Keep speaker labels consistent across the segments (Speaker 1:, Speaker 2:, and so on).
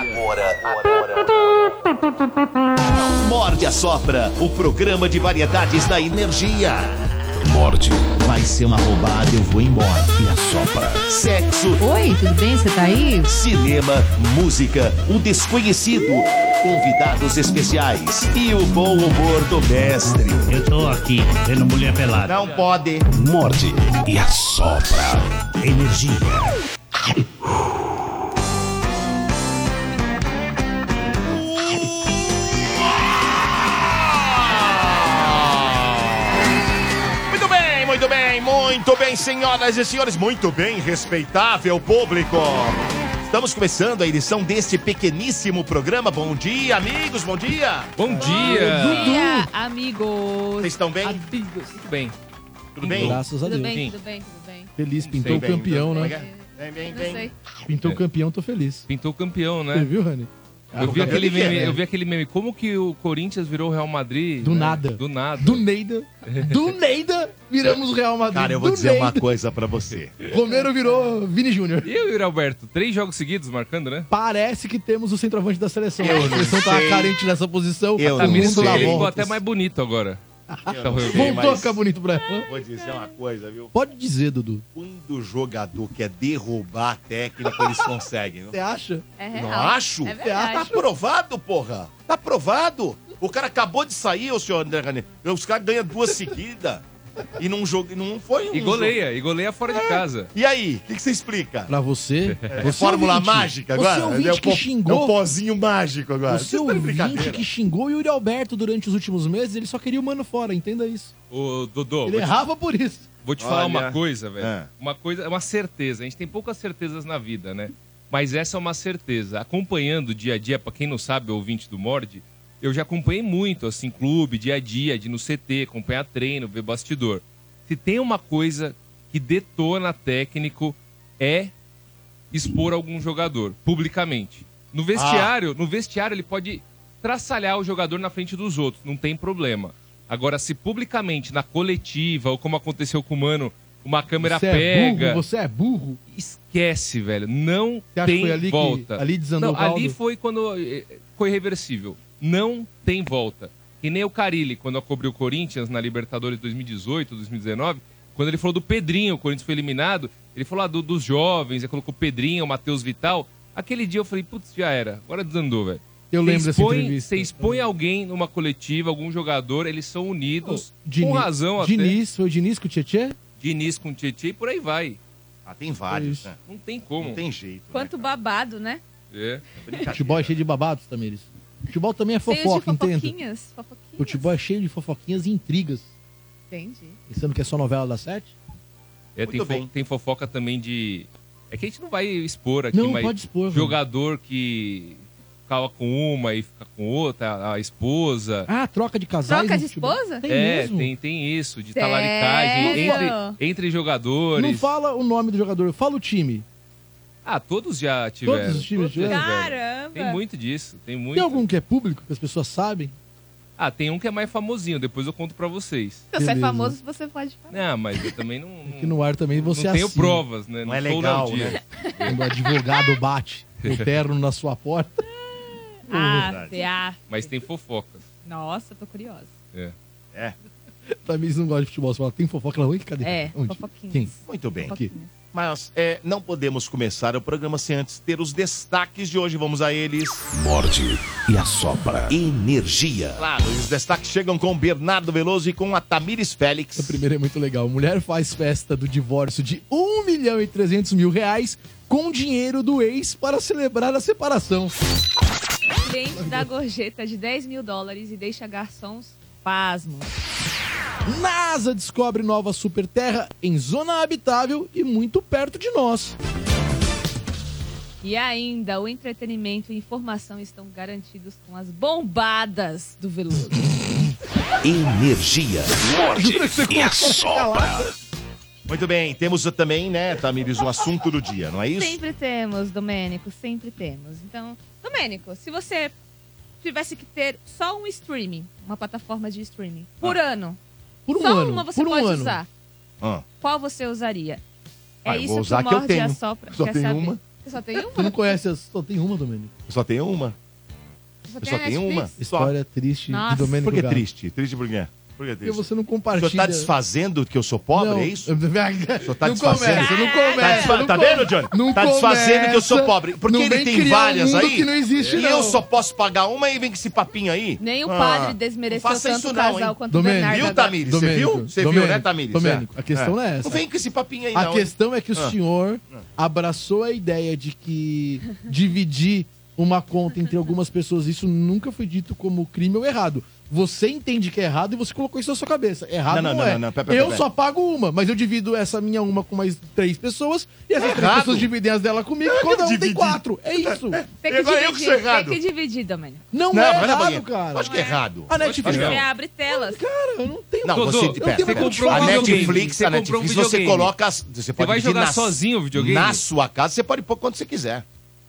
Speaker 1: Agora, agora, agora. Morde a Sopra, o programa de variedades da energia.
Speaker 2: Morde.
Speaker 1: Vai ser uma roubada, eu vou embora.
Speaker 2: E a Sopra.
Speaker 1: Sexo.
Speaker 3: Oi, tudo bem? Você tá aí?
Speaker 1: Cinema, música, o desconhecido, convidados especiais e o bom humor do mestre.
Speaker 4: Eu tô aqui, vendo mulher pelada.
Speaker 1: Não pode.
Speaker 2: Morde e a Sopra. Energia.
Speaker 1: Muito bem, muito bem, senhoras e senhores, muito bem, respeitável público. Estamos começando a edição deste pequeníssimo programa. Bom dia, amigos, bom dia.
Speaker 5: Bom dia.
Speaker 3: Bom dia, amigos.
Speaker 1: Vocês estão bem?
Speaker 5: Amigos. Tudo bem.
Speaker 1: Tudo bem?
Speaker 6: Graças a Deus.
Speaker 3: Tudo bem, tudo bem, tudo bem.
Speaker 6: Feliz, pintou o campeão,
Speaker 1: então.
Speaker 6: né?
Speaker 1: é Bem, bem, bem.
Speaker 6: Pintou
Speaker 1: É.
Speaker 6: o campeão, tô feliz.
Speaker 5: Pintou o campeão, né?
Speaker 6: Você viu, Rani?
Speaker 5: Eu vi, aquele
Speaker 6: é,
Speaker 5: meme, eu vi aquele meme, como que o Corinthians virou o Real Madrid?
Speaker 6: né? Do
Speaker 5: né?
Speaker 6: nada.
Speaker 5: Do nada.
Speaker 6: Do Neida. Do Neida, viramos o Real Madrid.
Speaker 1: Cara, eu vou
Speaker 6: Do
Speaker 1: dizer uma
Speaker 6: Neida.
Speaker 1: coisa pra você.
Speaker 6: Romero virou Vini Júnior.
Speaker 5: E eu e o Alberto, três jogos seguidos marcando, né?
Speaker 6: Parece que temos o centroavante da seleção.
Speaker 1: Eu
Speaker 6: a seleção
Speaker 1: não
Speaker 6: tá
Speaker 1: sei.
Speaker 6: carente nessa posição. Tá
Speaker 1: Eu
Speaker 6: o
Speaker 1: não
Speaker 6: mundo
Speaker 1: sei.
Speaker 6: dá
Speaker 5: Ele ficou
Speaker 6: voltas.
Speaker 5: até mais bonito agora. Então,
Speaker 1: Eu não sei,
Speaker 6: Voltou a
Speaker 1: mas
Speaker 6: ficar bonito pra ela.
Speaker 1: Vou dizer uma coisa, viu?
Speaker 6: Pode dizer, Dudu.
Speaker 1: Quando o jogador quer derrubar a técnica, eles conseguem. Não,
Speaker 6: Você acha?
Speaker 3: É
Speaker 1: não
Speaker 3: real.
Speaker 1: acho?
Speaker 3: É
Speaker 1: Tá
Speaker 3: verdade.
Speaker 1: aprovado, porra. Tá aprovado. O cara acabou de sair, o senhor André Rani. Os caras ganham duas seguidas. E não, jogo, não foi um
Speaker 5: E goleia, e goleia fora
Speaker 6: É.
Speaker 5: de casa.
Speaker 1: jogo. E aí, o que, que você explica?
Speaker 6: Pra você.
Speaker 1: É
Speaker 6: você
Speaker 1: fórmula
Speaker 6: ouvinte,
Speaker 1: mágica agora?
Speaker 6: Você ouvinte
Speaker 1: é o
Speaker 6: que
Speaker 1: po- É o
Speaker 6: xingou.
Speaker 1: pozinho mágico agora.
Speaker 6: Você é
Speaker 1: Isso tá de
Speaker 6: ouvinte
Speaker 1: brincadeira.
Speaker 6: que xingou o Yuri Alberto durante os últimos meses, ele só queria o mano fora, entenda isso.
Speaker 5: Ô, Dodô,
Speaker 6: Ele é
Speaker 5: vou te,
Speaker 6: errava por isso.
Speaker 5: vou te falar
Speaker 1: Olha.
Speaker 5: uma coisa, velho.
Speaker 1: É.
Speaker 5: Uma coisa, é uma certeza. A gente tem poucas certezas na vida, né? Mas essa é uma certeza. Acompanhando o dia a dia, pra quem não sabe, ouvinte do Mord, eu já acompanhei muito, assim, clube, dia a dia, de ir no CT, acompanhar treino, ver bastidor. Se tem uma coisa que detona técnico é expor algum jogador publicamente. No
Speaker 6: Ah.
Speaker 5: vestiário, no vestiário ele pode traçalhar o jogador na frente dos outros, não tem problema. Agora, se publicamente, na coletiva, ou como aconteceu com o Mano, uma câmera
Speaker 6: você
Speaker 5: pega,
Speaker 6: é burro, você é burro.
Speaker 5: esquece, velho. Não
Speaker 6: Você acha que
Speaker 5: tem
Speaker 6: foi ali que-
Speaker 5: volta.
Speaker 6: ali desandou
Speaker 5: não,
Speaker 6: o caldo?
Speaker 5: ali foi quando eh, foi reversível. Não tem volta. Que nem o Carilli, quando cobriu o Corinthians na Libertadores 2018, 2019, quando ele falou do Pedrinho, o Corinthians foi eliminado, ele falou ah, do- dos jovens, ele colocou o Pedrinho, o Matheus Vital. Aquele dia eu falei, putz, já era. Agora desandou, velho.
Speaker 6: Eu
Speaker 5: Você
Speaker 6: lembro dessa
Speaker 5: expõe-
Speaker 6: entrevista.
Speaker 5: Você expõe alguém numa coletiva, algum jogador, eles são unidos,
Speaker 6: Diniz-
Speaker 5: com razão até. Diniz,
Speaker 6: Diniz, foi o Diniz com o Tietchan?
Speaker 5: com o Tietchan e por aí vai.
Speaker 1: Ah, tem vários,
Speaker 6: É isso.
Speaker 1: né?
Speaker 5: Não tem como.
Speaker 1: Não tem jeito.
Speaker 3: Quanto babado, né?
Speaker 5: É.
Speaker 6: Futebol é cheio de babados, Tamires. Futebol também é
Speaker 3: Cheio de
Speaker 6: fofoca, entenda.
Speaker 3: fofoquinhas. Fofoquinhas.
Speaker 6: Futebol é cheio de fofoquinhas e intrigas.
Speaker 3: Entendi.
Speaker 6: Pensando que é só novela das sete?
Speaker 5: É, tem,
Speaker 1: Muito
Speaker 5: fo-
Speaker 1: bem.
Speaker 5: tem fofoca também de. É que a gente não vai expor aqui,
Speaker 6: Não,
Speaker 5: mas
Speaker 6: pode expor, velho.
Speaker 5: jogador que ficava com uma e fica com outra, a- a esposa.
Speaker 6: Ah, troca de casais.
Speaker 3: Troca
Speaker 6: no
Speaker 3: de
Speaker 6: futebol?
Speaker 3: esposa?
Speaker 6: Tem
Speaker 5: é,
Speaker 6: mesmo?
Speaker 5: Tem, tem isso, de
Speaker 3: Sério?
Speaker 5: talaricagem entre, entre jogadores.
Speaker 6: Não fala o nome do jogador, fala o time.
Speaker 5: Ah, todos já tiveram.
Speaker 6: Todos os times tiveram?
Speaker 5: já tiveram.
Speaker 3: Caramba.
Speaker 5: Tem muito disso, tem muito.
Speaker 6: Tem algum que é público, que as pessoas sabem?
Speaker 5: Ah, tem um que é mais famosinho, depois eu conto pra vocês.
Speaker 3: Se você é
Speaker 6: Beleza.
Speaker 3: famoso, você pode falar.
Speaker 5: Não, mas eu também não.
Speaker 6: É Que no ar também você
Speaker 5: não tenho
Speaker 6: assina.
Speaker 5: provas, né?
Speaker 1: Não é
Speaker 5: sou o
Speaker 1: legal,
Speaker 5: Léo Dias.
Speaker 1: né?
Speaker 6: Quando o advogado bate o terno na sua porta. É
Speaker 3: Ah, você acha.
Speaker 5: Mas tem fofocas.
Speaker 3: Nossa, tô curiosa.
Speaker 5: É.
Speaker 6: Tamires não gosta de futebol. Você fala, tem fofoca lá? Ui, cadê?
Speaker 3: É,
Speaker 6: Onde? Quem?
Speaker 3: fofoquinhas.
Speaker 1: Muito bem.
Speaker 6: Aqui.
Speaker 3: Fofoquinhas.
Speaker 1: Mas é, não podemos começar o programa sem antes ter os destaques de hoje. Vamos a eles.
Speaker 2: Morde e a Sopra.
Speaker 1: Energia. Claro, os destaques chegam com Bernardo Veloso e com a Tamires Félix.
Speaker 6: A primeira é muito legal. Mulher faz festa do divórcio de 1 milhão e 300 mil reais com dinheiro do ex para celebrar a separação.
Speaker 3: Cliente da gorjeta de 10 mil dólares e deixa garçons pasmos.
Speaker 6: NASA descobre nova superterra em zona habitável e muito perto de nós.
Speaker 3: E ainda, o entretenimento e informação estão garantidos com as bombadas do Veloso.
Speaker 1: Energia.
Speaker 2: Morde e a Sopra.
Speaker 1: Muito bem, temos também, né, Tamires, o assunto do dia, não é isso?
Speaker 3: Sempre temos, Domênico, sempre temos. Então, Domênico, se você tivesse que ter só um streaming, uma plataforma de streaming, por ano,
Speaker 6: Por um
Speaker 3: só
Speaker 6: ano.
Speaker 3: uma você
Speaker 6: por um
Speaker 3: pode
Speaker 6: ano.
Speaker 3: usar,
Speaker 1: Ah,
Speaker 3: qual você usaria? É
Speaker 1: Ah, eu
Speaker 3: isso
Speaker 1: vou usar a que Ah,
Speaker 3: que
Speaker 1: eu
Speaker 3: morde a
Speaker 1: tenho.
Speaker 3: sopra.
Speaker 1: Só
Speaker 3: quer
Speaker 1: tenho
Speaker 3: saber.
Speaker 1: uma.
Speaker 3: Você só tem uma?
Speaker 6: Tu não conhece, as- só tem uma, Domênico.
Speaker 1: Eu só tenho uma.
Speaker 3: Só
Speaker 1: Eu só
Speaker 3: a
Speaker 1: tenho
Speaker 3: Netflix?
Speaker 1: uma. Só.
Speaker 6: História triste
Speaker 3: Nossa.
Speaker 6: de Domênico
Speaker 1: Por que
Speaker 6: Gato.
Speaker 1: triste? Triste por quê? Por que
Speaker 6: Porque
Speaker 1: triste?
Speaker 6: você é não
Speaker 1: O
Speaker 6: compartilha.
Speaker 1: senhor tá desfazendo que eu sou pobre, é isso?
Speaker 6: Não,
Speaker 1: tá
Speaker 6: não
Speaker 1: desfazendo.
Speaker 6: começa, não
Speaker 1: Tá,
Speaker 6: começa.
Speaker 1: desfa-
Speaker 6: não
Speaker 1: tá
Speaker 6: come-
Speaker 1: vendo, Johnny?
Speaker 6: Não
Speaker 1: tá desfazendo que eu sou
Speaker 6: começa,
Speaker 1: pobre. Porque
Speaker 6: não
Speaker 1: ele
Speaker 6: vem
Speaker 1: tem
Speaker 6: criar um
Speaker 1: várias
Speaker 6: mundo
Speaker 1: aí.
Speaker 6: que não existe,
Speaker 1: e
Speaker 6: não.
Speaker 1: eu só posso pagar uma e vem com esse papinho aí.
Speaker 3: Nem o
Speaker 1: Ah,
Speaker 3: padre
Speaker 1: não
Speaker 3: desmereceu
Speaker 1: faça
Speaker 3: tanto
Speaker 1: isso
Speaker 3: o
Speaker 1: não,
Speaker 3: casal
Speaker 1: hein?
Speaker 3: quanto o
Speaker 6: Domênico.
Speaker 3: Bernardo.
Speaker 1: Viu,
Speaker 3: agora.
Speaker 1: Tamires? Você viu?
Speaker 6: Domênico,
Speaker 1: Você viu, né,
Speaker 6: Domênico,
Speaker 1: Tamires?
Speaker 6: Domênico,
Speaker 1: É.
Speaker 6: a questão não é essa.
Speaker 1: Não vem com esse papinho aí,
Speaker 6: A
Speaker 1: não. hein?
Speaker 6: questão é que o
Speaker 1: Ah.
Speaker 6: senhor abraçou a ideia de que dividir uma conta entre algumas pessoas, isso nunca foi dito como crime ou errado. Você entende que é errado e você colocou isso na sua cabeça. Errado
Speaker 1: Não,
Speaker 6: não,
Speaker 1: não, não,
Speaker 6: é.
Speaker 1: não, não, pera, pera,
Speaker 6: eu
Speaker 1: pera.
Speaker 6: só pago uma, mas eu divido essa minha uma com mais três pessoas e essas três
Speaker 1: Errado.
Speaker 6: pessoas dividem as dela comigo, cada um
Speaker 1: dividir.
Speaker 6: tem quatro. É isso.
Speaker 3: Tem que
Speaker 1: Agora eu que
Speaker 3: dividir,
Speaker 1: sou errado.
Speaker 3: Tem que dividir, Domênico.
Speaker 6: Não,
Speaker 1: Não,
Speaker 6: é
Speaker 1: pera,
Speaker 6: errado,
Speaker 1: Bolinha.
Speaker 6: cara.
Speaker 1: Acho que é errado.
Speaker 6: A Netflix,
Speaker 5: Não.
Speaker 3: Você abre telas.
Speaker 6: cara, eu não tenho...
Speaker 1: Não,
Speaker 5: Dodô,
Speaker 1: você,
Speaker 5: eu
Speaker 1: pera,
Speaker 6: tenho
Speaker 1: pera.
Speaker 6: comprou um
Speaker 1: a
Speaker 5: videogame,
Speaker 1: Netflix,
Speaker 5: você
Speaker 1: a
Speaker 5: comprou um
Speaker 1: Netflix, você
Speaker 5: videogame.
Speaker 1: coloca. as- Você pode
Speaker 5: vai jogar
Speaker 1: dividir na-
Speaker 5: sozinho o videogame?
Speaker 1: Na sua casa, você pode pôr quando você quiser.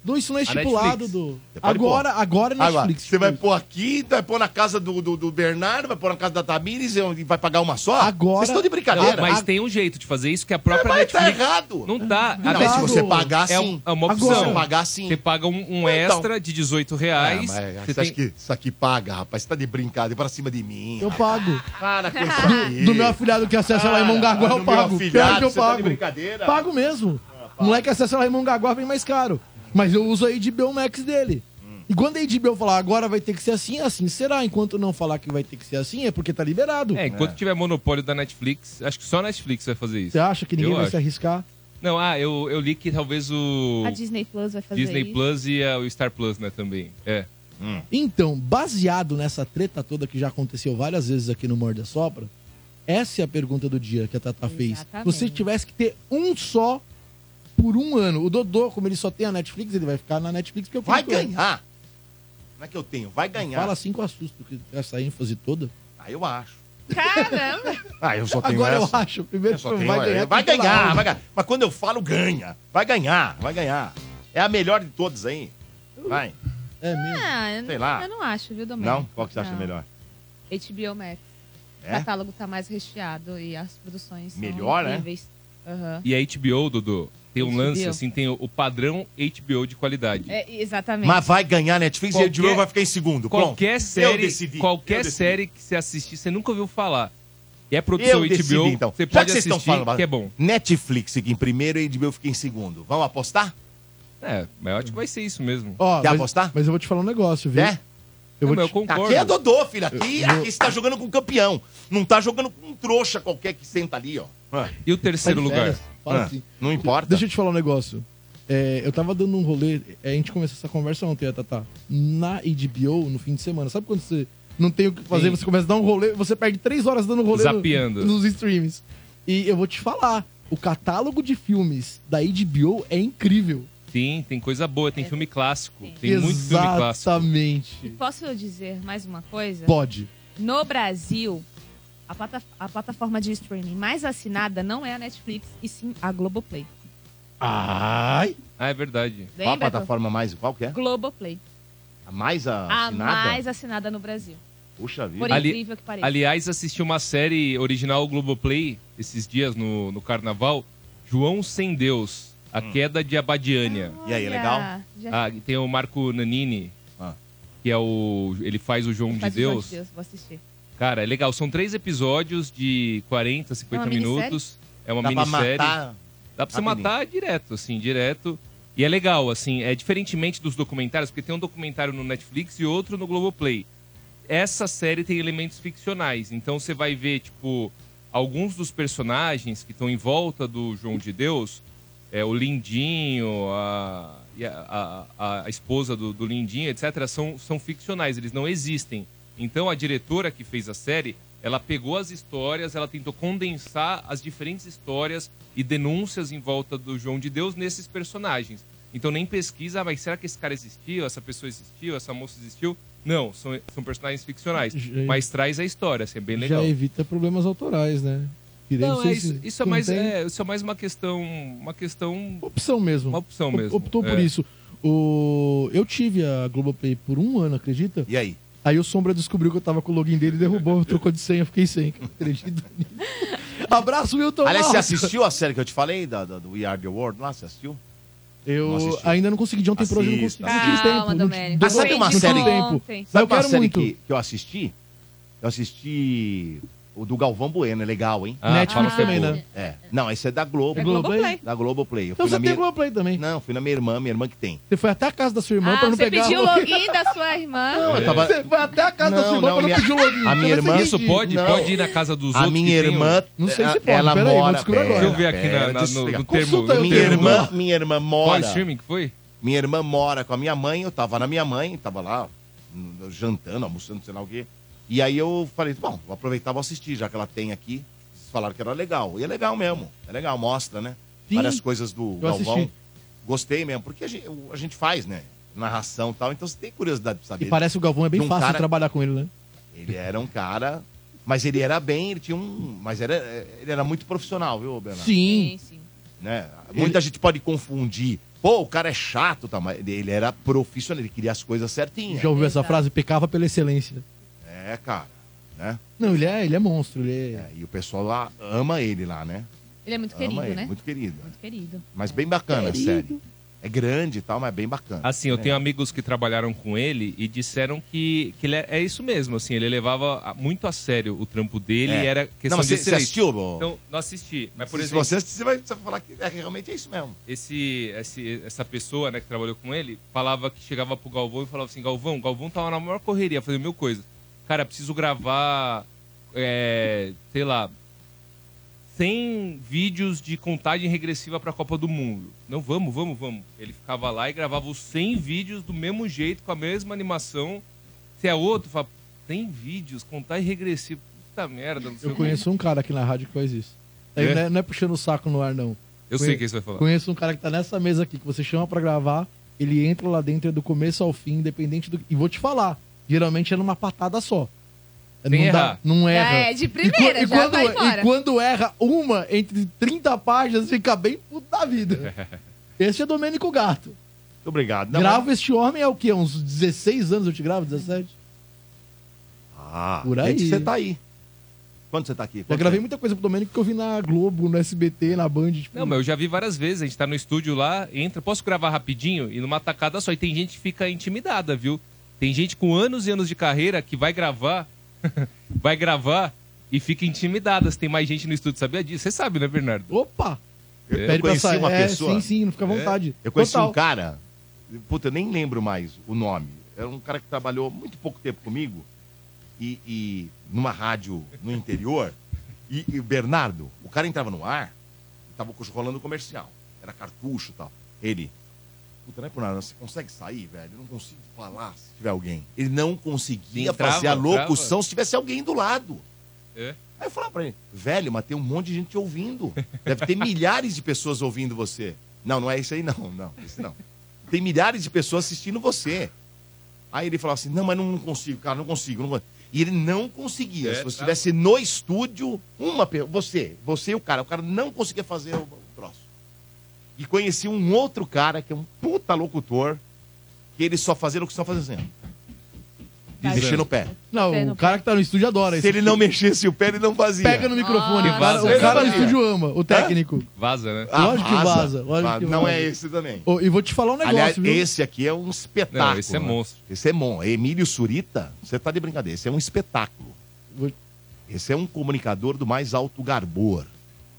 Speaker 6: Não, isso não é
Speaker 5: Netflix.
Speaker 6: estipulado, do.
Speaker 1: Você pode
Speaker 6: Agora, agora é Netflix.
Speaker 1: Agora, você
Speaker 6: tipo
Speaker 1: vai
Speaker 6: isso.
Speaker 1: pôr aqui, vai pôr na casa do, do, do Bernardo, vai pôr na casa da Tamires e vai pagar uma só?
Speaker 6: Agora-
Speaker 1: Vocês estão de brincadeira.
Speaker 5: Não, mas tem um jeito de fazer isso que a própria
Speaker 1: Mas tá
Speaker 5: Netflix.
Speaker 1: errado.
Speaker 5: Não
Speaker 1: Ah,
Speaker 5: tá. A
Speaker 6: Não,
Speaker 1: mas se
Speaker 6: Claro.
Speaker 1: você pagar,
Speaker 5: É
Speaker 1: sim.
Speaker 5: um- é uma
Speaker 1: Se você
Speaker 5: opção.
Speaker 1: pagar, sim.
Speaker 5: Você paga um,
Speaker 1: Então.
Speaker 5: um extra de 18
Speaker 1: Ah,
Speaker 5: reais.
Speaker 1: mas
Speaker 5: você
Speaker 1: você
Speaker 5: tem-
Speaker 1: acha que isso aqui paga, rapaz? Você tá de brincadeira pra cima de mim.
Speaker 6: Eu
Speaker 1: rapaz.
Speaker 6: pago.
Speaker 1: Para com isso Ah, aqui.
Speaker 6: Do meu afilhado que acessa lá em Mongaguá, eu pago. Pior que eu
Speaker 1: Tá de
Speaker 6: pago.
Speaker 1: brincadeira?
Speaker 6: Pago mesmo. Moleque acessa lá em Mongaguá, vem mais caro. Mas eu uso a HBO Max dele. E quando a HBO falar agora vai ter que ser assim, assim será. Enquanto não falar que vai ter que ser assim, é porque tá liberado.
Speaker 5: É,
Speaker 1: né?
Speaker 5: enquanto tiver monopólio da Netflix, acho que só a Netflix vai fazer isso.
Speaker 6: Você acha que ninguém
Speaker 5: Eu
Speaker 6: vai se
Speaker 5: acho.
Speaker 6: arriscar?
Speaker 5: Não, ah, eu, eu li que talvez o
Speaker 3: A Disney Plus vai fazer
Speaker 5: Disney
Speaker 3: isso.
Speaker 5: Plus e a- o Star Plus, né, também. É.
Speaker 6: Então, baseado nessa treta toda que já aconteceu várias vezes aqui no Morda Sopra, essa é a pergunta do dia que a Tata fez. Se
Speaker 3: Exatamente.
Speaker 6: você tivesse que ter um só por um ano, o Dodô, como ele só tem a Netflix, ele vai ficar na Netflix porque eu
Speaker 1: Vai ganhar. Não é que eu tenho, vai ganhar.
Speaker 6: Fala assim com assusto, que essa ênfase toda.
Speaker 1: Ah, eu acho.
Speaker 3: Caramba!
Speaker 1: Ah, eu só tenho
Speaker 6: Agora eu
Speaker 1: essa.
Speaker 6: acho. Primeiro
Speaker 1: Eu só
Speaker 6: que
Speaker 1: tenho
Speaker 6: vai
Speaker 1: essa.
Speaker 6: ganhar.
Speaker 1: vai
Speaker 6: tem que
Speaker 1: ganhar,
Speaker 6: falar.
Speaker 1: vai ganhar. Mas quando eu falo, ganha. Vai ganhar, vai ganhar. É a melhor de todas aí. Vai.
Speaker 6: É mesmo.
Speaker 3: Ah, eu-
Speaker 1: Sei lá.
Speaker 3: Eu não acho, viu, Domênico?
Speaker 1: Não?
Speaker 6: né?
Speaker 1: Qual que você acha
Speaker 3: Não.
Speaker 1: melhor?
Speaker 3: HBO Max. O
Speaker 1: É?
Speaker 3: catálogo tá mais recheado e as produções são
Speaker 1: Melhor, né?
Speaker 3: incríveis. Aham.
Speaker 5: E a HBO, Dodô, tem um
Speaker 3: HBO.
Speaker 5: lance, assim, tem o, o padrão HBO de qualidade.
Speaker 3: É, exatamente.
Speaker 1: Mas vai ganhar Netflix e
Speaker 5: Qualquer-
Speaker 1: o Edmilson vai ficar em segundo.
Speaker 5: Qualquer
Speaker 1: Pronto. Eu decidi.
Speaker 5: série,
Speaker 1: Eu
Speaker 5: qualquer
Speaker 1: decidi.
Speaker 5: série que você assistir, você nunca ouviu falar. E é
Speaker 1: Eu
Speaker 5: produção HBO,
Speaker 1: decidi, então.
Speaker 5: você
Speaker 1: Já
Speaker 5: pode
Speaker 1: que vocês
Speaker 5: assistir,
Speaker 1: estão falando,
Speaker 5: que é bom.
Speaker 1: Netflix fica em primeiro e HBO fica em segundo. Vamos apostar?
Speaker 5: É, mas eu acho que vai ser isso mesmo.
Speaker 6: Ó,
Speaker 1: Quer
Speaker 6: mas,
Speaker 1: apostar?
Speaker 6: Mas eu vou te falar um negócio, viu?
Speaker 1: É?
Speaker 6: Eu vou
Speaker 5: Não, mas eu
Speaker 6: te-
Speaker 5: concordo.
Speaker 1: Aqui é Dodô, filho. Aqui,
Speaker 6: Eu- eu-
Speaker 1: aqui você tá jogando com um campeão. Não tá jogando com um trouxa qualquer que senta ali, ó. Ah,
Speaker 5: E o
Speaker 6: Tá
Speaker 5: terceiro
Speaker 6: de
Speaker 5: lugar? Ah.
Speaker 6: férias? Fala assim.
Speaker 1: Não
Speaker 5: Tá.
Speaker 1: importa.
Speaker 6: Deixa eu te falar um negócio. É, eu tava dando um rolê, é, a gente começou essa conversa ontem, a Tatá, na HBO no fim de semana. Sabe quando você não tem o que fazer,
Speaker 5: Sim.
Speaker 6: você começa a dar um rolê, você perde três horas dando um rolê no-
Speaker 5: Zapeando.
Speaker 6: nos streams. E eu vou te falar, o catálogo de filmes da HBO é incrível.
Speaker 5: Sim, tem coisa boa,
Speaker 3: É
Speaker 5: tem filme clássico.
Speaker 3: Sim.
Speaker 5: Tem muito filme clássico.
Speaker 3: E
Speaker 6: Exatamente.
Speaker 3: posso eu dizer mais uma coisa?
Speaker 6: Pode.
Speaker 3: No Brasil, a, plata- a plataforma de streaming mais assinada não é a Netflix, e sim a Globoplay.
Speaker 1: Ai.
Speaker 5: Ah, é verdade.
Speaker 1: Qual a
Speaker 3: Lembra?
Speaker 1: plataforma mais? Qual que é?
Speaker 3: Globoplay.
Speaker 1: A mais
Speaker 3: A
Speaker 1: assinada?
Speaker 3: mais assinada no Brasil.
Speaker 1: Puxa vida.
Speaker 3: Por
Speaker 5: Ali-
Speaker 3: incrível que pareça.
Speaker 5: Aliás, assisti uma série original Globoplay esses dias no, no carnaval. João Sem Deus, A
Speaker 1: Hum.
Speaker 5: Queda de Abadiânia.
Speaker 1: E aí, legal?
Speaker 3: Já
Speaker 5: Ah, e tem o Marco Nanini,
Speaker 1: Ah.
Speaker 5: que é o. Ele faz o João de
Speaker 3: faz um o João
Speaker 5: Deus.
Speaker 3: Vou assistir.
Speaker 5: Cara, é legal. São três episódios de 40, 50
Speaker 3: É uma
Speaker 5: minutos. É uma
Speaker 1: Dá pra
Speaker 5: minissérie.
Speaker 1: matar.
Speaker 5: Dá pra você
Speaker 1: rapidinho.
Speaker 5: matar direto, assim, direto. E é legal, assim, é diferentemente dos documentários, porque tem um documentário no Netflix e outro no Globoplay. Essa série tem elementos ficcionais, então você vai ver, tipo, alguns dos personagens que estão em volta do João de Deus, é, o Lindinho, a, e a, a- a esposa do, do Lindinho, etc., são, são ficcionais, eles não existem. Então a diretora que fez a série, ela pegou as histórias, ela tentou condensar as diferentes histórias e denúncias em volta do João de Deus nesses personagens. Então nem pesquisa, ah, mas será que esse cara existiu, essa pessoa existiu, essa moça existiu? Não, são, são personagens ficcionais.
Speaker 6: Gente.
Speaker 5: Mas traz a história, assim, é bem legal.
Speaker 6: Já evita problemas autorais, né? Queria
Speaker 5: Não, é isso, isso é mais,
Speaker 6: tem
Speaker 5: é, isso é mais uma questão. Uma questão.
Speaker 6: Opção mesmo.
Speaker 5: Uma opção
Speaker 6: Op-
Speaker 5: mesmo.
Speaker 6: Optou por
Speaker 5: É.
Speaker 6: isso. O... Eu tive a Globoplay por um ano, acredita?
Speaker 1: E aí?
Speaker 6: Aí o Sombra descobriu que eu tava com o login dele, derrubou, trocou de senha, eu fiquei sem. cara. Acredito nisso. Abraço, Wilton.
Speaker 1: Aliás, você
Speaker 6: Malta.
Speaker 1: assistiu a série que eu te falei, da, da- do We Are The World lá? Você assistiu?
Speaker 6: Eu
Speaker 1: Não assisti.
Speaker 6: ainda não consegui de ontem por hoje, eu não
Speaker 1: Assista,
Speaker 6: consegui.
Speaker 1: assista.
Speaker 6: Não tive
Speaker 3: Calma,
Speaker 6: tempo, não
Speaker 3: Domênico.
Speaker 6: tive-
Speaker 1: Ah, sabe
Speaker 6: não
Speaker 1: uma
Speaker 6: tive
Speaker 1: série-
Speaker 6: tempo.
Speaker 3: Ontem.
Speaker 1: Sabe
Speaker 6: eu
Speaker 1: uma
Speaker 6: quero
Speaker 1: série
Speaker 6: muito.
Speaker 1: que, que eu assisti? Eu assisti o do Galvão Bueno, é legal, hein?
Speaker 5: Ah,
Speaker 6: Netflix
Speaker 5: fala
Speaker 6: também,
Speaker 5: que é
Speaker 6: né?
Speaker 1: É. Não, esse é da Globo.
Speaker 3: É
Speaker 6: Globo,
Speaker 3: Globoplay.
Speaker 1: Da Globoplay. Eu fui
Speaker 6: Então
Speaker 1: na
Speaker 6: você tem
Speaker 1: minha...
Speaker 6: Globoplay também.
Speaker 1: Não, fui na minha irmã, minha irmã que tem.
Speaker 6: Você foi até a casa da sua irmã
Speaker 3: Ah,
Speaker 6: pra não
Speaker 3: você
Speaker 6: pegar... um
Speaker 3: pediu o
Speaker 6: a-
Speaker 3: login da sua irmã?
Speaker 1: Não, eu tava...
Speaker 6: Você foi até a casa da
Speaker 1: Não,
Speaker 6: sua irmã
Speaker 1: não,
Speaker 6: pra
Speaker 1: minha-
Speaker 6: não pedir o login. Então, assim,
Speaker 1: a minha
Speaker 6: Eu não
Speaker 1: irmã-
Speaker 6: sei
Speaker 5: Isso
Speaker 6: que-
Speaker 5: pode?
Speaker 1: Não.
Speaker 5: Pode ir na casa dos
Speaker 1: A
Speaker 5: outros.
Speaker 1: minha
Speaker 5: que tem
Speaker 1: irmã.
Speaker 6: Não sei se pode,
Speaker 1: Ela
Speaker 6: peraí, vou
Speaker 1: mora.
Speaker 6: descobrir
Speaker 1: pera,
Speaker 5: Um...
Speaker 6: agora.
Speaker 5: Deixa eu ver aqui na-
Speaker 1: pera,
Speaker 5: na-
Speaker 1: deixa eu
Speaker 5: no, no
Speaker 1: explicar.
Speaker 5: termo.
Speaker 6: Consulta aí,
Speaker 5: no
Speaker 1: Minha
Speaker 5: termo-
Speaker 1: irmã, minha irmã
Speaker 5: Qual
Speaker 1: mora.
Speaker 5: streaming que foi?
Speaker 1: Minha irmã mora com a minha mãe, eu tava na minha mãe, tava lá hum, jantando, almoçando, sei lá o quê. E aí eu falei, bom, vou aproveitar, vou assistir, já que ela tem aqui. Vocês falaram que era legal. E é legal mesmo, é legal, mostra, né?
Speaker 6: Sim,
Speaker 1: Várias coisas do
Speaker 6: eu
Speaker 1: Galvão.
Speaker 6: assisti.
Speaker 1: Gostei mesmo, porque a gente, a gente faz, né? Narração e tal, então você tem curiosidade de
Speaker 6: E
Speaker 1: saber.
Speaker 6: parece que o Galvão é bem
Speaker 1: Num
Speaker 6: fácil
Speaker 1: cara-
Speaker 6: trabalhar com ele, né?
Speaker 1: Ele era um cara, mas ele era bem, ele tinha um... Mas era, ele era muito profissional, viu, Bernardo?
Speaker 6: Sim.
Speaker 3: sim.
Speaker 1: né? Muita gente pode confundir. Pô, o cara é chato, tá? Mas ele era profissional, ele queria as coisas certinhas.
Speaker 6: Já ouviu essa
Speaker 3: Exato.
Speaker 6: frase? Pecava pela excelência.
Speaker 1: É, cara, né?
Speaker 6: Não, ele é, ele é monstro, ele é...
Speaker 1: É, e o pessoal lá ama ele lá, né?
Speaker 3: Ele é muito
Speaker 1: ama
Speaker 3: querido,
Speaker 1: ele,
Speaker 3: né?
Speaker 1: muito querido.
Speaker 3: Muito querido.
Speaker 1: Mas bem bacana, sério. É grande e tal, mas bem bacana.
Speaker 5: Assim, eu tenho amigos que trabalharam com ele e disseram que, que ele é, é isso mesmo, assim, ele levava a- muito a sério o trampo dele
Speaker 1: É.
Speaker 5: e era questão
Speaker 1: Não, mas
Speaker 5: de
Speaker 1: você, você
Speaker 5: excelência.
Speaker 1: assistiu, bom?
Speaker 5: Então, não assisti. Mas, por
Speaker 1: se
Speaker 5: exemplo,
Speaker 1: você assistir, você vai você vai falar que é, realmente é isso mesmo.
Speaker 5: esse, esse- essa pessoa né, que trabalhou com ele falava que chegava pro Galvão e falava assim: Galvão, Galvão tava na maior correria, fazendo mil coisas. Cara, preciso gravar, é, sei lá, 100 vídeos de contagem regressiva pra Copa do Mundo. Não, vamos, vamos, vamos. Ele ficava lá e gravava os 100 vídeos do mesmo jeito, com a mesma animação. Se é outro, fala: 100 vídeos, contagem regressiva. Puta merda, não sei
Speaker 6: Eu
Speaker 5: o que.
Speaker 6: conheço um cara aqui na rádio que faz isso. Aí
Speaker 5: É?
Speaker 6: Não, é, não é puxando o saco no ar, não.
Speaker 5: Eu sei o que você vai falar.
Speaker 6: Conheço um cara que tá nessa mesa aqui, que você chama pra gravar, ele entra lá dentro é do começo ao fim, independente do. E vou te falar, geralmente é numa patada só. É, não
Speaker 5: errar.
Speaker 6: não
Speaker 3: Já
Speaker 6: erra.
Speaker 3: é de primeira,
Speaker 6: e,
Speaker 3: já
Speaker 6: quando, é-
Speaker 3: vai embora.
Speaker 6: e quando erra uma entre 30 páginas, fica bem puto da vida. Esse é Domênico Gato.
Speaker 1: Muito obrigado. Não,
Speaker 6: Gravo este homem é o quê? Uns 16 anos eu te gravo? 17?
Speaker 1: mas- Ah,
Speaker 6: Por
Speaker 1: desde
Speaker 6: aí.
Speaker 1: que você tá aí. Quando você tá aqui?
Speaker 6: Já
Speaker 1: Quando
Speaker 6: gravei
Speaker 1: você-
Speaker 6: muita coisa pro Domênico que eu vi na Globo, no SBT, na Band. Tipo,
Speaker 5: Não, mas eu já vi várias vezes. A gente tá no estúdio lá, entra, posso gravar rapidinho? E numa tacada só. E tem gente que fica intimidada, viu? Tem gente com anos e anos de carreira que vai gravar, vai gravar e fica intimidada. Se tem mais gente no estúdio, sabia disso? Você sabe, né, Bernardo?
Speaker 6: Opa!
Speaker 1: Eu, eu
Speaker 6: Pede pra
Speaker 1: conheci
Speaker 6: sair.
Speaker 1: uma
Speaker 6: É,
Speaker 1: pessoa.
Speaker 6: Sim, sim, não fica à vontade.
Speaker 1: Eu conheci
Speaker 6: Total.
Speaker 1: um cara, puta, eu nem lembro mais o nome. Era um cara que trabalhou muito pouco tempo comigo e, e numa rádio no interior. E, e o Bernardo, o cara entrava no ar, tava rolando comercial. Era cartucho e tal. Ele, puta, não é por nada, você consegue sair, velho? Eu não consigo falar se tiver alguém. Ele não conseguia
Speaker 5: Entrava,
Speaker 1: fazer a
Speaker 5: entrava.
Speaker 1: locução se tivesse alguém do lado.
Speaker 5: É.
Speaker 1: Aí eu falava pra ele, velho, mas tem um monte de gente te ouvindo. Deve ter milhares de pessoas ouvindo você. Não, não é isso aí não, não, isso não. Tem milhares de pessoas assistindo você. Aí ele falava assim, não, mas não, não consigo, cara, não consigo, não consigo. E ele não conseguia.
Speaker 5: É,
Speaker 1: Se você
Speaker 5: tá.
Speaker 1: estivesse no estúdio, uma pessoa, você, você e o cara, o cara não conseguia fazer o, o troço. E conheci um outro cara, que é um puta locutor, que ele só fazia o que estão fazendo assim, ó,
Speaker 5: Dizendo.
Speaker 1: mexendo o pé.
Speaker 6: Não, o cara que tá no estúdio
Speaker 1: Se
Speaker 6: adora isso.
Speaker 1: ele não mexesse o pé, ele não fazia.
Speaker 6: Pega no microfone.
Speaker 3: Ah,
Speaker 6: o cara-
Speaker 1: vaza.
Speaker 6: o cara no
Speaker 1: Ele fazia.
Speaker 6: estúdio ama, o técnico.
Speaker 5: Vaza, né?
Speaker 1: Ah,
Speaker 6: Lógico que vaza, lógico que
Speaker 1: não
Speaker 6: vaza.
Speaker 1: é esse também.
Speaker 6: Ô, e vou te falar um negócio,
Speaker 1: Aliás,
Speaker 6: viu?
Speaker 1: esse aqui é um espetáculo.
Speaker 5: Não, esse é
Speaker 1: né?
Speaker 5: monstro.
Speaker 1: Esse é mon. Emílio Surita, você tá de brincadeira. Esse é um espetáculo.
Speaker 6: Vou-
Speaker 1: Esse é um comunicador do mais alto garbor.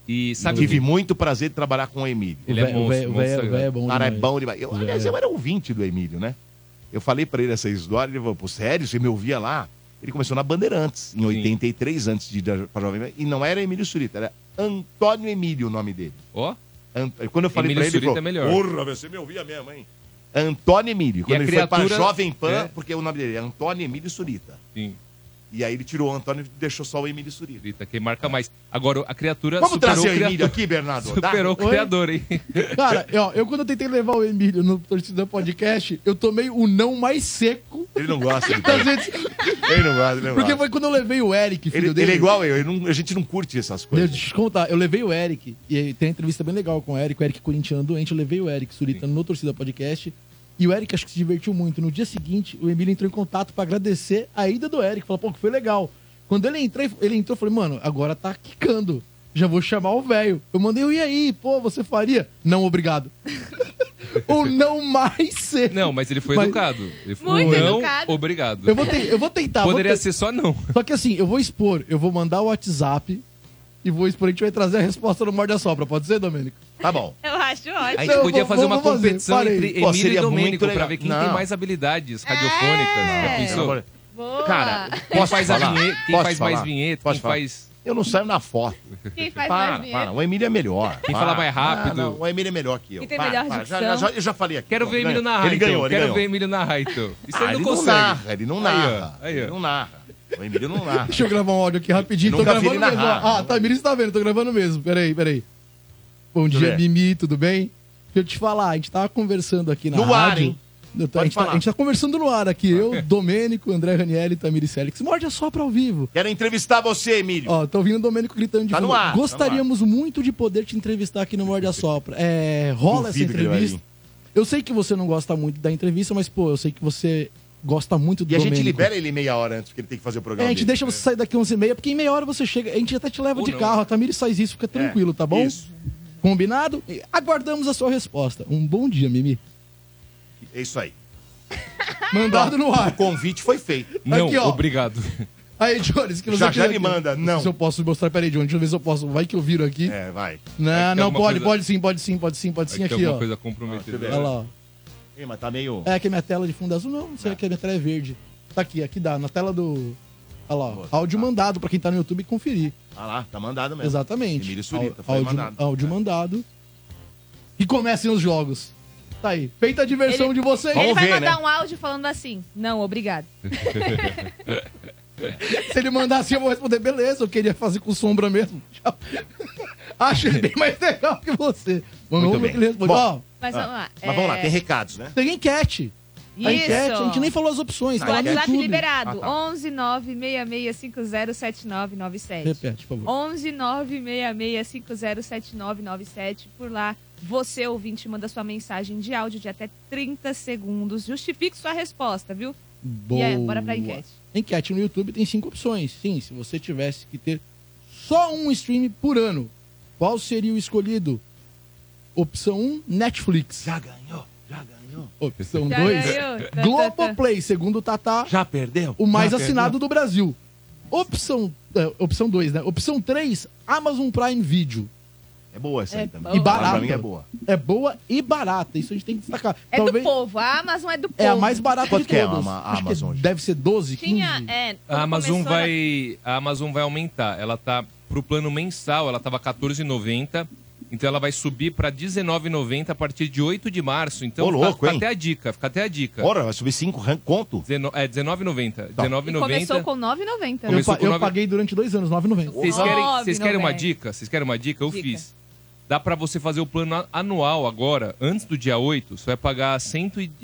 Speaker 5: E sabe
Speaker 1: Tive muito prazer de trabalhar com o Emílio.
Speaker 5: Ele
Speaker 6: O
Speaker 5: é
Speaker 6: véio-
Speaker 5: monstro,
Speaker 6: o véio- o
Speaker 5: monstro
Speaker 6: véio- o véio é bom
Speaker 1: O cara é
Speaker 6: demais.
Speaker 1: bom demais. Eu, aliás, eu era ouvinte do Emílio, né? Eu falei pra ele essa história, ele falou, pô, sério? Você me ouvia lá? Ele começou na Bandeirantes, em 83, antes de ir da- pra Jovem Pan. E não era Emílio Surita, era Antônio Emílio o nome dele.
Speaker 5: Ó,
Speaker 1: Ant- Quando eu falei
Speaker 5: Emílio
Speaker 1: pra ele,
Speaker 5: Surita
Speaker 1: ele
Speaker 5: é
Speaker 1: falou,
Speaker 5: melhor.
Speaker 1: porra, você me ouvia mesmo, hein? Antônio Emílio. Quando
Speaker 5: a
Speaker 1: ele foi pra
Speaker 5: criatura-
Speaker 1: Jovem Pan,
Speaker 5: É.
Speaker 1: porque o nome dele é Antônio Emílio Surita.
Speaker 5: sim,
Speaker 1: E aí ele tirou o Antônio e deixou só o Emílio Surita.
Speaker 5: grita quem marca mais. Agora, a criatura
Speaker 1: Vamos
Speaker 5: superou
Speaker 1: trazer o
Speaker 5: o criador.
Speaker 1: Emílio aqui, Bernardo? dá?
Speaker 5: Superou o
Speaker 6: Oi?
Speaker 5: criador, hein?
Speaker 6: Cara, ó, eu quando eu tentei levar o Emílio no Torcida Podcast, eu tomei o não mais seco
Speaker 1: Ele não gosta. Ele,
Speaker 6: das redes.
Speaker 1: ele não gosta, ele não
Speaker 6: Porque
Speaker 1: gosta.
Speaker 6: foi quando eu levei o Eric, filho
Speaker 1: Ele,
Speaker 6: dele.
Speaker 1: ele é igual eu, ele não- a gente não curte essas
Speaker 6: Deixa
Speaker 1: coisas.
Speaker 6: eu te contar, eu levei o Eric, e aí tem uma entrevista bem legal com o Eric, o Eric corintiano doente, eu levei o Eric Surita no Torcida Podcast, e o Eric acho que se divertiu muito. No dia seguinte, o Emílio entrou em contato pra agradecer a ida do Eric, falou, pô, que foi legal. Quando ele, entrei, ele entrou, eu falei, mano, agora tá quicando, já vou chamar o velho. Eu mandei, o e aí, pô, você faria? Não, obrigado. ou não mais ser.
Speaker 5: Não, mas ele foi
Speaker 6: Mas-
Speaker 5: educado. Ele foi
Speaker 3: Muito
Speaker 5: não,
Speaker 3: educado.
Speaker 5: obrigado.
Speaker 6: Eu vou, te- eu vou tentar. vou
Speaker 5: Poderia
Speaker 6: te-
Speaker 5: ser só não.
Speaker 6: Só que assim, eu vou expor, eu vou mandar o WhatsApp e vou expor, a gente vai trazer a resposta no Morde a Sopra. Pode ser, Domênico?
Speaker 1: Tá bom.
Speaker 3: Eu acho
Speaker 5: A
Speaker 3: ótimo.
Speaker 5: gente
Speaker 6: Não,
Speaker 5: podia
Speaker 6: vou-
Speaker 5: fazer
Speaker 6: vou-
Speaker 5: uma
Speaker 6: vou fazer,
Speaker 5: competição
Speaker 6: parei.
Speaker 5: entre
Speaker 1: Pô,
Speaker 5: Emílio e
Speaker 1: seria muito
Speaker 5: Domênico pra
Speaker 1: legal.
Speaker 5: ver quem
Speaker 1: Não.
Speaker 5: tem mais habilidades radiofônicas.
Speaker 3: É.
Speaker 5: Já pensou?
Speaker 1: Agora,
Speaker 3: Boa.
Speaker 1: Cara,
Speaker 5: Quem
Speaker 1: posso
Speaker 5: faz, a
Speaker 1: falar?
Speaker 5: vinheta, quem
Speaker 1: Posso
Speaker 5: faz
Speaker 1: falar?
Speaker 5: mais vinheta,
Speaker 1: Posso
Speaker 5: quem
Speaker 1: falar?
Speaker 5: faz...
Speaker 1: Eu não saio na foto.
Speaker 3: Quem faz mais
Speaker 1: Para,
Speaker 3: dinheiro?
Speaker 1: para. O Emílio é melhor.
Speaker 5: Quem
Speaker 1: Para.
Speaker 5: fala mais rápido.
Speaker 1: Ah, não, o Emílio é melhor que eu.
Speaker 3: Quem tem
Speaker 1: Para,
Speaker 3: melhor
Speaker 1: para. Já-
Speaker 3: dicção.
Speaker 1: já- eu já falei aqui.
Speaker 5: Quero
Speaker 1: Não,
Speaker 5: ver
Speaker 1: ganha.
Speaker 5: Emílio narrar,
Speaker 1: Ele
Speaker 5: então.
Speaker 1: ganhou, ele
Speaker 5: Quero
Speaker 1: ganhou.
Speaker 5: ver Emílio narrar, então. Isso
Speaker 1: Ah,
Speaker 5: ele
Speaker 1: ele
Speaker 5: não
Speaker 1: não
Speaker 5: consegue.
Speaker 1: narra, ele não
Speaker 5: Aí, ó,
Speaker 1: narra.
Speaker 5: aí, ó.
Speaker 1: Ele não narra. O Emílio não narra.
Speaker 6: Deixa eu gravar um áudio aqui rapidinho.
Speaker 1: Eu
Speaker 6: Tô
Speaker 1: nunca vi
Speaker 6: gravando
Speaker 1: ele
Speaker 6: mesmo.
Speaker 1: narrar.
Speaker 6: ó. Ah, tá, Miris tá vendo, tô gravando mesmo. Peraí, peraí. Bom
Speaker 1: Deixa eu
Speaker 6: dia,
Speaker 1: ver.
Speaker 6: Mimi, tudo bem? Deixa eu te falar, a gente tava conversando aqui na
Speaker 1: No ar,
Speaker 6: rádio.
Speaker 1: hein?
Speaker 6: Eu tô- a,
Speaker 1: Pode
Speaker 6: gente tá, a
Speaker 1: falar.
Speaker 6: gente tá conversando no ar aqui. Eu, Domênico, André Ranieri e Tamiri Félix. Morde a Sopra ao vivo.
Speaker 1: Quero entrevistar você, Emílio.
Speaker 6: Ó, tô ouvindo o Domênico gritando de
Speaker 1: Tá
Speaker 6: fundo.
Speaker 1: no ar, tá no
Speaker 6: Gostaríamos muito de poder te entrevistar aqui no Morde a Sopra. É, rola
Speaker 1: Duvido
Speaker 6: essa
Speaker 1: que ele vai
Speaker 6: entrevista. Eu sei que você não gosta muito da entrevista, mas, pô, eu sei que você gosta muito do
Speaker 1: e a gente
Speaker 6: Domênico.
Speaker 1: libera ele meia hora antes, porque ele tem que fazer o
Speaker 6: É,
Speaker 1: programa.
Speaker 6: a gente
Speaker 1: dele.
Speaker 6: deixa você sair daqui 11 h 30 porque em meia hora você chega. A gente até te leva
Speaker 5: Ou
Speaker 6: de
Speaker 5: não.
Speaker 6: carro. A Tamires faz isso, fica tranquilo, tá bom?
Speaker 1: É, Isso.
Speaker 6: Combinado? E Aguardamos a sua resposta. Um bom dia, Mimi.
Speaker 1: É isso aí.
Speaker 6: Mandado no
Speaker 1: O
Speaker 6: ar.
Speaker 1: convite foi feito.
Speaker 5: Não,
Speaker 6: Aqui, ó.
Speaker 5: obrigado.
Speaker 6: Aí, Jones, que é não
Speaker 1: Já
Speaker 6: sei
Speaker 1: já
Speaker 6: que-
Speaker 1: ele manda, não.
Speaker 6: Se eu posso mostrar, peraí, Jones, deixa eu ver se eu posso. Vai que eu viro aqui.
Speaker 1: É, vai.
Speaker 6: Não,
Speaker 5: Vai que tem
Speaker 6: não,
Speaker 5: alguma
Speaker 6: pode,
Speaker 5: coisa-
Speaker 6: pode sim, pode sim, pode sim, pode sim,
Speaker 5: Aqui
Speaker 6: aqui,
Speaker 5: é alguma
Speaker 6: ó.
Speaker 5: coisa
Speaker 1: Ah,
Speaker 5: comprometedora.
Speaker 6: Olha lá, ó.
Speaker 1: Ih, mas tá meio.
Speaker 6: É que a minha tela de fundo é azul, não, não sei que a minha tela é verde. Tá aqui, aqui dá, na tela do. Olha lá, ó. áudio mandado pra quem tá no YouTube conferir.
Speaker 1: Ah lá, tá mandado mesmo.
Speaker 6: Exatamente.
Speaker 1: Emílio Surita,
Speaker 6: Au-
Speaker 1: foi
Speaker 6: áudio,
Speaker 1: mandado. É.
Speaker 6: áudio mandado. E comecem os jogos. Tá aí. Feita a diversão
Speaker 3: Ele-
Speaker 6: de vocês.
Speaker 1: Vamos
Speaker 3: Ele vai
Speaker 1: ver,
Speaker 3: mandar
Speaker 1: né?
Speaker 3: um áudio falando assim. Não, obrigado.
Speaker 6: Se ele mandar assim, eu vou responder. Beleza, eu queria fazer com sombra mesmo. Tchau. Acho ele bem mais legal que você. Vamos
Speaker 1: Muito
Speaker 6: ver o
Speaker 1: bem.
Speaker 6: que ele responde. Ó,
Speaker 1: Bom.
Speaker 3: Mas
Speaker 6: Ah,
Speaker 3: vamos lá.
Speaker 1: Ah, Mas vamos lá,
Speaker 3: É,
Speaker 1: tem recados, né?
Speaker 6: tem enquete. A enquete, a gente nem falou as opções. Tá lá no
Speaker 3: WhatsApp
Speaker 1: Ah,
Speaker 6: YouTube.
Speaker 3: liberado.
Speaker 1: tá.
Speaker 3: 11 966507997.
Speaker 6: Repete, por favor.
Speaker 3: 11 966507997. Por lá, você ouvinte manda sua mensagem de áudio de até 30 segundos. Justifique sua resposta, viu?
Speaker 6: Boa.
Speaker 3: E aí, bora pra enquete.
Speaker 6: Enquete no YouTube tem cinco opções. Sim, se você tivesse que ter só um stream por ano, qual seria o escolhido? Opção 1, um, Netflix.
Speaker 1: Já ganhou, já ganhou.
Speaker 6: Opção
Speaker 3: Já
Speaker 6: 2,
Speaker 3: ganhou. Tá, tá, tá.
Speaker 6: Globoplay, segundo o Tatá,
Speaker 1: Já perdeu?
Speaker 6: o mais
Speaker 1: Já
Speaker 6: assinado do Brasil. Opção 2, opção dois, né? Opção 3, Amazon Prime
Speaker 1: perdeu.
Speaker 6: Video.
Speaker 1: É boa essa
Speaker 3: É
Speaker 1: aí também.
Speaker 3: boa. E
Speaker 6: barata.
Speaker 1: Pra mim é boa.
Speaker 6: É boa e barata, isso a gente tem que destacar.
Speaker 3: É do povo. A Amazon é do povo.
Speaker 6: é a mais barata
Speaker 1: Quanto
Speaker 6: de
Speaker 1: que é a
Speaker 6: todas.
Speaker 1: Ama- a
Speaker 6: Acho que
Speaker 1: Amazon hoje?
Speaker 6: deve ser 12, 15.
Speaker 3: Tinha, é, quando
Speaker 5: A Amazon
Speaker 3: começou na-
Speaker 5: vai, a Amazon vai aumentar. Ela tá pro plano mensal, ela tava 14,90. Então ela vai subir para 19,90 a partir de 8 de março. Então
Speaker 1: Ô,
Speaker 5: fica-
Speaker 1: louco,
Speaker 5: fica,
Speaker 1: hein?
Speaker 5: até a dica, fica até a dica.
Speaker 1: Ora, vai subir 5 conto?
Speaker 5: Dezeno- é 19,90.
Speaker 1: Tá.
Speaker 3: E começou
Speaker 5: 19,90.
Speaker 3: com 9,90.
Speaker 6: Eu,
Speaker 5: Começou
Speaker 6: pa-
Speaker 5: com
Speaker 6: eu
Speaker 5: nove-
Speaker 6: paguei durante dois anos, 9,90.
Speaker 5: Vocês querem,
Speaker 3: Nove,
Speaker 5: vocês querem uma
Speaker 3: noventa.
Speaker 5: dica? Vocês querem uma dica? Eu
Speaker 3: Dica.
Speaker 5: fiz. Dá pra você fazer o plano a- anual agora, antes do dia 8, você vai pagar R$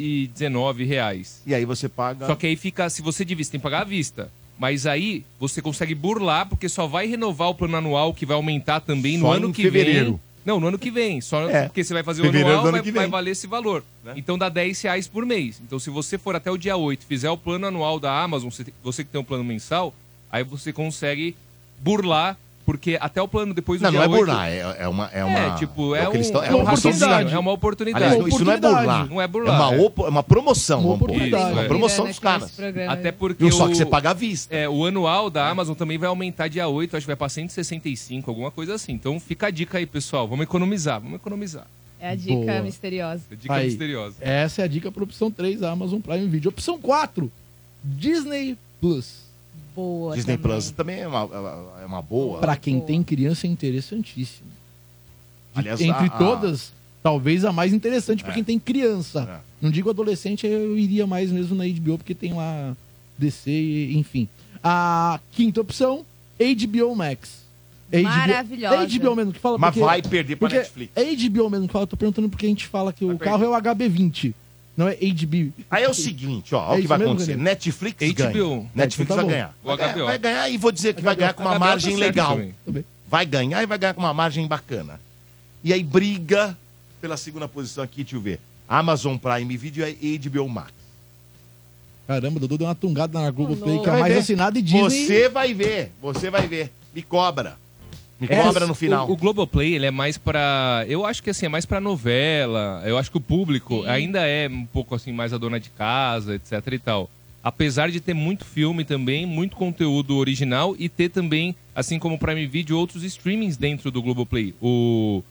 Speaker 5: 119 reais.
Speaker 1: E aí você paga.
Speaker 5: Só que aí fica, se você divide, você tem que pagar à vista. Mas aí você consegue burlar, porque só vai renovar o plano anual, que vai aumentar também no
Speaker 1: Só
Speaker 5: ano
Speaker 1: em
Speaker 5: que vem.
Speaker 1: fevereiro.
Speaker 5: Não, no ano que vem. Só
Speaker 1: É.
Speaker 5: porque você vai fazer
Speaker 1: Fevereiro
Speaker 5: o anual,
Speaker 1: do ano
Speaker 5: vai,
Speaker 1: que
Speaker 5: vai
Speaker 1: vem.
Speaker 5: valer esse valor.
Speaker 1: Né?
Speaker 5: Então dá 10 reais por mês. Então se você for até o dia 8 fizer o plano anual da Amazon, você, te- você que tem um plano mensal, aí você consegue burlar, porque até o plano depois do
Speaker 1: Não,
Speaker 5: dia
Speaker 1: não é
Speaker 5: 8...
Speaker 1: burlar, é, é uma. É, uma,
Speaker 5: É, tipo, é,
Speaker 1: o
Speaker 5: um,
Speaker 1: que eles tão-
Speaker 5: é
Speaker 1: é uma
Speaker 5: um raciocínio,
Speaker 1: oportunidade.
Speaker 5: é uma oportunidade.
Speaker 1: Aliás, não, isso não é
Speaker 6: Oportunidade.
Speaker 1: burlar.
Speaker 5: Não é burlar,
Speaker 1: É uma,
Speaker 5: é.
Speaker 1: opo- é uma promoção.
Speaker 6: Uma
Speaker 1: vamos pôr.
Speaker 6: oportunidade.
Speaker 1: Isso, é uma promoção
Speaker 6: né,
Speaker 1: dos caras.
Speaker 5: Até porque
Speaker 1: E só que
Speaker 5: o-
Speaker 1: você paga à vista.
Speaker 5: É, o anual da Amazon também vai aumentar dia 8, acho que vai pra 165, alguma coisa assim. Então fica a dica aí, pessoal. Vamos economizar, vamos economizar.
Speaker 3: É a dica
Speaker 6: Boa.
Speaker 3: misteriosa.
Speaker 5: Essa
Speaker 1: Tá
Speaker 5: Dica
Speaker 6: Aí.
Speaker 5: misteriosa.
Speaker 6: Essa é a dica para opção 3 da Amazon Prime Video. Opção 4, Disney Plus.
Speaker 3: Boa.
Speaker 1: Disney
Speaker 3: também.
Speaker 1: Plus também é uma, é uma boa.
Speaker 6: Para quem
Speaker 3: Boa.
Speaker 6: tem criança é interessantíssimo. De-
Speaker 1: Aliás,
Speaker 6: Entre
Speaker 1: a- a-
Speaker 6: todas, talvez a mais interessante para
Speaker 1: É.
Speaker 6: quem tem criança. Não digo adolescente, eu iria mais mesmo na HBO porque tem lá DC, e- enfim. A quinta opção, HBO Max. HBO
Speaker 3: Maravilhosa.
Speaker 6: HBO mesmo que fala
Speaker 1: Mas
Speaker 6: porque-
Speaker 1: vai perder pra
Speaker 6: Porque
Speaker 1: Tipo Netflix.
Speaker 6: é HBO mesmo que fala, eu tô perguntando porque a gente fala que o
Speaker 1: Vai
Speaker 6: carro é o HB20, não é HB.
Speaker 1: Aí é o seguinte, ó,
Speaker 6: É
Speaker 1: olha o que
Speaker 6: isso
Speaker 1: vai
Speaker 6: mesmo,
Speaker 1: acontecer.
Speaker 6: Guilherme?
Speaker 1: Netflix
Speaker 5: HBO.
Speaker 1: ganha. Netflix
Speaker 6: Então tá
Speaker 1: vai
Speaker 6: bom.
Speaker 1: ganhar.
Speaker 5: O
Speaker 1: Vai ganhar,
Speaker 5: HBO.
Speaker 1: vai ganhar e vou dizer que vai ganhar com
Speaker 5: O
Speaker 1: uma
Speaker 5: HBO tá
Speaker 1: margem
Speaker 5: certo
Speaker 1: legal.
Speaker 5: também.
Speaker 6: Tudo bem.
Speaker 1: Vai ganhar e vai ganhar com uma margem bacana. E aí briga pela segunda posição aqui, deixa eu ver. Amazon Prime Video e HBO Max.
Speaker 6: Caramba, o Dudu deu uma tungada na Globoplay,
Speaker 3: louco.
Speaker 6: que é a
Speaker 1: Vai
Speaker 6: mais
Speaker 1: ver.
Speaker 6: assinada e Disney.
Speaker 1: Você vai ver, você vai ver. Me cobra. Me
Speaker 6: Essa-
Speaker 1: cobra no final.
Speaker 5: O, o Globoplay, ele é mais pra. Eu acho que assim, é mais pra novela. Eu acho que o público ainda é um pouco assim, mais a dona de casa, etc e tal. Apesar de ter muito filme também, muito conteúdo original e ter também, assim como o Prime Video, outros streamings dentro do Globoplay. O,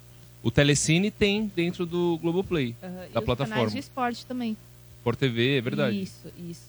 Speaker 5: o Telecine tem dentro do Globoplay,
Speaker 3: Aham,
Speaker 5: da
Speaker 3: e
Speaker 5: plataforma.
Speaker 3: Os canais de esporte também.
Speaker 5: Por TV, é verdade.
Speaker 3: Isso, isso.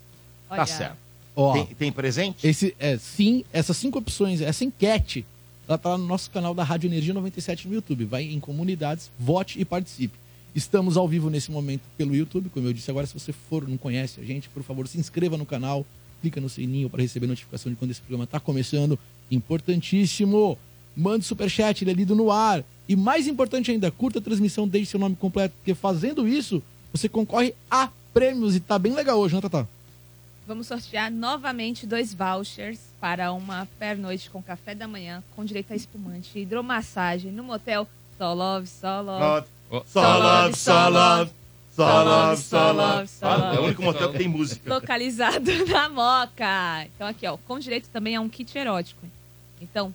Speaker 3: Olha,
Speaker 1: Tá certo.
Speaker 6: Ó,
Speaker 1: Tem, tem presente?
Speaker 6: esse, é, sim, essas cinco opções, essa enquete, ela tá lá no nosso canal da Rádio Energia 97 no YouTube. Vai em comunidades, vote e participe. Estamos ao vivo nesse momento pelo YouTube, como eu disse agora. Se você for, não conhece a gente, por favor, se inscreva no canal, clica no sininho para receber notificação de quando esse programa está começando. Importantíssimo! Mande superchat, ele é lido no ar. E mais importante ainda, curta a transmissão, deixe seu nome completo, porque fazendo isso, você concorre a prêmios. E tá bem legal hoje, né, Tata?
Speaker 3: Vamos sortear novamente dois vouchers para uma fair noite com café da manhã, com direito a espumante, hidromassagem no motel Só Love, Só Love.
Speaker 5: Ó,
Speaker 1: Só love, só love. Só love, só love.
Speaker 3: só
Speaker 1: Ah,
Speaker 3: love.
Speaker 1: É o único motel que tem música.
Speaker 3: localizado na Moca. Então aqui, ó, com direito também a um kit erótico. Então,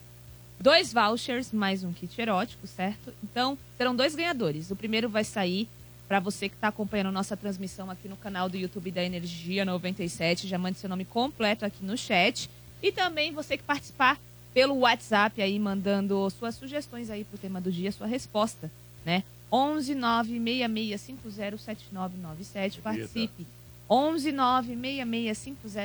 Speaker 3: dois vouchers mais um kit erótico, certo? Então, terão dois ganhadores. O primeiro vai sair para você que tá acompanhando nossa transmissão aqui no canal do YouTube da Energia 97, já mande seu nome completo aqui no chat. E também você que participar pelo WhatsApp aí mandando suas sugestões aí pro tema do dia, sua resposta, né? 11 966507997 participe.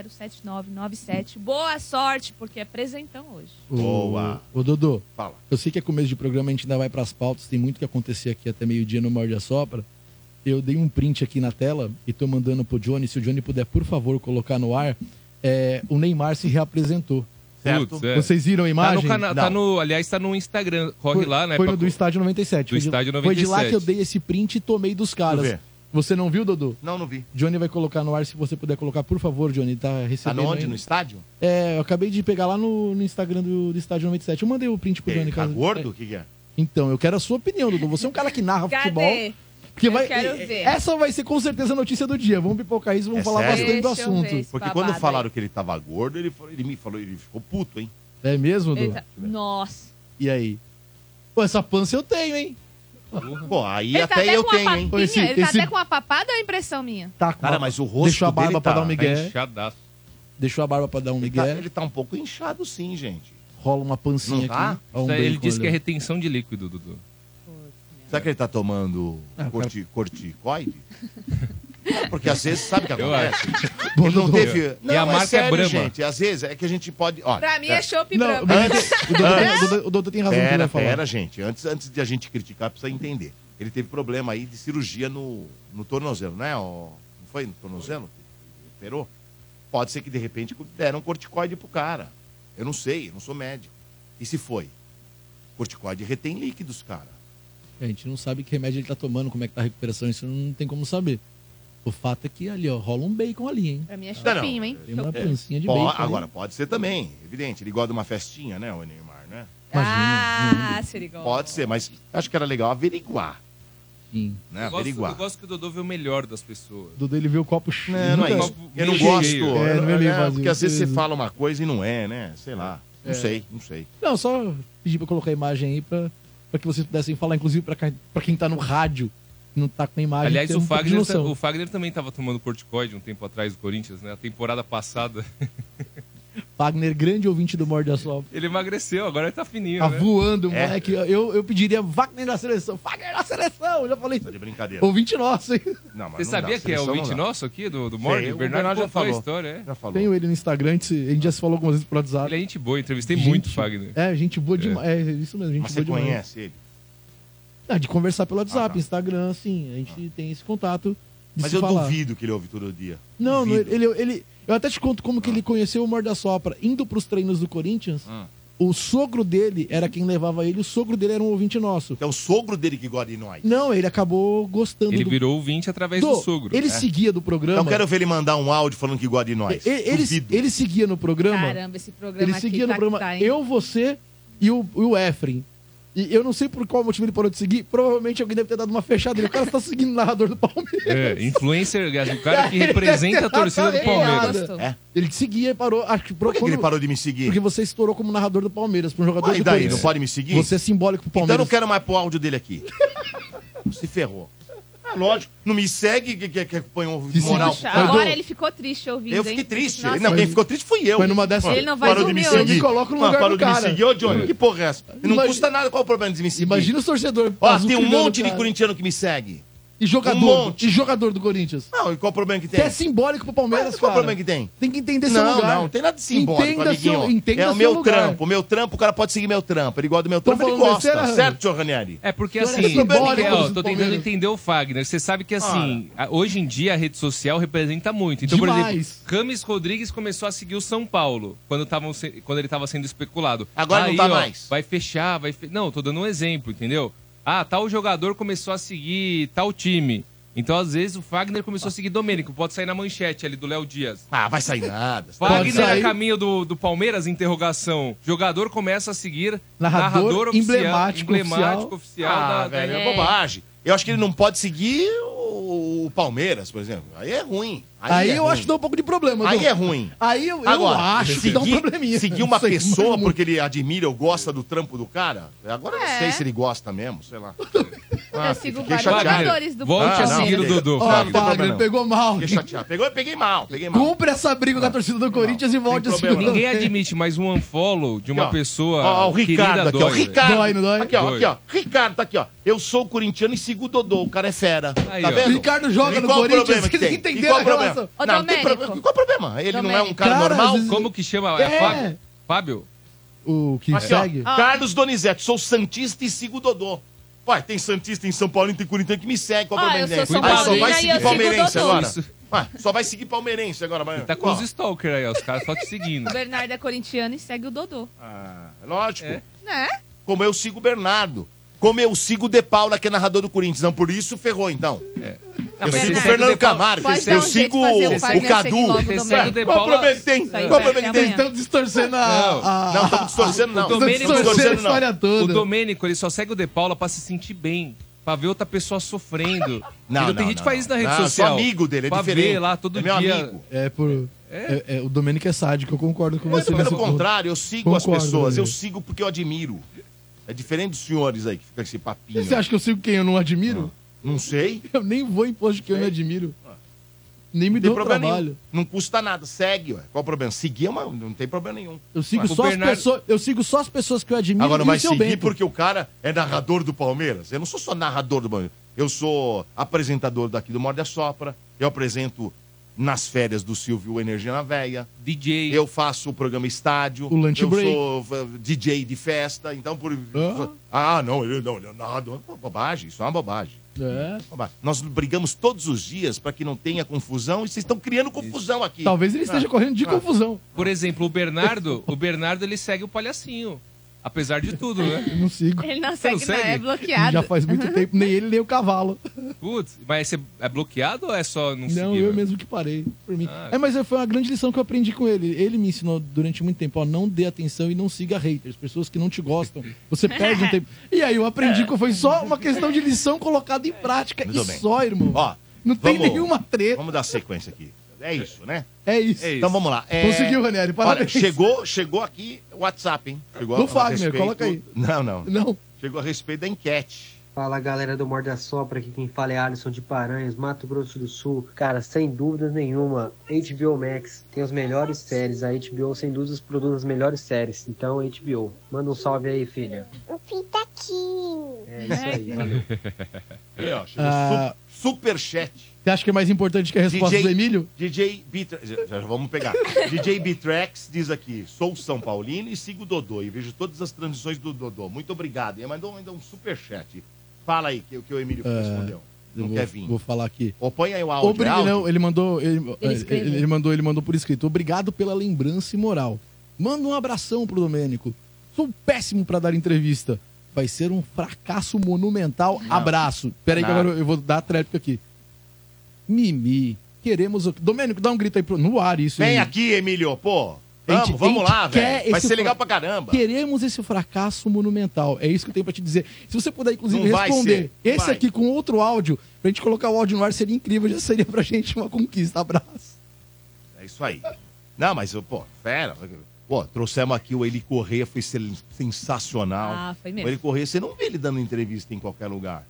Speaker 3: 11966507997. Boa sorte, porque é presentão hoje.
Speaker 1: Boa.
Speaker 6: Ô, ô, Dodô.
Speaker 1: Fala.
Speaker 6: Eu sei que é começo de programa, a gente ainda vai pras pautas, tem muito que acontecer aqui até meio-dia no Morde a Sopra. Eu dei um print aqui na tela e tô mandando pro Johnny. Se o Johnny puder, por favor, colocar no ar. É, o Neymar se reapresentou.
Speaker 1: Certo?
Speaker 5: Putz, é.
Speaker 6: Vocês viram a
Speaker 5: Tá
Speaker 6: imagem?
Speaker 5: no canal, tá no, aliás, tá no Instagram. Corre
Speaker 6: Foi,
Speaker 5: lá, né?
Speaker 6: foi
Speaker 5: pra-
Speaker 6: no do estádio 97.
Speaker 5: Do
Speaker 6: foi, de,
Speaker 5: estádio
Speaker 6: foi de lá
Speaker 5: 97.
Speaker 6: que eu dei esse print e tomei dos
Speaker 1: Deixa eu
Speaker 6: caras.
Speaker 1: ver.
Speaker 6: Você não viu, Dodô?
Speaker 1: Não, não vi.
Speaker 6: Johnny vai colocar no ar, se você puder colocar, por favor, Johnny. Tá
Speaker 1: Tá
Speaker 6: recebendo.
Speaker 1: no onde?
Speaker 6: ainda.
Speaker 1: No estádio?
Speaker 6: É, eu acabei de pegar lá no, no Instagram do, do estádio 97. Eu mandei o print pro
Speaker 1: Ele
Speaker 6: Johnny.
Speaker 1: tá
Speaker 6: caso-
Speaker 1: gordo? O que, que é?
Speaker 6: Então, eu quero a sua opinião, Dudu. Você é um cara que narra futebol.
Speaker 3: Cadê?
Speaker 6: Porque
Speaker 3: Eu
Speaker 6: vai,
Speaker 3: quero
Speaker 6: e-
Speaker 3: ver.
Speaker 6: Essa vai ser com certeza a notícia do dia. Vamos pipocar isso, vamos
Speaker 1: É
Speaker 6: falar
Speaker 1: sério?
Speaker 6: bastante do
Speaker 3: Deixa eu ver
Speaker 6: assunto.
Speaker 3: esse
Speaker 1: Porque
Speaker 3: babado
Speaker 1: quando
Speaker 3: aí.
Speaker 1: falaram que ele tava gordo, ele, falou- ele me falou, ele ficou puto, hein?
Speaker 6: É mesmo, Dudu?
Speaker 3: Ele tá- Nossa.
Speaker 6: E aí? Pô, essa pança eu tenho, hein?
Speaker 1: Pô, aí
Speaker 3: Ele tá
Speaker 1: até
Speaker 3: até
Speaker 1: eu
Speaker 3: com
Speaker 1: tenho,
Speaker 3: uma
Speaker 1: hein?
Speaker 6: Pô,
Speaker 3: papinha,
Speaker 6: esse-
Speaker 3: ele tá
Speaker 6: esse-
Speaker 3: até com uma papada ou é impressão minha?
Speaker 6: Tá, com
Speaker 1: Cara,
Speaker 6: a-
Speaker 1: mas o rosto
Speaker 6: Deixou a barba
Speaker 1: dele
Speaker 6: pra
Speaker 1: tá-
Speaker 6: dar um
Speaker 5: Tá
Speaker 6: migué.
Speaker 5: inchadaço.
Speaker 6: Deixou a barba pra dar um
Speaker 1: Ele tá,
Speaker 6: migué.
Speaker 1: ele tá um pouco inchado sim, gente.
Speaker 6: Rola uma pancinha
Speaker 1: Não tá?
Speaker 6: aqui. ó, um
Speaker 5: Isso aí, ele
Speaker 6: bacon
Speaker 5: disse que é
Speaker 6: ali.
Speaker 5: retenção de líquido, Dudu.
Speaker 1: Será que ele tá tomando
Speaker 6: Ah,
Speaker 1: corti- corticoide? É, Porque às vezes, sabe o que
Speaker 5: Eu
Speaker 1: acontece?
Speaker 6: Bom,
Speaker 1: Ele não
Speaker 6: Dudu,
Speaker 1: teve... Não,
Speaker 5: E a marca é
Speaker 1: sério,
Speaker 5: Brahma.
Speaker 1: gente. Às vezes é que a gente pode... Olha,
Speaker 3: Pra mim é chopp
Speaker 6: Não,
Speaker 3: branco.
Speaker 6: mas
Speaker 1: Antes-
Speaker 6: o Dudu tem- o Dudu- o Dudu tem razão no que ele
Speaker 1: Pera,
Speaker 6: vai falar.
Speaker 1: pera, gente. Antes, antes de a gente criticar, precisa entender. Ele teve problema aí de cirurgia no, no tornozelo, né? O, não foi no tornozelo? Operou? Pode ser que, de repente, deram um corticoide pro cara. Eu não sei, eu não sou médico. E se foi? Corticoide retém líquidos, cara.
Speaker 6: A gente não sabe que remédio ele tá tomando, como é que tá a recuperação, isso não tem como saber. O fato é que ali, ó, rola um bacon ali, hein?
Speaker 3: Pra mim é
Speaker 1: não.
Speaker 3: chopinho, hein?
Speaker 6: Tem uma
Speaker 3: Chopp.
Speaker 6: pancinha de
Speaker 1: Po-
Speaker 6: bacon. né? ali.
Speaker 1: agora, pode ser também, evidente. Ele gosta de uma festinha, né, o Neymar, né?
Speaker 3: Ah, se ele gosta.
Speaker 1: Pode ser, mas acho que era legal averiguar,
Speaker 6: Sim.
Speaker 1: né?
Speaker 5: eu, gosto,
Speaker 1: Averiguar.
Speaker 5: eu gosto que o Dodô vê o melhor das pessoas.
Speaker 6: Dudu, ele viu o copo cheio.
Speaker 1: Não, não é
Speaker 5: Nunca-
Speaker 1: isso. Eu não
Speaker 5: meio
Speaker 1: gosto.
Speaker 5: cheio.
Speaker 6: É, não é meio
Speaker 1: É,
Speaker 6: vazio.
Speaker 1: porque às vezes você
Speaker 6: Uhum.
Speaker 1: fala uma coisa e não é, né? Sei lá. Não sei, não sei.
Speaker 6: Não, só pedi pra colocar a imagem aí pra, pra que vocês pudessem falar, inclusive pra, ca- pra quem tá no rádio, que não tá com a imagem.
Speaker 5: Aliás,
Speaker 6: ter
Speaker 5: o
Speaker 6: um pouco de
Speaker 5: Fagner, ta-
Speaker 6: noção.
Speaker 5: o Fagner também estava tomando corticoide um tempo atrás do Corinthians, né? A temporada passada.
Speaker 6: Fagner, grande ouvinte do Morde a Sopra.
Speaker 5: Ele emagreceu, agora ele tá fininho,
Speaker 6: Tá
Speaker 5: né?
Speaker 6: voando,
Speaker 1: É.
Speaker 6: moleque. Eu, eu pediria Wagner da seleção. Fagner da seleção! Eu já falei
Speaker 1: Tá de
Speaker 6: isso.
Speaker 1: brincadeira.
Speaker 6: Ouvinte nosso, hein?
Speaker 1: Não, mas
Speaker 5: Você
Speaker 1: não
Speaker 5: sabia
Speaker 1: dá,
Speaker 5: que é
Speaker 1: seleção
Speaker 5: o
Speaker 1: não
Speaker 5: ouvinte
Speaker 1: dá.
Speaker 5: nosso aqui, do, do
Speaker 1: Sei,
Speaker 5: Morgan?
Speaker 1: o
Speaker 5: O Bernardo,
Speaker 1: Bernardo já
Speaker 5: contou
Speaker 1: falou.
Speaker 5: a história, é.
Speaker 1: Já falou.
Speaker 6: Tenho ele no Instagram, a gente a gente já se falou algumas vezes pro WhatsApp.
Speaker 5: Ele é gente boa, entrevistei
Speaker 6: Gente-
Speaker 5: muito o Fagner.
Speaker 6: É, gente boa demais. É, isso mesmo, gente
Speaker 1: Mas
Speaker 6: boa
Speaker 1: você
Speaker 6: demais.
Speaker 1: conhece ele?
Speaker 6: Ah, de conversar pelo WhatsApp,
Speaker 1: Ah, tá. Ah.
Speaker 6: Instagram, assim. A gente tem esse contato. de
Speaker 1: Mas
Speaker 6: se
Speaker 1: eu
Speaker 6: falar.
Speaker 1: duvido que ele ouve todo dia.
Speaker 6: Não, não,
Speaker 1: Duvido.
Speaker 6: ele, ele. Eu até te conto como que ele conheceu o Morda Sopra. Indo pros treinos do Corinthians,
Speaker 1: Ah.
Speaker 6: o sogro dele era quem levava ele, o sogro dele era um ouvinte nosso.
Speaker 1: Então é o sogro dele que gosta de nós.
Speaker 6: Não, ele acabou gostando
Speaker 5: Ele
Speaker 6: do.
Speaker 5: virou ouvinte através do,
Speaker 6: Do-
Speaker 5: sogro.
Speaker 6: Ele
Speaker 5: É.
Speaker 6: seguia do programa.
Speaker 1: Então quero ver ele mandar um áudio falando que gosta de nós.
Speaker 6: ele, ele,
Speaker 1: Duvido.
Speaker 6: ele seguia no programa.
Speaker 3: Caramba, esse programa
Speaker 6: ele
Speaker 3: aqui
Speaker 6: seguia no
Speaker 3: tá que
Speaker 6: programa.
Speaker 3: tá, hein?
Speaker 6: eu, você e o, e o Efren. E eu não sei por qual motivo ele parou de seguir. Provavelmente alguém deve ter dado uma fechada. nele. O cara está seguindo o narrador do Palmeiras.
Speaker 5: É, influencer, o cara que representa a torcida
Speaker 6: Tá,
Speaker 5: do Palmeiras.
Speaker 3: Gosto.
Speaker 1: É.
Speaker 6: Ele te seguia e parou. Acho que,
Speaker 1: Por que, que ele
Speaker 6: quando-
Speaker 1: parou de me seguir?
Speaker 6: Porque você estourou como narrador do Palmeiras, para um jogador
Speaker 1: Ah, e
Speaker 6: do
Speaker 1: daí? Não
Speaker 6: Corinthians.
Speaker 1: pode me seguir?
Speaker 6: Você é simbólico pro
Speaker 1: Então eu
Speaker 6: Palmeiras.
Speaker 1: não quero mais pôr áudio dele aqui. Se ferrou. É lógico. Não me segue que, que, que põe um
Speaker 6: Que se Ah,
Speaker 1: moral.
Speaker 3: Puxa,
Speaker 6: Edu,
Speaker 3: agora ele ficou triste ouvindo,
Speaker 1: Eu fiquei
Speaker 3: hein?
Speaker 1: triste.
Speaker 3: Nossa,
Speaker 1: não, quem ficou triste fui eu.
Speaker 6: Foi numa dessa-
Speaker 1: Mano,
Speaker 3: Ele não vai
Speaker 1: parou de
Speaker 3: dormir
Speaker 1: me
Speaker 3: hoje.
Speaker 1: seguir.
Speaker 6: Eu me coloco no
Speaker 1: Mano,
Speaker 6: lugar
Speaker 1: parou
Speaker 6: do
Speaker 1: de me
Speaker 6: cara.
Speaker 1: seguir. Ô, Johnny, que porra é essa? Não
Speaker 6: Imagina-
Speaker 1: custa nada. Qual o problema de me seguir?
Speaker 6: Imagina os torcedores.
Speaker 1: Ó,
Speaker 6: azul
Speaker 1: tem um
Speaker 6: trilhando,
Speaker 1: monte de
Speaker 6: cara.
Speaker 1: corintiano que me segue.
Speaker 6: E jogador,
Speaker 1: Um monte.
Speaker 6: e jogador do Corinthians.
Speaker 1: Não, e qual o problema que
Speaker 6: Que é
Speaker 1: tem?
Speaker 6: simbólico pro Palmeiras,
Speaker 1: Mas qual é o
Speaker 6: cara.
Speaker 1: problema que tem?
Speaker 6: Tem que entender seu
Speaker 1: Não,
Speaker 6: lugar.
Speaker 1: não, não tem nada de simbólico,
Speaker 6: entenda
Speaker 1: amiguinho.
Speaker 6: Seu, entenda
Speaker 1: é o
Speaker 6: seu
Speaker 1: meu
Speaker 6: lugar.
Speaker 1: trampo, o meu trampo, o cara pode seguir meu trampo. Ele gosta do meu
Speaker 6: Tô
Speaker 1: trampo, ele
Speaker 6: falando
Speaker 1: gosta.
Speaker 6: besteira,
Speaker 1: certo, Tio Ranieri?
Speaker 5: É porque
Speaker 6: Senhor, é
Speaker 5: assim,
Speaker 6: simbólico
Speaker 5: Miguel,
Speaker 6: do
Speaker 5: tô tentando
Speaker 6: Palmeiras.
Speaker 5: entender o Fagner. Você sabe que assim, a- hoje em dia a rede social representa muito. Então, por
Speaker 6: Demais.
Speaker 5: exemplo, Camis Rodrigues começou a seguir o São Paulo quando, tavam se- quando ele estava sendo especulado.
Speaker 1: Agora não tá mais.
Speaker 5: Vai fechar, vai. fe- Não, tô dando um exemplo, entendeu? Ah, tal jogador começou a seguir tal time. Então, às vezes, o Fagner começou a seguir Domênico. Pode sair na manchete ali do Léo Dias.
Speaker 1: Ah, vai sair nada.
Speaker 5: Wagner a
Speaker 6: sair.
Speaker 5: caminho do, do Palmeiras, interrogação. Jogador começa a seguir
Speaker 6: Narrador,
Speaker 5: narrador, oficial,
Speaker 6: emblemático
Speaker 5: emblemático
Speaker 6: oficial.
Speaker 5: oficial
Speaker 1: Ah,
Speaker 5: da- da
Speaker 1: velho, é
Speaker 3: é.
Speaker 1: bobagem. Eu acho que ele não pode seguir o o Palmeiras, por exemplo. Aí é ruim.
Speaker 6: Aí, eu
Speaker 1: ruim.
Speaker 6: acho que dá um pouco de problema.
Speaker 1: Aí
Speaker 6: Du.
Speaker 1: é ruim.
Speaker 6: Aí eu, eu
Speaker 1: Agora,
Speaker 6: acho que
Speaker 1: seguir,
Speaker 6: dá um probleminha.
Speaker 1: seguir uma
Speaker 6: Isso aí,
Speaker 1: pessoa
Speaker 6: mano.
Speaker 1: porque ele admira ou gosta do trampo do cara, agora eu não
Speaker 3: É.
Speaker 1: sei se ele gosta mesmo, sei lá.
Speaker 3: Eu sigo
Speaker 1: ah, fiquei
Speaker 3: vários
Speaker 1: chateado.
Speaker 3: jogadores do
Speaker 5: Volte a
Speaker 1: Ah, não,
Speaker 5: seguir o
Speaker 1: beleza.
Speaker 5: Dodô.
Speaker 6: Ó,
Speaker 1: Fagner,
Speaker 5: Fábio.
Speaker 1: tem
Speaker 6: Wagner,
Speaker 1: problema,
Speaker 6: pegou mal.
Speaker 1: Fiquei chateado. Pegou, eu peguei mal, peguei mal.
Speaker 6: Cumpre essa briga com a torcida do Corinthians e volte a
Speaker 1: tem
Speaker 6: se
Speaker 1: problema. é
Speaker 5: Ninguém admite mais um unfollow de uma
Speaker 1: Aqui, ó.
Speaker 5: pessoa.
Speaker 1: Ó, ó, o
Speaker 5: querida
Speaker 1: Ricardo aqui, ó.
Speaker 5: dói, velho.
Speaker 1: Ricardo.
Speaker 6: Dói, não dói?
Speaker 1: Aqui, ó,
Speaker 5: Dói.
Speaker 1: aqui, ó. Ricardo tá aqui, ó. Eu sou corintiano e sigo o Dodô. O cara é fera.
Speaker 5: Aí,
Speaker 1: tá
Speaker 5: ó.
Speaker 1: vendo?
Speaker 6: Ricardo joga
Speaker 1: E
Speaker 6: no
Speaker 1: qual o
Speaker 6: Corinthians,
Speaker 1: problema que
Speaker 6: eles
Speaker 1: tem? E
Speaker 6: entenderam
Speaker 1: qual
Speaker 6: a
Speaker 1: o problema?
Speaker 6: relação.
Speaker 3: Ô,
Speaker 1: Não, não tem
Speaker 3: Domênico.
Speaker 1: problema. Qual o problema? Ele não é um
Speaker 3: Domênico.
Speaker 1: cara
Speaker 6: Cara, às
Speaker 1: normal?
Speaker 6: vezes-
Speaker 5: Como que chama?
Speaker 6: É.
Speaker 5: É Fábio? Fábio?
Speaker 6: O que
Speaker 1: Aqui, ó. Ah.
Speaker 6: segue?
Speaker 1: Carlos Donizete, sou santista e sigo o Dodô. Ué, tem santista em São Paulo e tem corintiano que me segue. Qual o
Speaker 3: Ah,
Speaker 1: problema?
Speaker 3: eu
Speaker 1: que tem?
Speaker 3: sou
Speaker 5: São
Speaker 1: Ah, só
Speaker 5: Paulina
Speaker 1: vai
Speaker 5: e
Speaker 1: seguir
Speaker 5: eu sigo o
Speaker 1: palmeirense
Speaker 3: Dodô.
Speaker 1: agora.
Speaker 5: Isso.
Speaker 1: Ué, só vai seguir palmeirense agora. Mas...
Speaker 5: Tá com
Speaker 1: Ó,
Speaker 5: os stalker aí, ó, os caras só te seguindo.
Speaker 3: O Bernardo é corintiano e segue o Dodô.
Speaker 1: ah, lógico.
Speaker 5: É.
Speaker 3: Né?
Speaker 1: Como eu sigo o Bernardo. Como eu sigo o De Paula, que é narrador do Corinthians. Não, por isso ferrou, então.
Speaker 5: Não,
Speaker 1: eu
Speaker 5: mas
Speaker 1: sigo o
Speaker 5: você
Speaker 1: Fernando
Speaker 5: segue o De Paula-
Speaker 1: Camargo.
Speaker 3: Pode dar
Speaker 1: Eu
Speaker 3: um jeito
Speaker 1: sigo
Speaker 3: de fazer o
Speaker 1: o
Speaker 3: Fagner seguir
Speaker 1: Cadu.
Speaker 3: logo
Speaker 5: Você
Speaker 3: do
Speaker 5: segue o
Speaker 3: meio.
Speaker 1: Qual
Speaker 5: De
Speaker 1: o
Speaker 5: Paula.
Speaker 1: problema que tem?
Speaker 3: Isso aí,
Speaker 1: Qual o
Speaker 3: vai
Speaker 1: problema que
Speaker 3: até
Speaker 1: tem?
Speaker 3: amanhã.
Speaker 6: Estão distorcendo
Speaker 5: Não.
Speaker 6: a- a.
Speaker 1: Não, estamos distorcendo, não.
Speaker 5: O
Speaker 1: Tamo
Speaker 5: Domênico-
Speaker 6: Distorcendo a
Speaker 1: distorcendo, não.
Speaker 6: história toda.
Speaker 5: O Domênico, ele só segue o De Paula pra se sentir bem. Pra ver outra pessoa sofrendo.
Speaker 1: Não,
Speaker 5: Entendeu?
Speaker 1: não,
Speaker 5: Tem gente
Speaker 1: não,
Speaker 5: que faz isso na
Speaker 1: não.
Speaker 5: rede
Speaker 1: Não, eu
Speaker 5: social.
Speaker 1: sou amigo dele, é
Speaker 5: pra
Speaker 1: diferente.
Speaker 5: Ver lá todo
Speaker 1: É meu
Speaker 5: dia.
Speaker 1: amigo.
Speaker 6: É, por. É, é, o Domênico é sádico, eu concordo com você.
Speaker 1: Pelo
Speaker 6: nessa-
Speaker 1: contrário, eu sigo as
Speaker 6: Concordo,
Speaker 1: pessoas. Eu
Speaker 6: Rodrigo.
Speaker 1: sigo porque eu admiro. É diferente dos senhores aí que fica esse papinho.
Speaker 6: Você acha que eu sigo quem eu não admiro?
Speaker 1: né? Não sei.
Speaker 6: Eu nem vou em posto que eu não admiro. Nem me
Speaker 1: Não tem
Speaker 6: dou
Speaker 1: problema
Speaker 6: trabalho.
Speaker 1: nenhum. Não custa nada. Segue, ué. Qual o problema? Seguir é uma... não tem problema nenhum.
Speaker 6: Eu sigo,
Speaker 5: Mas o
Speaker 6: só
Speaker 5: Bernardo-
Speaker 6: as pessoas, eu sigo só as pessoas que eu admiro
Speaker 1: Agora
Speaker 6: e
Speaker 1: não vai
Speaker 6: o seu
Speaker 1: seguir
Speaker 6: Bento.
Speaker 1: porque o cara é narrador do Palmeiras. Eu não sou só narrador do Palmeiras. Eu sou apresentador daqui do Morde a Sopra. Eu apresento nas férias do Silvio o Energia na Véia.
Speaker 5: DJ.
Speaker 1: Eu faço o programa Estádio.
Speaker 6: O lunch
Speaker 1: eu
Speaker 6: break.
Speaker 1: sou eh, DJ de festa. Então, por. Ah, não, ele não, ele é narrador. Pô, bobagem, isso é uma bobagem.
Speaker 6: É,
Speaker 1: Bobagem. Nós brigamos todos os dias para que não tenha confusão e vocês estão criando confusão aqui. Ah,
Speaker 6: talvez ele esteja correndo de confusão.
Speaker 5: Por exemplo, o Bernardo, o Bernardo ele segue o palhacinho. Apesar de tudo, né?
Speaker 6: Eu não sigo.
Speaker 3: Ele não
Speaker 5: Você não
Speaker 3: segue, não,
Speaker 5: segue?
Speaker 3: é
Speaker 6: Já
Speaker 3: bloqueado.
Speaker 6: faz muito tempo, nem ele, nem o cavalo.
Speaker 5: Putz, mas você é bloqueado ou é só não,
Speaker 6: Não,
Speaker 5: seguir?
Speaker 6: eu
Speaker 5: velho?
Speaker 6: mesmo que parei. Por mim.
Speaker 5: Ah.
Speaker 6: É, mas foi uma grande lição que eu aprendi com ele. Ele me ensinou durante muito tempo, ó, não dê atenção e não siga haters, pessoas que não te gostam. Você perde um tempo. E aí eu aprendi que foi só uma questão de lição colocada em prática.
Speaker 1: Muito
Speaker 6: e
Speaker 1: bem.
Speaker 6: só, irmão.
Speaker 1: Ó,
Speaker 6: não tem
Speaker 1: vamos-
Speaker 6: nenhuma treta.
Speaker 1: Vamos dar sequência aqui. É isso, né?
Speaker 6: É isso.
Speaker 5: É isso.
Speaker 1: Então vamos lá. É,
Speaker 6: Conseguiu,
Speaker 1: Olha,
Speaker 6: Ranieri, parabéns.
Speaker 1: chegou, chegou aqui o WhatsApp, hein? Chegou
Speaker 6: Do
Speaker 1: a- a
Speaker 6: Fagner, coloca aí.
Speaker 1: Não, não.
Speaker 6: Não.
Speaker 1: Chegou a respeito da enquete.
Speaker 7: Fala galera do Morda Sopra, aqui quem fala é Alisson de Paranhos, Mato Grosso do Sul. Cara, sem dúvida nenhuma, HBO Max tem as melhores séries. A HBO, sem dúvidas, produz as melhores séries. Então, HBO, manda um salve aí, filha.
Speaker 8: O fim tá aqui.
Speaker 7: É isso aí, valeu.
Speaker 1: Aí, ó, chegou
Speaker 6: Ah.
Speaker 1: su- superchat.
Speaker 6: Você acha que é mais importante que a resposta
Speaker 1: DJ
Speaker 6: do Emílio?
Speaker 1: DJ Bitrax. Já, já vamos pegar. DJ Bitrax diz aqui: sou São Paulino e sigo o Dodô. E vejo todas as transições do Dodô. Muito obrigado. E mandou ainda um superchat. Fala aí, que, que o Emílio respondeu.
Speaker 6: É, Eu
Speaker 1: Não
Speaker 6: vou,
Speaker 1: quer vir.
Speaker 6: vou falar aqui.
Speaker 1: Ou põe aí o áudio. é
Speaker 6: Obrigado,
Speaker 1: áudio?
Speaker 6: não, ele mandou ele, é,
Speaker 3: Ele
Speaker 6: ele,
Speaker 3: escreveu.
Speaker 6: ele mandou ele mandou por escrito. Obrigado pela lembrança e moral. Manda um abração pro Domênico. Sou péssimo pra dar entrevista. Vai ser um fracasso monumental. Abraço. Peraí que
Speaker 1: Nada.
Speaker 6: agora eu vou dar a tréplica aqui. Mimi, queremos o Domênico, dá um grito aí pro no ar isso.
Speaker 1: Vem
Speaker 6: Emílio.
Speaker 1: aqui, Emílio, pô. Vamos,
Speaker 6: gente-
Speaker 1: vamos
Speaker 6: a gente
Speaker 1: lá,
Speaker 6: quer
Speaker 1: velho. Vai
Speaker 6: esse
Speaker 1: ser legal
Speaker 6: fra-
Speaker 1: pra caramba.
Speaker 6: Queremos esse fracasso monumental. É isso que eu tenho pra te dizer. Se você puder, inclusive,
Speaker 1: Não vai
Speaker 6: responder
Speaker 1: ser.
Speaker 6: esse
Speaker 1: Vai.
Speaker 6: aqui com outro áudio, pra gente colocar o áudio no ar, seria incrível, já seria pra gente uma conquista. Abraço.
Speaker 1: É isso aí. Não, mas, pô, fera. Pô, trouxemos aqui o Eli Corrêa, foi sen- sensacional.
Speaker 3: Ah,
Speaker 1: o
Speaker 3: foi
Speaker 1: Eli
Speaker 3: mesmo.
Speaker 1: Corrêa, você não vê ele dando entrevista em qualquer lugar.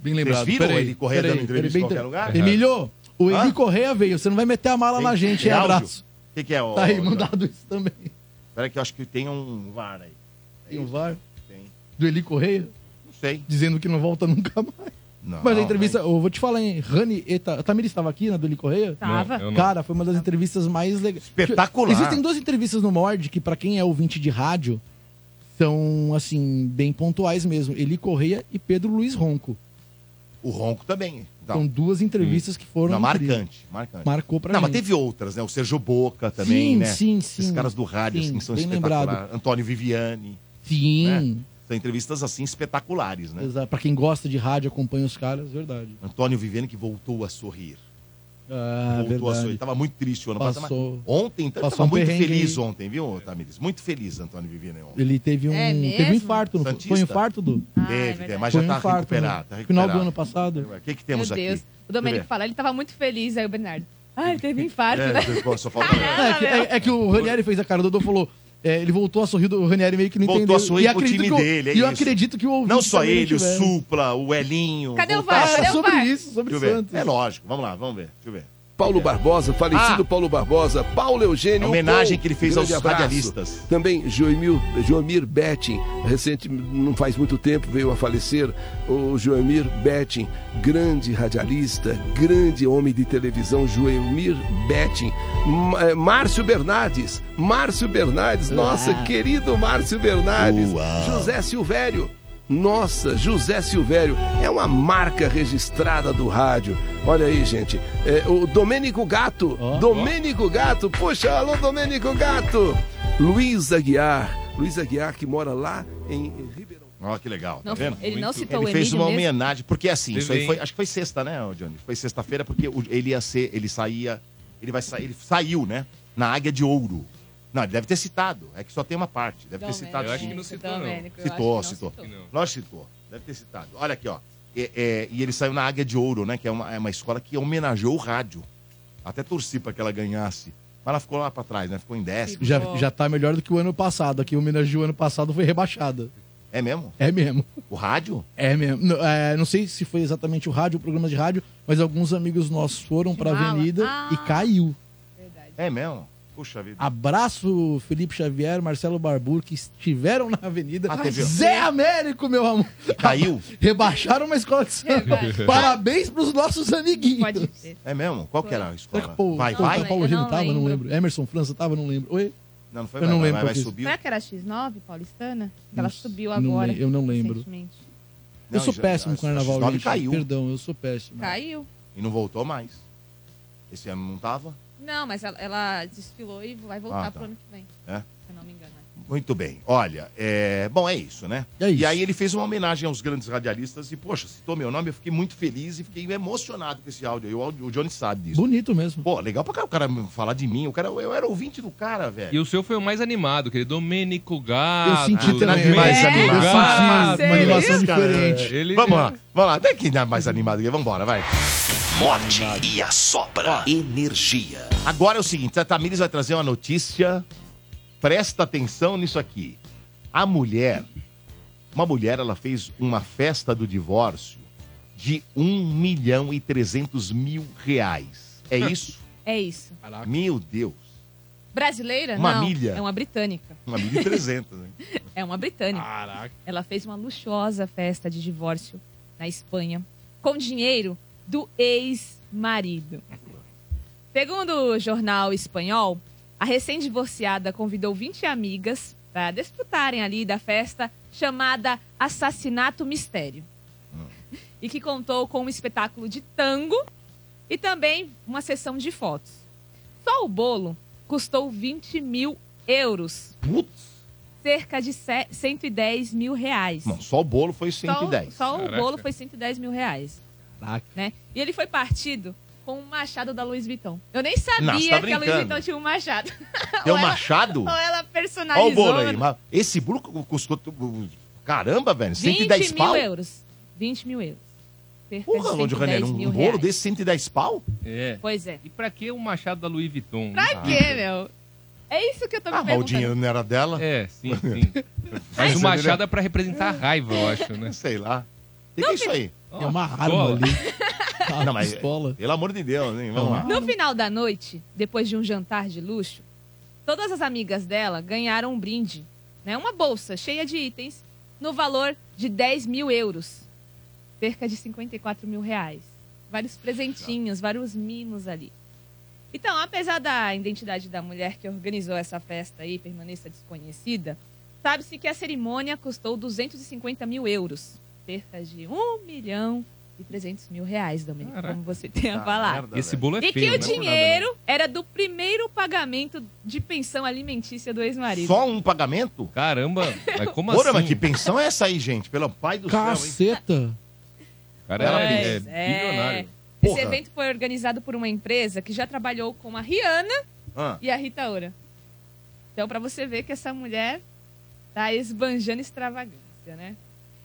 Speaker 6: Bem
Speaker 1: lembrado.
Speaker 6: lembrado.
Speaker 1: viram ele correr dando entrevista em qualquer lugar?
Speaker 6: Emílio, o
Speaker 1: Hã?
Speaker 6: Eli Correia veio. Você não vai meter a mala
Speaker 1: Tem-
Speaker 6: na gente,
Speaker 1: tem
Speaker 6: hein?
Speaker 1: áudio?
Speaker 6: Abraço.
Speaker 1: O que, que é? o?
Speaker 6: Tá aí, mandado isso também.
Speaker 1: Espera que eu acho que tem um VAR aí.
Speaker 6: Tem um VAR
Speaker 1: Tem.
Speaker 6: do Eli Correia,
Speaker 1: Não sei.
Speaker 6: dizendo que não volta nunca mais.
Speaker 1: Não,
Speaker 6: Mas a entrevista, eu vou te falar, hein? Rani Eta. A Tamir estava aqui na do Eli Correia?
Speaker 3: Tava.
Speaker 5: eu não.
Speaker 6: Cara, foi uma das entrevistas mais legais.
Speaker 1: Espetacular.
Speaker 6: Existem duas entrevistas no Mord que, pra quem é ouvinte de rádio, são, assim, bem pontuais mesmo. Eli Correia e Pedro Luiz Ronco.
Speaker 1: O Ronco também. Não,
Speaker 6: São duas entrevistas que foram.
Speaker 1: não,
Speaker 6: incríveis.
Speaker 1: Tá. Hum. marcante, marcante.
Speaker 6: Marcou pra
Speaker 1: não,
Speaker 6: gente.
Speaker 1: mas teve outras, né? O Sérgio Boca também,
Speaker 6: sim,
Speaker 1: né?
Speaker 6: Sim, sim,
Speaker 1: Esses caras do rádio,
Speaker 6: Sim,
Speaker 1: assim, são
Speaker 6: bem
Speaker 1: espetaculares.
Speaker 6: lembrado.
Speaker 1: Antônio Viviani.
Speaker 6: Sim.
Speaker 1: São entrevistas, assim, espetaculares, né?
Speaker 6: Exato. Pra quem gosta de rádio, acompanha os caras, verdade.
Speaker 1: Antônio Viviani que voltou a sorrir.
Speaker 6: Ah,
Speaker 1: voltou a sorrir.
Speaker 6: verdade.
Speaker 1: Tava muito triste o ano passado. mas
Speaker 6: Passou.
Speaker 1: Ontem, então, ele tava
Speaker 6: Passou um
Speaker 1: muito
Speaker 6: perrengue
Speaker 1: feliz
Speaker 6: aí.
Speaker 1: ontem, viu, Tamires? Muito feliz, Antônio Viviani, ontem.
Speaker 6: Ele teve um,
Speaker 3: É mesmo?
Speaker 6: teve um infarto, não foi?
Speaker 1: Santista.
Speaker 6: Foi um infarto do?
Speaker 3: Ah, é
Speaker 1: Teve, teve,
Speaker 3: verdade.
Speaker 1: mas
Speaker 6: foi
Speaker 1: já
Speaker 6: um
Speaker 1: tá
Speaker 6: infarto,
Speaker 1: recuperado, tá
Speaker 6: né? Final do
Speaker 1: recuperado.
Speaker 6: ano passado.
Speaker 1: O que que temos
Speaker 3: Meu
Speaker 1: aqui?
Speaker 3: Deus. O
Speaker 1: Deixa eu
Speaker 3: Domênico
Speaker 1: ver.
Speaker 3: fala, ele tava muito feliz, aí o Bernardo. Ah, ele teve um infarto, né?
Speaker 1: É, pô, só falta...
Speaker 6: É, que, é- é que o Ranieri fez a cara, o Dodô falou. é, ele voltou a sorrir, o Ranieri meio que não
Speaker 1: Voltou
Speaker 6: entendeu.
Speaker 1: a sorrir
Speaker 6: E
Speaker 1: pro
Speaker 6: acredito
Speaker 1: time
Speaker 6: que eu-
Speaker 1: dele, é
Speaker 6: E eu
Speaker 1: isso.
Speaker 6: acredito que o ouvinte
Speaker 1: Não só
Speaker 6: também
Speaker 1: ele, o
Speaker 6: tiver.
Speaker 1: Supla, o Elinho.
Speaker 3: Cadê o
Speaker 1: voltar-
Speaker 3: VAR?
Speaker 6: Ah,
Speaker 3: Cadê
Speaker 6: é
Speaker 3: o
Speaker 6: sobre
Speaker 3: VAR?
Speaker 6: isso, sobre
Speaker 1: Deixa eu
Speaker 6: o
Speaker 1: ver.
Speaker 6: Santos.
Speaker 1: É lógico, vamos lá, vamos ver. Deixa eu ver.
Speaker 9: Paulo Barbosa, falecido
Speaker 1: Ah.
Speaker 9: Paulo Barbosa, Paulo Eugênio.
Speaker 1: Homenagem
Speaker 9: Pou,
Speaker 1: que ele fez
Speaker 9: grande
Speaker 1: aos
Speaker 9: abraço.
Speaker 1: radialistas.
Speaker 9: Também Joemir, Joemir Betting, recente, não faz muito tempo, veio a falecer. O Joemir Betting, grande radialista, grande homem de televisão, Joemir Betting. M- eh, Márcio Bernardes, Márcio Bernardes, nossa, querido Márcio Bernardes.
Speaker 1: Uau.
Speaker 9: José Silvério. Nossa, José Silvério é uma marca registrada do rádio. Olha aí, gente. É, o Domênico Gato. Domênico Gato. Puxa, alô, Domênico Gato. Luiz Aguiar. Luiz Aguiar que mora lá em Ribeirão.
Speaker 1: Ó, que legal, tá
Speaker 3: Não,
Speaker 1: vendo?
Speaker 3: ele não
Speaker 5: Muito.
Speaker 3: citou
Speaker 1: Ele
Speaker 3: o
Speaker 1: fez
Speaker 3: Emílio
Speaker 1: uma
Speaker 3: mesmo.
Speaker 1: homenagem, porque assim, isso aí
Speaker 5: Teve,
Speaker 1: foi,
Speaker 5: hein?
Speaker 1: acho que foi sexta, né, ô, Johnny? Foi sexta-feira, porque o- ele ia ser, ele saía, ele vai sair, ele saiu, né, na Águia de Ouro. Não, ele deve ter citado, é que só tem uma parte, deve ter
Speaker 3: Domênico,
Speaker 1: citado.
Speaker 5: Eu acho que
Speaker 1: sim.
Speaker 5: não citou, não.
Speaker 3: Domênico, eu acho
Speaker 1: Citou,
Speaker 3: que não
Speaker 1: citou.
Speaker 5: citou.
Speaker 1: Lógico que citou, deve ter citado. Olha aqui, ó, e, é, e ele saiu na Águia de Ouro, né, que é uma, é uma escola que homenageou o rádio. Até torci pra que ela ganhasse, mas ela ficou lá pra trás, né, ficou em décimo.
Speaker 6: Já, já tá melhor do que o ano passado. Aqui o Minas Gil ano passado foi rebaixada.
Speaker 1: É mesmo?
Speaker 6: É mesmo.
Speaker 1: O rádio?
Speaker 6: É mesmo. N- é, não sei se foi exatamente o rádio, o programa de rádio, mas alguns amigos nossos foram pra
Speaker 3: mala.
Speaker 6: avenida
Speaker 3: Ah.
Speaker 6: e caiu.
Speaker 1: É mesmo? Puxa vida.
Speaker 6: Abraço, Felipe Xavier, Marcelo Barbur, que estiveram na avenida.
Speaker 1: Ah, teve-
Speaker 6: Zé Américo, meu amor.
Speaker 1: Caiu?
Speaker 6: Rebaixaram uma escola de samba. Parabéns pros nossos amiguinhos.
Speaker 3: Pode ser.
Speaker 1: É mesmo? Qual que era a
Speaker 6: Será
Speaker 1: escola?
Speaker 6: que pô,
Speaker 1: Vai,
Speaker 6: pô,
Speaker 1: vai?
Speaker 3: não,
Speaker 6: Paulo
Speaker 3: eu
Speaker 6: Gino
Speaker 3: não
Speaker 6: tava? Não
Speaker 3: lembro.
Speaker 6: lembro. Emerson França tava? Não lembro. Oi?
Speaker 1: Não, não foi
Speaker 6: Eu não
Speaker 1: vai,
Speaker 6: lembro
Speaker 1: vai,
Speaker 6: qual
Speaker 1: vai,
Speaker 6: que é.
Speaker 1: subiu.
Speaker 3: Será que era a X9 paulistana? Que ela
Speaker 6: Não-
Speaker 3: subiu
Speaker 6: não
Speaker 3: agora.
Speaker 6: le- eu não lembro.
Speaker 3: recentemente.
Speaker 6: eu sou
Speaker 1: já-
Speaker 6: péssimo
Speaker 1: já-
Speaker 6: com carnaval,
Speaker 1: o X9
Speaker 6: gente.
Speaker 1: é caiu
Speaker 6: Perdão, eu sou péssimo.
Speaker 3: Caiu.
Speaker 1: e não voltou mais. Esse ano não tava?
Speaker 3: Não, mas ela, ela desfilou e vai voltar
Speaker 1: Ah, tá.
Speaker 3: pro ano que vem.
Speaker 1: É?
Speaker 3: Se eu não me engano. é.
Speaker 1: Muito bem. Olha, é... bom, é isso, né?
Speaker 6: É isso.
Speaker 1: E aí ele fez uma homenagem aos grandes radialistas e, poxa, citou meu nome, eu fiquei muito feliz e fiquei emocionado com esse áudio aí. O, áudio- o Johnny sabe disso.
Speaker 6: Bonito mesmo.
Speaker 1: Pô, legal pra caralho o cara me falar de mim. O cara, eu era ouvinte do cara, velho.
Speaker 5: E o seu foi o mais animado, querido. Domênico Gato.
Speaker 6: Eu senti
Speaker 1: não
Speaker 6: também.
Speaker 1: tem mais
Speaker 6: eu
Speaker 1: animado.
Speaker 6: senti
Speaker 5: Ah,
Speaker 6: uma animação
Speaker 1: sério?
Speaker 6: diferente.
Speaker 5: Ele...
Speaker 1: Vamos lá, vamos lá. Até que dá mais animado aqui. Vambora, vai. Ah.
Speaker 2: Morde e assopra. Energia.
Speaker 1: Agora é o seguinte, a Tamires vai trazer uma notícia. Presta atenção nisso aqui. A mulher, uma mulher, ela fez uma festa do divórcio de 1 milhão e 300 mil reais. É isso?
Speaker 3: É isso.
Speaker 1: Meu Deus.
Speaker 3: Brasileira?
Speaker 1: Uma
Speaker 3: não.
Speaker 1: milha.
Speaker 3: É uma britânica.
Speaker 1: Uma milha e 300, né?
Speaker 3: É uma britânica.
Speaker 5: Caraca.
Speaker 3: Ela fez uma luxuosa festa de divórcio na Espanha com dinheiro do ex-marido. Segundo o jornal espanhol, a recém-divorciada convidou 20 amigas para desfrutarem ali da festa chamada Assassinato Mistério. E que contou com um espetáculo de tango e também uma sessão de fotos. Só o bolo custou 20 mil euros
Speaker 1: Putz.
Speaker 3: cerca de ce- 110 mil reais.
Speaker 1: Não, só o bolo foi
Speaker 3: Só o-
Speaker 1: 110.
Speaker 3: Só, o
Speaker 5: Caraca.
Speaker 3: bolo foi 110 mil reais.
Speaker 6: Caraca.
Speaker 3: Né? E ele foi partido com o machado da Luiz Vitão. Eu nem
Speaker 1: Não, você
Speaker 3: sabia
Speaker 1: tá
Speaker 3: que a Luiz
Speaker 1: brincando.
Speaker 3: Vitão tinha um machado.
Speaker 1: Tem um
Speaker 3: Ou ela-
Speaker 1: machado?
Speaker 3: Ou ela
Speaker 1: Olha o
Speaker 3: personalizou.
Speaker 1: bolo aí. mas Esse bolo custou. Caramba, velho.
Speaker 3: 20
Speaker 1: 110
Speaker 3: mil
Speaker 1: pau?
Speaker 3: euros. 20 mil euros. Cerca
Speaker 1: Porra, Lô de
Speaker 3: 110
Speaker 1: Janeiro, um
Speaker 3: mil
Speaker 1: bolo
Speaker 3: reais.
Speaker 1: desse 110 pau? Ah,
Speaker 5: É.
Speaker 3: Pois é.
Speaker 5: E pra que o machado da Louis Vuitton?
Speaker 3: Pra quê, meu? É isso que eu tô me
Speaker 1: Ah, mas o
Speaker 3: perguntando.
Speaker 1: dinheiro não era dela?
Speaker 5: É, sim, sim. Mas o machado é pra representar a raiva, eu acho, né?
Speaker 1: Sei lá. O que, que é isso aí?
Speaker 6: É uma arma
Speaker 5: Cola.
Speaker 6: ali. Tá,
Speaker 1: Não, mas- é
Speaker 6: pistola.
Speaker 1: Pelo amor de Deus, hein? Vamos lá.
Speaker 3: No final da noite, depois de um jantar de luxo, todas as amigas dela ganharam um brinde, né? Uma bolsa cheia de itens no valor de 10 mil euros. Cerca de 54 mil reais. Vários presentinhos, vários mimos ali. Então, apesar da identidade da mulher que organizou essa festa aí permaneça desconhecida, sabe-se que a cerimônia custou 250 mil euros. Cerca de 1 milhão e 300 mil reais, Domenico,
Speaker 5: Caraca.
Speaker 3: como você tenha
Speaker 1: Tá,
Speaker 3: falado.
Speaker 1: merda,
Speaker 5: Esse
Speaker 1: velho.
Speaker 5: bolo é
Speaker 3: E
Speaker 5: feio,
Speaker 3: que
Speaker 5: não é
Speaker 3: o
Speaker 5: por nada, não.
Speaker 3: dinheiro era do primeiro pagamento de pensão alimentícia do ex-marido.
Speaker 1: Só um pagamento?
Speaker 5: Caramba, mas como
Speaker 1: Porra, mas
Speaker 5: assim?
Speaker 1: que pensão é essa aí, gente? Pelo pai do céu, hein?
Speaker 6: Caceta.
Speaker 5: O cara
Speaker 1: Ela
Speaker 5: é,
Speaker 3: fez.
Speaker 5: é bilionário.
Speaker 3: Esse
Speaker 1: Porra.
Speaker 3: evento foi organizado por uma empresa que já trabalhou com a Rihanna
Speaker 1: Ah,
Speaker 3: e a Rita Ora. Então, pra você ver que essa mulher tá esbanjando extravagância, né?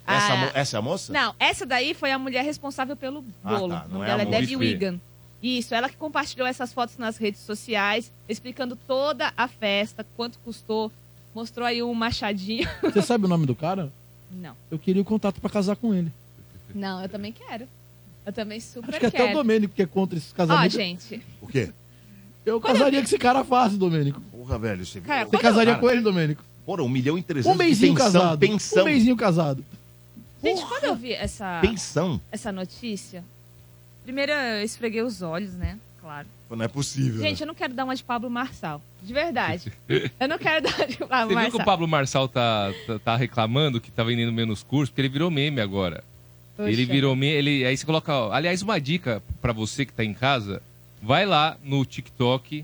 Speaker 1: essa,
Speaker 3: Ah,
Speaker 1: mo- essa é a moça?
Speaker 3: Não, essa daí foi a mulher responsável pelo
Speaker 1: Ah,
Speaker 3: bolo.
Speaker 1: tá,
Speaker 3: O
Speaker 1: não
Speaker 3: nome
Speaker 1: é
Speaker 3: dela
Speaker 1: a
Speaker 3: é Debbie
Speaker 5: Maurício.
Speaker 3: Wigan. Isso, ela que compartilhou essas fotos nas redes sociais, explicando toda a festa, quanto custou, mostrou aí um machadinho.
Speaker 6: Você sabe o nome do cara?
Speaker 3: Não,
Speaker 6: Eu queria o contato pra casar com ele.
Speaker 3: não, eu também quero. Eu também super
Speaker 6: Acho que até o
Speaker 3: quero.
Speaker 6: Domênico que é contra esses
Speaker 3: Ó,
Speaker 6: casamentos.
Speaker 3: gente,
Speaker 1: O quê?
Speaker 6: eu casaria com esse cara fácil, Domênico.
Speaker 1: Porra, velho, você...
Speaker 3: Cara,
Speaker 6: Você
Speaker 3: Quando-
Speaker 6: casaria
Speaker 1: Cara,
Speaker 6: com ele, Domênico?
Speaker 1: Porra, um milhão e trezentos
Speaker 6: Um mêsinho
Speaker 1: de pensão.
Speaker 6: casado.
Speaker 1: Pensão.
Speaker 6: Um mêsinho casado.
Speaker 3: gente, quando eu vi essa,
Speaker 1: Pensão.
Speaker 3: essa notícia, primeiro eu esfreguei os olhos, né? Claro.
Speaker 1: Pô, Não é possível.
Speaker 3: Gente, eu não quero dar uma de Pablo Marçal. De verdade. Eu não quero dar de Pablo
Speaker 5: Você viu que o
Speaker 3: Marçal.
Speaker 5: Pablo Marçal tá, tá, tá reclamando que tá vendendo menos cursos? Porque ele virou meme agora. Ele
Speaker 3: Poxa.
Speaker 5: virou meme. Ele, aí você coloca. ó, Aliás, uma dica pra você que tá em casa: vai lá no TikTok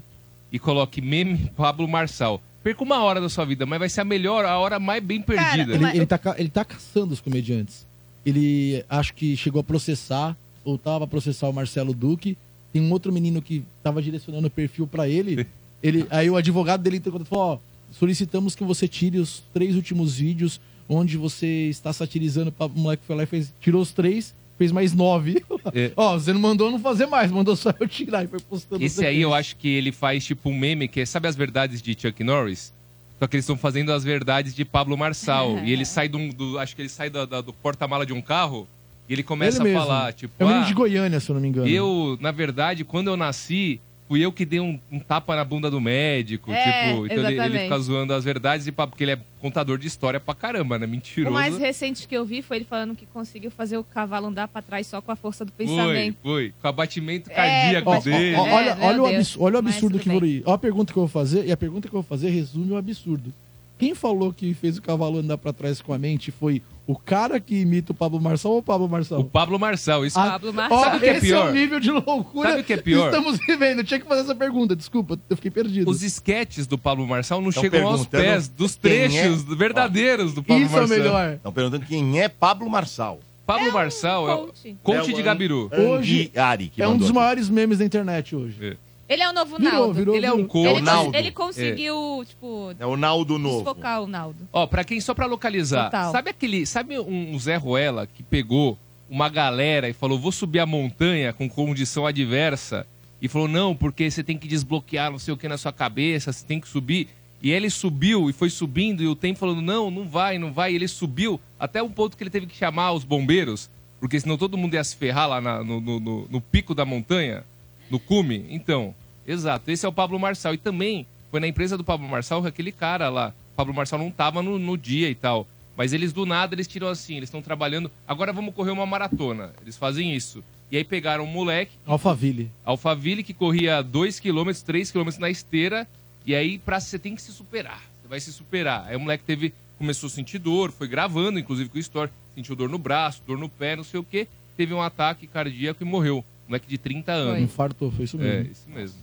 Speaker 5: e coloque meme Pablo Marçal. Perca uma hora da sua vida, mas vai ser a melhor, a hora mais bem
Speaker 3: Cara,
Speaker 5: perdida.
Speaker 6: Ele,
Speaker 3: Mas-
Speaker 6: ele, tá, ca- ele tá caçando os comediantes. Ele acho que chegou a processar, ou tava a processar o Marcelo Duque. Tem um outro menino que tava direcionando o perfil pra ele. ele aí o advogado dele entrou em contato e falou: ó, solicitamos que você tire os três últimos vídeos onde você está satirizando. pra- O moleque foi lá e fez, tirou os três, fez mais nove.
Speaker 5: É.
Speaker 6: ó, você não mandou não fazer mais, mandou só eu tirar e foi postando.
Speaker 5: Esse aí eu acho que ele faz tipo um meme que é, sabe as verdades de Chuck Norris? Só que eles estão fazendo as verdades de Pablo Marçal. e ele sai do, do. Acho que ele sai da- da- do porta-mala de um carro e ele começa
Speaker 6: Ele
Speaker 5: a
Speaker 6: mesmo.
Speaker 5: falar, tipo,
Speaker 6: É um menino
Speaker 5: "Ah,
Speaker 6: de Goiânia, se eu não me engano.
Speaker 5: eu, na verdade, quando eu nasci, fui eu que dei um, um tapa na bunda do médico.
Speaker 3: É,
Speaker 5: tipo, então ele, ele
Speaker 3: exatamente.
Speaker 5: fica zoando as verdades e pá, porque ele é contador de história pra caramba, né?
Speaker 3: O
Speaker 5: Mentiroso.
Speaker 3: mais recente que eu vi foi ele falando que conseguiu fazer o cavalo andar pra trás só com a força do
Speaker 5: foi,
Speaker 3: pensamento.
Speaker 5: foi. Com abatimento
Speaker 3: É,
Speaker 5: cardíaco
Speaker 6: Ó, ó,
Speaker 5: dele.
Speaker 6: ó, olha,
Speaker 3: É, meu
Speaker 6: olha, o
Speaker 3: Deus.
Speaker 6: absurdo, olha o
Speaker 3: Mas
Speaker 6: absurdo
Speaker 3: tudo
Speaker 6: que
Speaker 3: bem.
Speaker 6: virou. Olha a pergunta que eu vou fazer, e a pergunta que eu vou fazer resume o absurdo. Quem falou que fez o cavalo andar pra trás com a mente foi o cara que imita o Pablo Marçal ou o Pablo
Speaker 5: O
Speaker 6: Marçal?
Speaker 5: Pablo Marçal, isso
Speaker 6: Ah,
Speaker 3: Pablo Marçal.
Speaker 6: Ó,
Speaker 5: Sabe o que é
Speaker 6: esse
Speaker 5: pior?
Speaker 6: é o nível de loucura
Speaker 5: Sabe o que é pior?
Speaker 6: estamos vivendo. Eu tinha que fazer essa pergunta, desculpa, eu fiquei perdido.
Speaker 5: Os esquetes do Pablo Marçal não
Speaker 1: Tão
Speaker 5: chegam aos
Speaker 1: perguntando
Speaker 5: pés dos
Speaker 1: quem é.
Speaker 5: trechos verdadeiros do Pablo
Speaker 6: Isso é o
Speaker 5: Marçal.
Speaker 6: melhor.
Speaker 1: Estão perguntando quem é Pablo Marçal.
Speaker 5: Pablo Marçal é o
Speaker 3: um Coach.
Speaker 5: coach
Speaker 1: É o
Speaker 5: de
Speaker 1: An-
Speaker 5: Gabiru.
Speaker 1: Andy
Speaker 6: Hoje
Speaker 1: Ari, que
Speaker 6: É um
Speaker 1: mandou
Speaker 6: dos
Speaker 1: aqui.
Speaker 6: maiores memes da internet hoje.
Speaker 3: Ele é o novo
Speaker 6: Virou,
Speaker 3: Naldo.
Speaker 6: virou,
Speaker 5: Ele é um
Speaker 6: virou.
Speaker 5: coach.
Speaker 3: Ele, cons-
Speaker 1: Naldo.
Speaker 3: ele conseguiu, tipo,
Speaker 1: É o Naldo Novo.
Speaker 3: desfocar o Naldo.
Speaker 5: Ó, pra quem só pra localizar,
Speaker 3: Total.
Speaker 5: sabe aquele, sabe um Zé Ruela que pegou uma galera e falou: "Vou subir a montanha com condição adversa" e falou: "Não, porque você tem que desbloquear não sei o que na sua cabeça, você tem que subir". E ele subiu e foi subindo e o tempo falando: "Não, não vai, não vai". E ele subiu até um ponto que ele teve que chamar os bombeiros, porque senão todo mundo ia se ferrar lá na- no, no- no- no pico da montanha, no cume. Então, exato. Esse é o Pablo Marçal. E também foi na empresa do Pablo Marçal que aquele cara lá. O Pablo Marçal não tava no, no dia e tal. Mas eles do nada, eles tiram assim, eles estão trabalhando. Agora vamos correr uma maratona. Eles fazem isso. E aí pegaram um moleque,
Speaker 6: Alphaville.
Speaker 5: Alphaville, que corria 2km, 3km na esteira. E aí pra, você tem que se superar. Você vai se superar. Aí o moleque teve, começou a sentir dor, foi gravando, inclusive com o Store. Sentiu dor no braço, dor no pé, não sei o quê. Teve um ataque cardíaco e morreu. Moleque de 30 anos.
Speaker 6: Infartou, foi isso
Speaker 5: É,
Speaker 3: Uhum.
Speaker 6: mesmo.
Speaker 5: isso mesmo.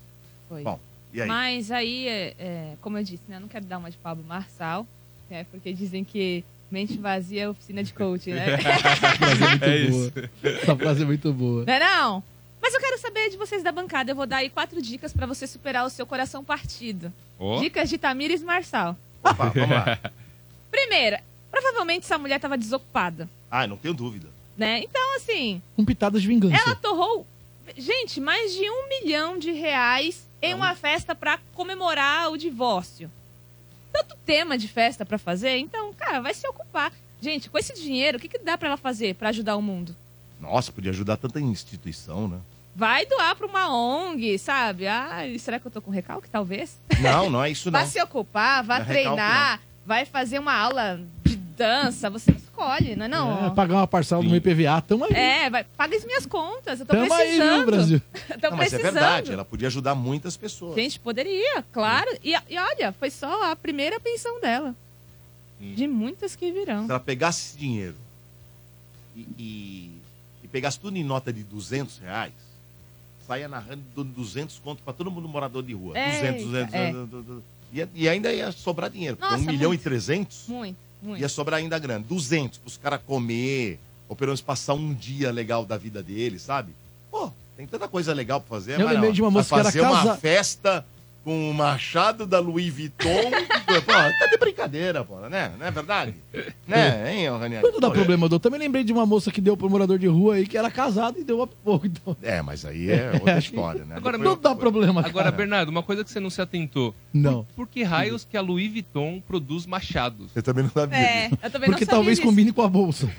Speaker 3: Foi.
Speaker 1: Bom, E aí?
Speaker 3: Mas aí, é, é, como eu disse, né? Eu não quero dar uma de Pablo Marçal, né? Porque dizem que mente vazia é oficina de coach, né?
Speaker 6: Essa frase é muito
Speaker 5: É
Speaker 6: boa. Essa frase é muito boa.
Speaker 3: não é não? Mas eu quero saber de vocês da bancada. Eu vou dar aí quatro dicas pra você superar o seu coração partido.
Speaker 5: Ó.
Speaker 3: Dicas de Tamires Marçal.
Speaker 1: Opa, vamos lá.
Speaker 3: Primeira, provavelmente essa mulher tava desocupada,
Speaker 1: Ah, não tenho dúvida.
Speaker 3: né? Então, assim,
Speaker 6: Com Um pitadas de vingança.
Speaker 3: ela torrou, gente, mais de um milhão de reais em uma festa pra comemorar o divórcio. Tanto tema de festa pra fazer, então, cara, vai se ocupar. Gente, com esse dinheiro, o que, que dá pra ela fazer pra ajudar o mundo?
Speaker 1: Nossa, podia ajudar tanta instituição, né?
Speaker 3: Vai doar pra uma ONG, sabe? Ah, será que eu tô com recalque? Talvez.
Speaker 1: Não, não é isso não.
Speaker 3: Vai se ocupar, vai
Speaker 1: Não é recalque,
Speaker 3: treinar, vai fazer uma aula de dança, você escolhe, não é
Speaker 6: É,
Speaker 3: não?
Speaker 6: pagar uma parcela do meu IPVA, tamo aí.
Speaker 3: É, vai, paga as minhas contas, eu tô
Speaker 6: tamo aí,
Speaker 3: precisando.
Speaker 6: viu, Brasil?
Speaker 3: Eu tô
Speaker 1: Não, mas é
Speaker 3: precisando.
Speaker 1: verdade, ela podia ajudar muitas pessoas.
Speaker 3: Gente, poderia, claro. E, e olha, foi só a primeira pensão dela.
Speaker 6: Hum.
Speaker 3: De muitas que virão.
Speaker 1: Se ela pegasse esse dinheiro e, e- e pegasse tudo em nota de 200 reais, saia narrando dando 200 conto pra todo mundo morador de rua.
Speaker 3: Eita,
Speaker 1: 200, 200,
Speaker 3: é.
Speaker 1: 200, 200. Ia- E, ainda ia sobrar dinheiro. porque
Speaker 3: Nossa,
Speaker 1: 1 milhão
Speaker 3: muito.
Speaker 1: e 300
Speaker 3: Muito, muito.
Speaker 1: ia sobrar ainda grande. 200 pros caras comer, ou pelo menos passar um dia legal da vida deles, sabe? Pô, tem tanta coisa legal pra fazer.
Speaker 6: Eu
Speaker 1: mas
Speaker 6: lembrei
Speaker 1: não,
Speaker 6: de uma
Speaker 1: vai
Speaker 6: moça que era
Speaker 1: fazer uma
Speaker 6: casa-
Speaker 1: festa com o machado da Louis Vuitton. pô, tá de brincadeira, pô, né? Não é verdade? né, hein, ô,
Speaker 5: É.
Speaker 1: Ranieri?
Speaker 6: Tudo dá
Speaker 1: Pô,
Speaker 6: problema, Dô. Também lembrei de uma moça que deu pro morador de rua aí que era casada e deu uma pouco. Então,
Speaker 1: É, mas aí é outra
Speaker 6: Acho que-
Speaker 1: história, né?
Speaker 5: Agora,
Speaker 6: não
Speaker 5: meu-
Speaker 1: Depois-
Speaker 6: dá problema, cara.
Speaker 5: Agora, Bernardo, uma coisa que você não se atentou.
Speaker 6: Não.
Speaker 5: Por que raios que a Louis Vuitton produz machados?
Speaker 1: Eu também não sabia.
Speaker 3: É, eu também não
Speaker 6: Porque
Speaker 3: sabia
Speaker 6: talvez
Speaker 3: disso.
Speaker 6: combine com a bolsa.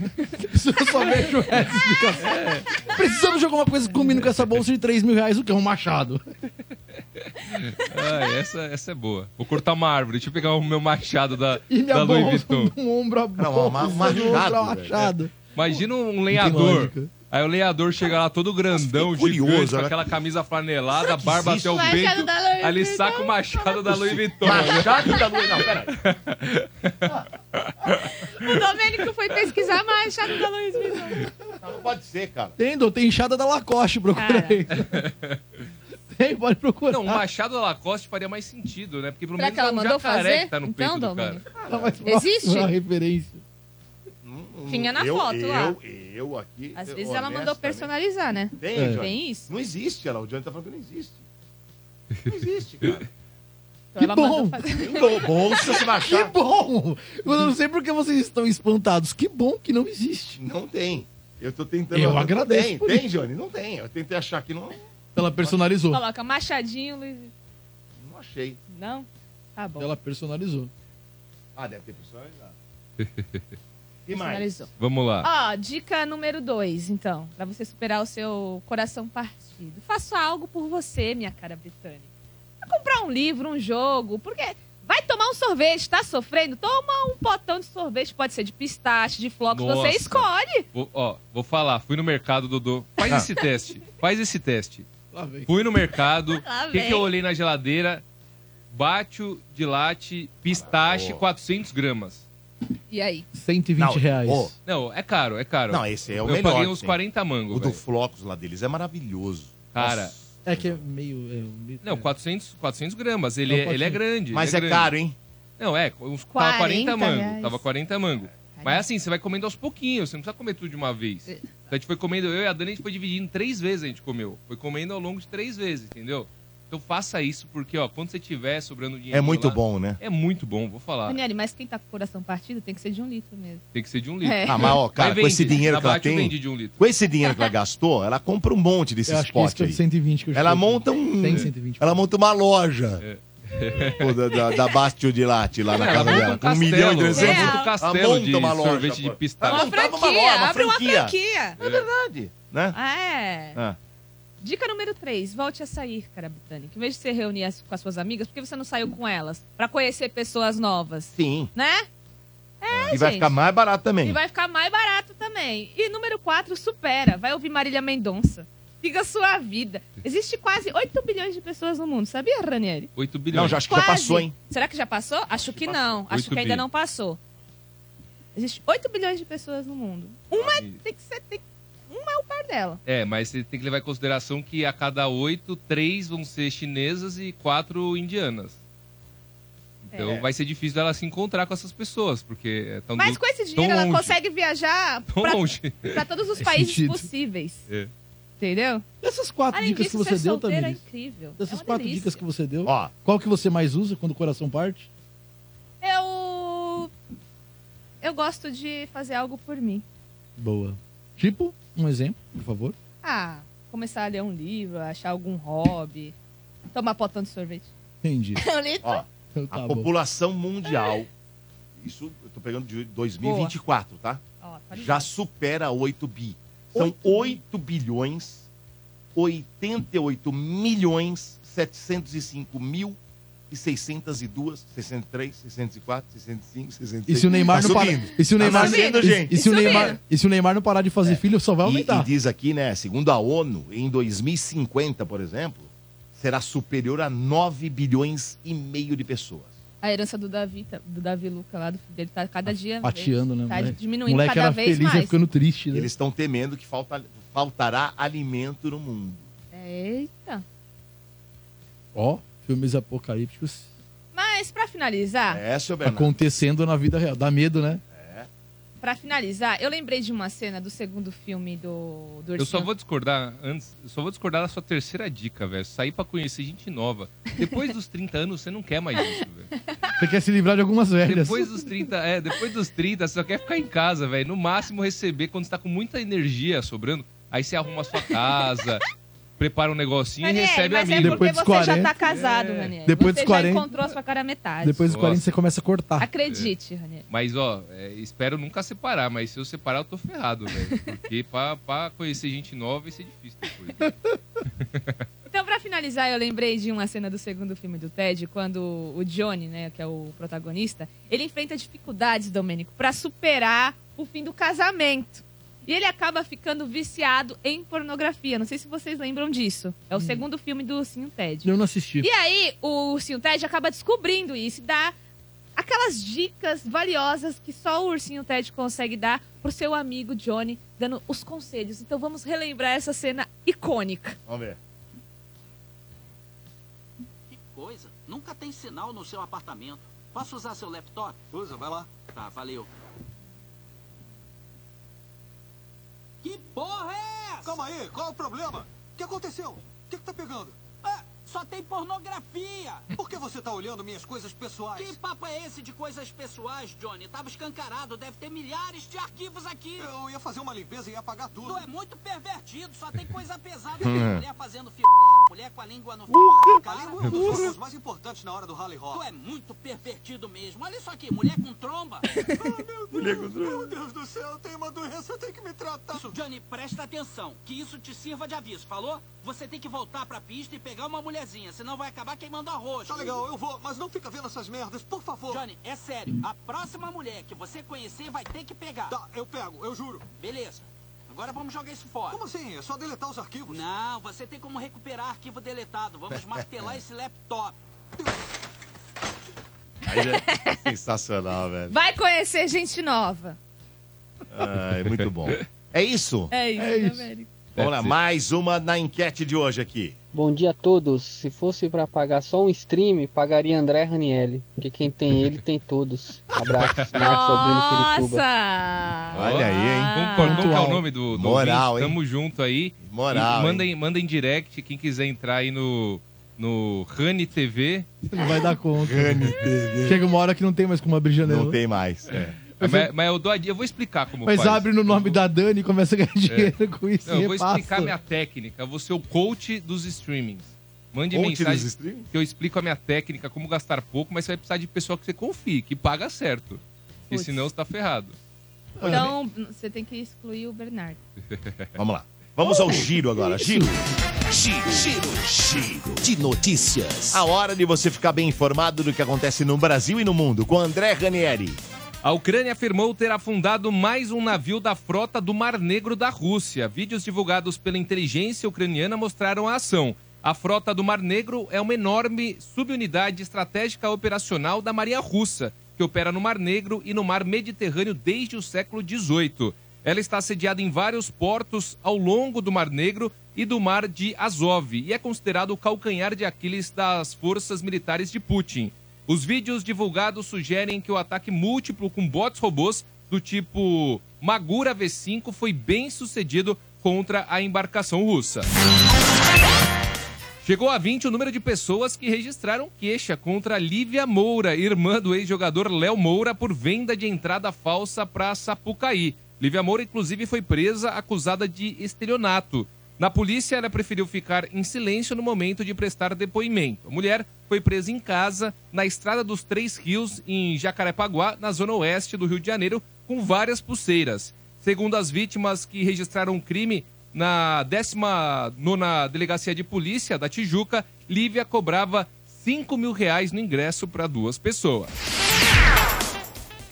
Speaker 6: Isso eu só vejo essa explicação.
Speaker 5: É.
Speaker 6: Precisamos de alguma coisa que combine com essa bolsa de 3 mil reais, o que é um machado.
Speaker 5: Ah, essa, essa é boa. Vou cortar uma árvore. Deixa eu pegar o meu machado da,
Speaker 6: E
Speaker 5: da
Speaker 6: minha
Speaker 5: Louis
Speaker 6: bolsa
Speaker 5: Vuitton.
Speaker 6: de um ombro a bolsa,
Speaker 1: Não, uma- um
Speaker 6: do
Speaker 1: machado,
Speaker 6: outro a um
Speaker 1: velho.
Speaker 6: machado.
Speaker 5: Imagina um
Speaker 6: tem
Speaker 5: lenhador.
Speaker 6: lógica.
Speaker 5: Aí o lenhador chega lá todo grandão,
Speaker 1: fiquei
Speaker 5: gigante,
Speaker 1: curioso,
Speaker 5: com
Speaker 1: né?
Speaker 5: aquela camisa flanelada, a barba
Speaker 1: existe?
Speaker 5: até o
Speaker 3: Machado
Speaker 5: peito.
Speaker 3: da Louis
Speaker 5: Aí ele
Speaker 3: Vuitton?
Speaker 5: saca o machado da Louis Vuitton.
Speaker 1: Machado da Louis... Não, peraí.
Speaker 3: O Domênico foi pesquisar mais, Chave da Luiz Vuitton.
Speaker 1: Não pode ser, cara.
Speaker 6: Tem, Dô, tem enxada da Lacoste, procura
Speaker 3: Cara.
Speaker 6: aí. Tem, pode procurar.
Speaker 5: Não, o machado da Lacoste faria mais sentido, né? Porque pelo
Speaker 3: Será
Speaker 5: menos
Speaker 3: que ela
Speaker 5: é um
Speaker 3: mandou
Speaker 5: jacaré
Speaker 3: fazer?
Speaker 5: que tá no
Speaker 3: Então,
Speaker 5: peito do
Speaker 3: Domênico.
Speaker 5: cara.
Speaker 6: Tá mais
Speaker 3: Existe?
Speaker 6: próximo à referência.
Speaker 3: Tinha na
Speaker 1: eu,
Speaker 3: foto
Speaker 1: eu,
Speaker 3: lá.
Speaker 1: Eu, eu aqui...
Speaker 3: Às
Speaker 1: eu-
Speaker 3: vezes ela
Speaker 1: honesta,
Speaker 3: mandou
Speaker 1: né?
Speaker 3: personalizar, né?
Speaker 1: Tem,
Speaker 6: É.
Speaker 1: Johnny.
Speaker 3: Tem isso.
Speaker 1: Não existe, ela. O Johnny tá falando que não existe. Não existe, cara.
Speaker 3: Então
Speaker 6: Que
Speaker 3: ela
Speaker 6: bom.
Speaker 3: mandou fazer.
Speaker 1: Bo- Bolsa se
Speaker 6: Que
Speaker 1: baixar.
Speaker 6: bom! Eu não sei por que vocês estão espantados. Que bom que não existe.
Speaker 1: Não tem. Eu tô tentando.
Speaker 6: Eu agradeço
Speaker 1: Tem,
Speaker 6: por
Speaker 1: tem, Johnny? Não tem. Eu tentei achar que não,
Speaker 6: Ela personalizou.
Speaker 3: Coloca Machadinho, Luiz Vuitton.
Speaker 1: não achei.
Speaker 3: Não? Tá bom.
Speaker 6: Ela personalizou.
Speaker 1: Ah, deve ter personalizado. E mais?
Speaker 3: Personalizou.
Speaker 5: Vamos lá.
Speaker 3: Ó, dica número dois, então, pra você superar o seu coração partido. Faça algo por você, minha cara britânica. Vai comprar um livro, um jogo, porque vai tomar um sorvete, tá sofrendo? Toma um potão de sorvete, pode ser de pistache, de flocos,
Speaker 5: Nossa.
Speaker 3: você escolhe.
Speaker 5: Vou, ó, vou falar. Fui no mercado, Dodô. Faz
Speaker 3: Ah.
Speaker 5: esse teste. Faz esse teste.
Speaker 6: Lá vem.
Speaker 5: Fui no mercado.
Speaker 3: Lá
Speaker 5: O que,
Speaker 3: vem.
Speaker 5: que eu olhei na geladeira? Bátio de latte, pistache,
Speaker 1: Ah, Boa.
Speaker 5: 400 gramas.
Speaker 3: E aí?
Speaker 6: 120
Speaker 1: Não,
Speaker 6: reais.
Speaker 1: ô,
Speaker 5: Não, é caro, é caro.
Speaker 1: Não, esse é o
Speaker 5: eu
Speaker 1: melhor.
Speaker 5: paguei
Speaker 1: que
Speaker 5: uns
Speaker 1: tem.
Speaker 5: 40 mango,
Speaker 1: O do
Speaker 5: velho.
Speaker 1: Flocos lá deles é maravilhoso.
Speaker 5: Cara.
Speaker 1: Nossa.
Speaker 6: É que é meio. É, um litro,
Speaker 5: Não,
Speaker 6: né? 400.
Speaker 5: 400, 400 gramas. Ele,
Speaker 6: Não,
Speaker 5: é, ele é
Speaker 6: 400.
Speaker 5: grande.
Speaker 1: Mas
Speaker 5: ele
Speaker 1: é,
Speaker 5: grande.
Speaker 1: caro, hein?
Speaker 5: Não, é. Uns,
Speaker 3: 40
Speaker 5: tava 40 mango.
Speaker 3: reais.
Speaker 5: Tava 40 mango. Mas assim, você vai comendo aos pouquinhos. Você não precisa comer tudo de uma
Speaker 3: É.
Speaker 5: vez. Então, a gente foi comendo, eu e a Dani, a gente foi dividindo três vezes, a gente comeu. Foi comendo ao longo de três vezes, entendeu? Então faça isso, porque, ó, quando você tiver sobrando dinheiro.
Speaker 1: É muito
Speaker 5: lá,
Speaker 1: bom, né?
Speaker 5: É muito bom, vou falar.
Speaker 3: Daniele, mas quem tá com o coração partido tem que ser de um litro mesmo.
Speaker 5: Tem que ser de um litro.
Speaker 3: É.
Speaker 1: Ah, mas, ó, cara,
Speaker 5: Mas
Speaker 1: com esse
Speaker 5: vende.
Speaker 1: dinheiro
Speaker 5: Na
Speaker 1: que ela
Speaker 5: Bate eu
Speaker 1: tem.
Speaker 5: vendi de um litro.
Speaker 1: Com esse dinheiro que ela gastou, ela compra um monte
Speaker 6: Eu
Speaker 1: desses
Speaker 6: acho que esse que é
Speaker 1: potes
Speaker 6: o
Speaker 1: aí.
Speaker 6: 120 que eu
Speaker 1: Ela
Speaker 6: estou-
Speaker 1: monta um.
Speaker 6: Tem 120.
Speaker 1: Ela monta uma loja.
Speaker 6: É.
Speaker 1: Pô, da, da, da Bastio de Latte lá na
Speaker 5: Ela
Speaker 1: casa
Speaker 5: monta
Speaker 1: dela.
Speaker 5: um
Speaker 1: Com um
Speaker 5: castelo.
Speaker 1: milhão e
Speaker 5: Ela
Speaker 1: trezentos.
Speaker 5: monta um
Speaker 1: Ela
Speaker 5: castelo
Speaker 1: monta
Speaker 5: de
Speaker 1: uma loja,
Speaker 5: sorvete
Speaker 1: pô. Tá
Speaker 5: de pistache.
Speaker 1: Ela
Speaker 3: Uma
Speaker 1: montava uma
Speaker 3: franquia,
Speaker 1: loja, uma
Speaker 3: abre uma
Speaker 1: franquia.
Speaker 3: franquia.
Speaker 1: É verdade, né?
Speaker 3: É.
Speaker 1: Ah,
Speaker 3: Dica número 3, volte a sair, cara britânica. Em vez de você reunir as- com as suas amigas, por que você não saiu com elas? Pra conhecer pessoas novas,
Speaker 1: sim.
Speaker 3: né?
Speaker 1: Ah, e vai
Speaker 3: gente.
Speaker 1: ficar mais barato também.
Speaker 3: E vai ficar mais barato também. E número 4, supera. Vai ouvir Marília Mendonça. Siga a sua vida. Existe quase 8 bilhões de pessoas no mundo, sabia, Ranieri?
Speaker 5: 8 bilhões.
Speaker 1: Não, já acho que
Speaker 3: Quase.
Speaker 1: já passou, hein?
Speaker 3: Será que já passou? Acho, que, não. Acho
Speaker 5: Oito
Speaker 3: que ainda
Speaker 5: bi.
Speaker 3: não passou. Existe 8 bilhões de pessoas no mundo. Uma
Speaker 5: Ah,
Speaker 3: tem que ser. Tem, uma é o par dela.
Speaker 5: É, mas você tem que levar em consideração que a cada oito, três vão ser chinesas e quatro indianas. Então
Speaker 1: É.
Speaker 5: vai ser difícil ela se encontrar com essas pessoas, porque é tão
Speaker 3: Mas
Speaker 5: du-
Speaker 3: com esse dinheiro
Speaker 5: tão
Speaker 3: ela
Speaker 5: longe.
Speaker 3: consegue viajar
Speaker 5: Tão
Speaker 3: pra
Speaker 5: longe.
Speaker 3: Pra todos os
Speaker 6: Faz
Speaker 3: países
Speaker 6: sentido.
Speaker 3: possíveis.
Speaker 5: É.
Speaker 3: Entendeu?
Speaker 6: Essas quatro
Speaker 3: Além
Speaker 6: dicas
Speaker 3: disso,
Speaker 6: que você
Speaker 3: ser
Speaker 6: deu,
Speaker 3: solteiro
Speaker 6: Tamires.
Speaker 3: é incrível. é
Speaker 6: Dessas
Speaker 3: uma
Speaker 6: quatro
Speaker 3: delícia.
Speaker 6: dicas que você deu,
Speaker 1: Ó,
Speaker 6: qual que você mais usa quando o coração parte?
Speaker 3: Eu... Eu gosto de fazer algo por mim.
Speaker 6: Boa. Tipo, um exemplo, por favor.
Speaker 3: Ah, começar a ler um livro, achar algum hobby, tomar potão de sorvete.
Speaker 6: Entendi.
Speaker 3: Eu li
Speaker 1: ó,
Speaker 6: Então
Speaker 1: a
Speaker 6: tá bom.
Speaker 1: população mundial, isso eu tô pegando de 2024, tá?
Speaker 3: Ó, tá
Speaker 1: Já supera 8 bi. São 8 bilhões 88 milhões 705 mil e 602, 603, 604, 605, 606.
Speaker 6: E se o Neymar
Speaker 1: Tá
Speaker 6: não parar.
Speaker 1: subindo.
Speaker 6: E se o
Speaker 1: Tá
Speaker 6: Neymar.
Speaker 1: nascendo, gente. É.
Speaker 6: E se o
Speaker 3: Isso
Speaker 6: Neymar,
Speaker 3: mesmo.
Speaker 6: e se o Neymar não parar de fazer filho, só vai
Speaker 1: E, e
Speaker 6: aumentar.
Speaker 1: diz aqui, né, segundo a ONU, em 2050, por exemplo, será superior a 9 bilhões e meio de pessoas.
Speaker 3: A herança do Davi, tá- do Davi Luca lá, do filho dele, tá cada dia.
Speaker 6: Fatiando, né?
Speaker 3: Tá
Speaker 6: moleque?
Speaker 3: diminuindo
Speaker 6: moleque
Speaker 3: cada
Speaker 6: era
Speaker 3: vez
Speaker 6: feliz
Speaker 3: mais.
Speaker 6: e ficando triste,
Speaker 5: Uhum.
Speaker 6: né?
Speaker 1: Eles estão temendo que falta- faltará alimento no mundo.
Speaker 3: Eita.
Speaker 6: Ó, filmes apocalípticos
Speaker 3: Mas pra
Speaker 5: Ah.
Speaker 3: finalizar,
Speaker 1: É, seu Bernardo.
Speaker 6: acontecendo na vida real. Dá medo, né?
Speaker 3: pra finalizar, eu lembrei de uma cena do segundo filme do, do
Speaker 5: Eu só
Speaker 3: Ursinho.
Speaker 5: vou discordar antes, eu só vou discordar da sua terceira dica, velho. Sair pra conhecer gente nova. Depois dos 30 anos você não quer mais isso, velho.
Speaker 6: Você quer se livrar de algumas velhas.
Speaker 5: Depois dos 30, é, depois dos 30 você só quer ficar em casa, velho. No máximo receber quando você tá com muita energia sobrando, aí você arruma a sua casa, prepara um negocinho
Speaker 3: Ranieri,
Speaker 5: e recebe É.
Speaker 3: mas
Speaker 5: amigo.
Speaker 3: é porque
Speaker 6: Depois dos
Speaker 3: você já
Speaker 6: 40.
Speaker 3: tá casado, Ranieri.
Speaker 6: Depois
Speaker 3: você
Speaker 6: dos 40.
Speaker 3: já encontrou a sua cara à metade.
Speaker 6: Depois dos
Speaker 5: Nossa.
Speaker 6: 40 você começa a cortar.
Speaker 3: Acredite, Ranieri.
Speaker 5: Mas, ó, é, espero nunca separar, mas se eu separar, eu tô ferrado, velho. Porque pra, pra conhecer gente nova vai ser difícil depois.
Speaker 3: Então, pra finalizar, eu lembrei de uma cena do segundo filme do Ted, quando o Johnny, né, que é o protagonista, ele enfrenta dificuldades, Domênico, pra superar o fim do casamento. E ele acaba ficando viciado em pornografia. Não sei se vocês lembram disso. É o segundo filme do Ursinho Ted.
Speaker 6: Eu não assisti.
Speaker 3: E aí, o Ursinho Ted acaba descobrindo isso e dá aquelas dicas valiosas que só o Ursinho Ted consegue dar pro seu amigo Johnny, dando os conselhos. Então vamos relembrar essa cena icônica.
Speaker 1: Vamos ver.
Speaker 10: Que coisa! Nunca tem sinal no seu apartamento. Posso usar seu laptop? Usa, vai lá. Tá, valeu. Que porra é essa? Calma aí, qual o problema? O que aconteceu? O que, tá pegando? só tem pornografia! Por que você tá olhando minhas coisas pessoais? Que papo é esse de coisas pessoais, Johnny? Tava escancarado, deve ter milhares de arquivos aqui. Eu ia fazer uma limpeza e ia apagar tudo. Tu é muito pervertido, só tem coisa pesada aqui. Mulher fazendo fio, mulher com a língua no fio. Com a língua é um dos assuntos mais importantes na hora do rally rock. Tu é muito pervertido mesmo. Olha isso aqui, mulher com tromba. Meu Deus do céu, eu tenho uma doença, eu tenho que me tratar. Isso, Johnny, presta atenção, que isso te sirva de aviso, falou? Você tem que voltar pra pista e pegar uma mulherzinha, senão vai acabar queimando arroz. Tá legal, eu vou, mas não fica vendo essas merdas, por favor. Johnny, é sério, a próxima mulher que você conhecer vai ter que pegar. Tá, eu pego, eu juro. Beleza. Agora vamos jogar isso fora. Como assim? É só deletar os arquivos? Não, você tem como recuperar arquivo deletado. Vamos martelar esse laptop.
Speaker 1: Aí é sensacional, velho.
Speaker 3: Vai conhecer gente nova.
Speaker 1: Ah, é muito bom. É isso?
Speaker 3: É isso,
Speaker 6: É
Speaker 5: né,
Speaker 3: é
Speaker 6: isso.
Speaker 1: Vamos lá,
Speaker 5: Deve ser.
Speaker 1: mais uma na enquete de hoje aqui.
Speaker 7: Bom dia a todos. Se fosse pra pagar só um stream, pagaria André Ranielli. Porque quem tem ele tem todos. Abraços, Marcos Albino Pirituba.
Speaker 3: Nossa!
Speaker 1: Olha aí, hein?
Speaker 3: Ah.
Speaker 5: Concordou qual é o nome do, do
Speaker 1: Moral,
Speaker 5: ouvinte?
Speaker 1: hein?
Speaker 5: Tamo junto aí.
Speaker 1: Moral.
Speaker 5: E manda,
Speaker 1: hein?
Speaker 5: em, manda em direct quem quiser entrar aí no, no Rani Ah, TV.
Speaker 6: Não vai dar conta. Chega uma hora que não tem mais como abrir
Speaker 5: né?
Speaker 6: janela.
Speaker 1: Não tem mais. é.
Speaker 5: Ah, Mas, mas eu, dou a, di- eu vou explicar como
Speaker 6: Mas
Speaker 5: faz.
Speaker 6: abre no nome da Dani e começa a ganhar
Speaker 1: É.
Speaker 6: dinheiro com isso.
Speaker 5: Não,
Speaker 6: e
Speaker 5: eu vou
Speaker 6: repassa.
Speaker 5: explicar minha técnica. Eu vou ser o coach dos streamings. Mande
Speaker 1: Ontem nos
Speaker 5: mensagem
Speaker 1: streams?
Speaker 5: que eu explico a minha técnica, como gastar pouco, mas você vai precisar de pessoa que você confie, que paga certo. Porque
Speaker 3: Puts.
Speaker 5: senão você tá ferrado.
Speaker 3: Então, você tem que excluir o Bernardo.
Speaker 1: Vamos lá. Vamos ao giro agora. Giro.
Speaker 2: Giro, giro, giro de notícias.
Speaker 1: A hora de você ficar bem informado do que acontece no Brasil e no mundo com André Ranieri.
Speaker 5: A Ucrânia afirmou ter afundado mais um navio da frota do Mar Negro da Rússia. Vídeos divulgados pela inteligência ucraniana mostraram a ação. A frota do Mar Negro é uma enorme subunidade estratégica operacional da Marinha Russa, que opera no Mar Negro e no Mar Mediterrâneo desde o século XVIII. Ela está sediada em vários portos ao longo do Mar Negro e do Mar de Azov e é considerado o calcanhar de Aquiles das forças militares de Putin. Os vídeos divulgados sugerem que o ataque múltiplo com bots robôs do tipo Magura V5 foi bem sucedido, contra a embarcação russa. Chegou a 20 o número de pessoas que registraram queixa contra Lívia Moura, irmã do ex-jogador Léo Moura, por venda de entrada falsa para Sapucaí. Lívia Moura, inclusive, foi presa acusada de estelionato. Na polícia, ela preferiu ficar em silêncio no momento de prestar depoimento. A mulher foi presa em casa, na Estrada dos Três Rios, em Jacarepaguá, na zona oeste do Rio de Janeiro, com várias pulseiras. Segundo as vítimas que registraram o crime, na 19 Delegacia de Polícia da Tijuca, Lívia cobrava 5 mil reais no ingresso para duas pessoas.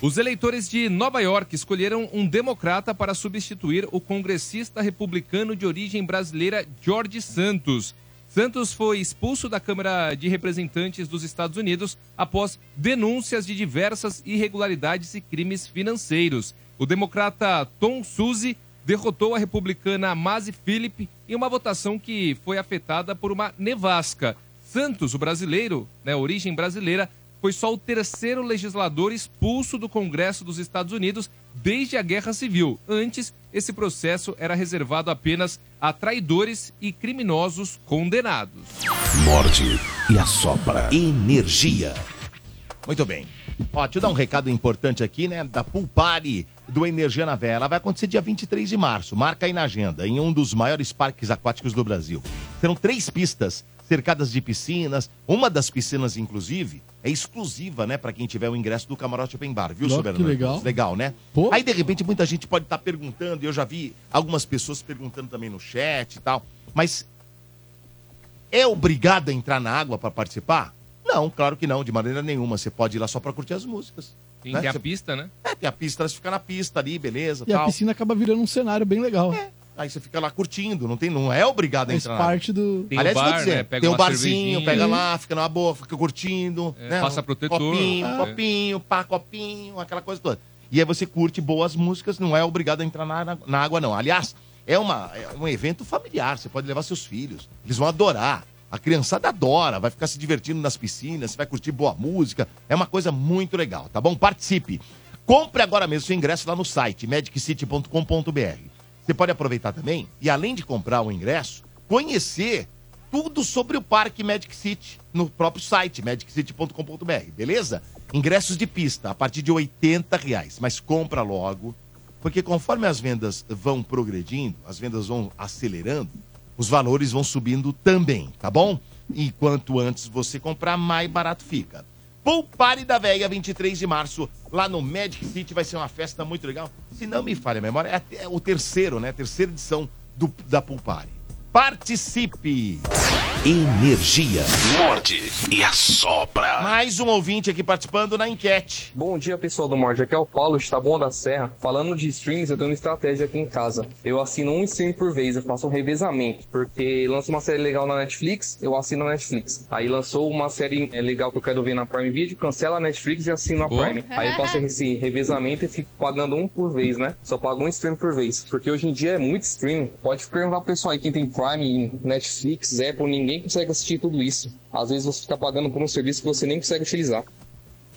Speaker 5: Os eleitores de Nova York escolheram um democrata para substituir o congressista republicano de origem brasileira George Santos. Santos foi expulso da Câmara de Representantes dos Estados Unidos após denúncias de diversas irregularidades e crimes financeiros. O democrata Tom Suzy derrotou a republicana Mazi Philip em uma votação que foi afetada por uma nevasca. Santos, o brasileiro, né, origem brasileira, foi só o terceiro legislador expulso do Congresso dos Estados Unidos desde a Guerra Civil. Antes, esse processo era reservado apenas a traidores e criminosos condenados.
Speaker 2: Morde e assopra. Energia.
Speaker 1: Muito bem. Ó, deixa eu dar um recado importante aqui, né? Da Pulpari do Energia na Vela. Vai acontecer dia 23 de março. Marca aí na agenda, em um dos maiores parques aquáticos do Brasil. Serão três pistas cercadas de piscinas. Uma das piscinas, inclusive, é exclusiva, né? Para quem tiver o ingresso do Camarote Open Bar, viu,
Speaker 6: Nossa,
Speaker 1: Soberano?
Speaker 6: que legal.
Speaker 1: Legal, né?
Speaker 6: Pô.
Speaker 1: Aí, de repente, muita gente pode estar perguntando, e eu já vi algumas pessoas perguntando também no chat e tal. Mas é obrigado a entrar na água para participar? Não, claro que não, de maneira nenhuma. Você pode ir lá só para curtir as músicas.
Speaker 5: Tem
Speaker 1: né?
Speaker 5: que ter a
Speaker 1: Você-
Speaker 5: pista, né?
Speaker 1: é, tem a pista, você fica na pista ali, beleza,
Speaker 6: E a
Speaker 1: tal.
Speaker 6: piscina acaba virando um cenário bem legal. É,
Speaker 1: Aí você fica lá curtindo, não, tem, não é obrigado a
Speaker 6: Faz
Speaker 1: entrar. na água.
Speaker 6: parte do.
Speaker 5: Tem
Speaker 1: Aliás,
Speaker 5: o
Speaker 1: eu vou
Speaker 5: bar,
Speaker 1: dizer,
Speaker 5: né? Pega
Speaker 1: tem um
Speaker 5: uma
Speaker 1: barzinho,
Speaker 5: cervejinha.
Speaker 1: pega lá, fica numa boa, fica curtindo.
Speaker 5: É,
Speaker 1: né?
Speaker 5: passa
Speaker 1: Um
Speaker 5: protetor,
Speaker 1: Copinho,
Speaker 5: é.
Speaker 1: copinho, pá, copinho, aquela coisa toda. E aí você curte boas músicas, não é obrigado a entrar na, na- na água, não. Aliás, é, uma, é um evento familiar, você pode levar seus filhos, eles vão adorar. A criançada adora, vai ficar se divertindo nas piscinas, você vai curtir boa música, é uma coisa muito legal, tá bom? Participe. Compre agora mesmo seu ingresso lá no site mediccity.com.br. Você pode aproveitar também e, além de comprar o ingresso, conhecer tudo sobre o Parque Magic City no próprio site, magiccity.com.br, beleza? Ingressos de pista a partir de R$ 80 reais, mas compra logo, porque conforme as vendas vão progredindo, as vendas vão acelerando, os valores vão subindo também, tá bom? E quanto antes você comprar, mais barato fica. Poupare da Véia, 23 de março, lá no Magic City, vai ser uma festa muito legal. Se não me falha a memória, é até o terceiro, né? Terceira edição do, da Poupare. Participe!
Speaker 2: Energia. Morde e assopra.
Speaker 1: Mais um ouvinte aqui participando na enquete.
Speaker 11: Bom dia pessoal do Morde, aqui é o Paulo de Taboão da Serra. Falando de streams, eu tenho uma estratégia aqui em casa. Eu assino um stream por vez, eu faço um revezamento, porque lança uma série legal na Netflix, eu assino a Netflix. Aí lançou uma série eh, legal que eu quero ver na Prime Video, cancela a Netflix e assino a
Speaker 5: Boa.
Speaker 11: Prime. Aí eu faço esse revezamento e fico pagando um por vez, né? Só pago um stream por vez, porque hoje em dia é muito stream. Pode perguntar pro pessoal aí quem tem Prime, Netflix, Apple, ninguém consegue assistir tudo isso. Às vezes você fica pagando por um serviço que você nem consegue utilizar.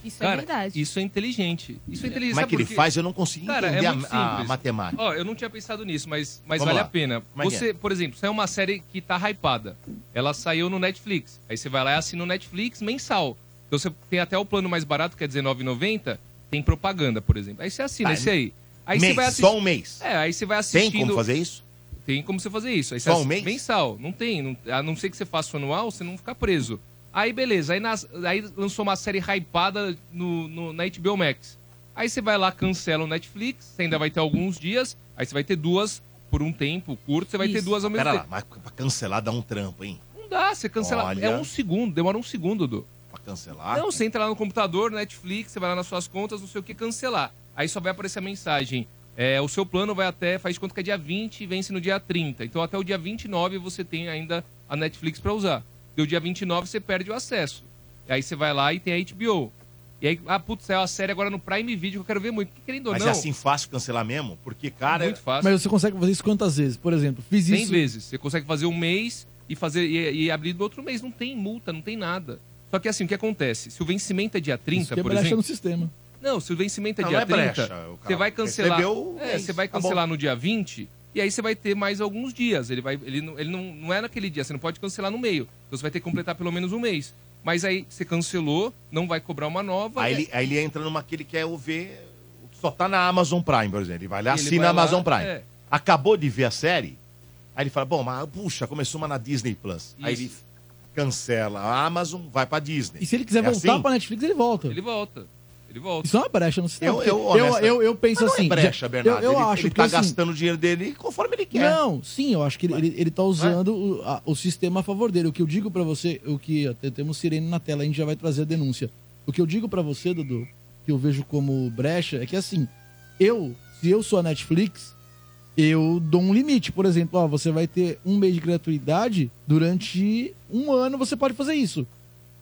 Speaker 3: Isso é
Speaker 5: Cara,
Speaker 3: verdade.
Speaker 5: isso é inteligente. Isso é inteligente.
Speaker 1: Como é
Speaker 5: sabe
Speaker 1: que ele
Speaker 5: por quê?
Speaker 1: faz? Eu não consigo
Speaker 5: Cara,
Speaker 1: entender
Speaker 5: é
Speaker 1: a-
Speaker 5: muito
Speaker 1: a,
Speaker 5: simples.
Speaker 1: matemática.
Speaker 5: Ó, eu não tinha pensado nisso, mas, mas
Speaker 1: Vamos
Speaker 5: vale
Speaker 1: lá.
Speaker 5: a pena.
Speaker 1: Como é que
Speaker 5: você, por exemplo, saiu uma série que tá hypada. Ela saiu no Netflix. Aí você vai lá e assina o Netflix mensal. Então você tem até o plano mais barato, que é R$19,90. Tem propaganda, por exemplo. Aí você assina
Speaker 1: Tá,
Speaker 5: esse aí. Aí
Speaker 1: mês,
Speaker 5: você vai
Speaker 1: só
Speaker 5: assistir.
Speaker 1: um mês.
Speaker 5: É, aí você vai assistindo.
Speaker 1: Tem como fazer isso?
Speaker 5: Tem como você fazer isso. Aí
Speaker 1: Só
Speaker 5: você
Speaker 1: um
Speaker 5: assi-
Speaker 1: mês?
Speaker 5: Mensal. Não tem. Não, a não ser que você faça o anual, você não fica preso. Aí, beleza. Aí, nas- aí lançou uma série hypada no, no, na HBO Max. Aí você vai lá, cancela o Netflix. Você ainda vai ter alguns dias. Aí você vai ter duas por um tempo curto. Você vai ter
Speaker 3: Isso.
Speaker 5: duas ao mesmo
Speaker 1: Pera lá,
Speaker 5: tempo.
Speaker 1: mas pra cancelar dá um trampo, hein?
Speaker 5: Não dá. Você cancela.
Speaker 1: Olha.
Speaker 5: É um segundo. Demora um segundo, Dudu.
Speaker 1: Pra cancelar.
Speaker 5: Não, você entra lá no computador, Netflix, você vai lá nas suas contas, não sei o que, cancelar. Aí só vai aparecer a mensagem. é, o seu plano vai até, faz de conta que é dia 20 e vence no dia 30. Então até o dia 29 você tem ainda a Netflix pra usar. Deu dia 29 você perde o acesso. Aí você vai lá e tem a HBO. E aí, ah, putz, saiu a série agora no Prime Video que eu quero ver muito. Porque querendo ou
Speaker 1: mas
Speaker 5: não,
Speaker 1: é assim fácil cancelar mesmo? Porque, cara,
Speaker 5: muito fácil.
Speaker 6: Mas você consegue fazer isso quantas vezes? Por exemplo, fiz
Speaker 5: 100
Speaker 6: isso.
Speaker 5: vezes. Você consegue fazer um mês e, fazer, e, e abrir no outro mês. Não tem multa, não tem nada. Só que assim, o que acontece? Se o vencimento é dia 30,
Speaker 6: isso que é
Speaker 5: por
Speaker 6: brecha
Speaker 5: exemplo...
Speaker 6: no sistema.
Speaker 5: Não, se o vencimento é
Speaker 1: Não,
Speaker 5: dia
Speaker 1: não é brecha,
Speaker 5: 30,
Speaker 1: o cara
Speaker 5: você vai cancelar.
Speaker 1: recebeu,
Speaker 5: É,
Speaker 1: é
Speaker 5: você
Speaker 1: isso,
Speaker 5: vai
Speaker 1: tá bom.
Speaker 5: cancelar no dia 20 E aí você vai ter mais alguns dias. Ele, vai, ele, não, ele não, não é naquele dia, você não pode cancelar no meio. Então você vai ter que completar pelo menos um mês. Mas aí você cancelou, não vai cobrar uma nova.
Speaker 1: Aí
Speaker 5: né?
Speaker 1: ele, aí ele entra numa que ele quer ver, só tá na Amazon Prime, por exemplo. Ele vai lá,
Speaker 5: Ele
Speaker 1: assina
Speaker 5: vai
Speaker 1: a
Speaker 5: lá,
Speaker 1: Amazon Prime.
Speaker 5: é.
Speaker 1: Acabou de ver a série, aí ele fala, bom, mas puxa, começou uma na Disney Plus.
Speaker 5: é
Speaker 1: Aí ele cancela a Amazon, vai pra Disney. É
Speaker 6: E se ele quiser
Speaker 1: assim?
Speaker 6: voltar pra Netflix, ele volta.
Speaker 5: Ele volta. Ele volta.
Speaker 6: Isso é uma brecha no
Speaker 1: Eu,
Speaker 6: sistema.
Speaker 1: eu,
Speaker 6: porque eu,
Speaker 1: honesta-
Speaker 6: eu, eu penso
Speaker 1: Mas não é
Speaker 6: assim.
Speaker 1: brecha,
Speaker 6: já-
Speaker 1: Bernardo.
Speaker 6: Eu, eu
Speaker 1: ele,
Speaker 6: acho
Speaker 1: ele
Speaker 6: que
Speaker 1: tá
Speaker 6: assim,
Speaker 1: gastando o dinheiro dele conforme ele quer.
Speaker 6: Não, sim, eu acho que ele, ele, ele tá usando o, a- o sistema a favor dele. O que eu digo pra você, o que até temos sirene na tela, a gente já vai trazer a denúncia. O que eu digo pra você, Dudu, que eu vejo como brecha, é que assim, eu, se eu sou a Netflix, eu dou um limite. Por exemplo, ó, você vai ter um mês de gratuidade, durante um ano você pode fazer isso.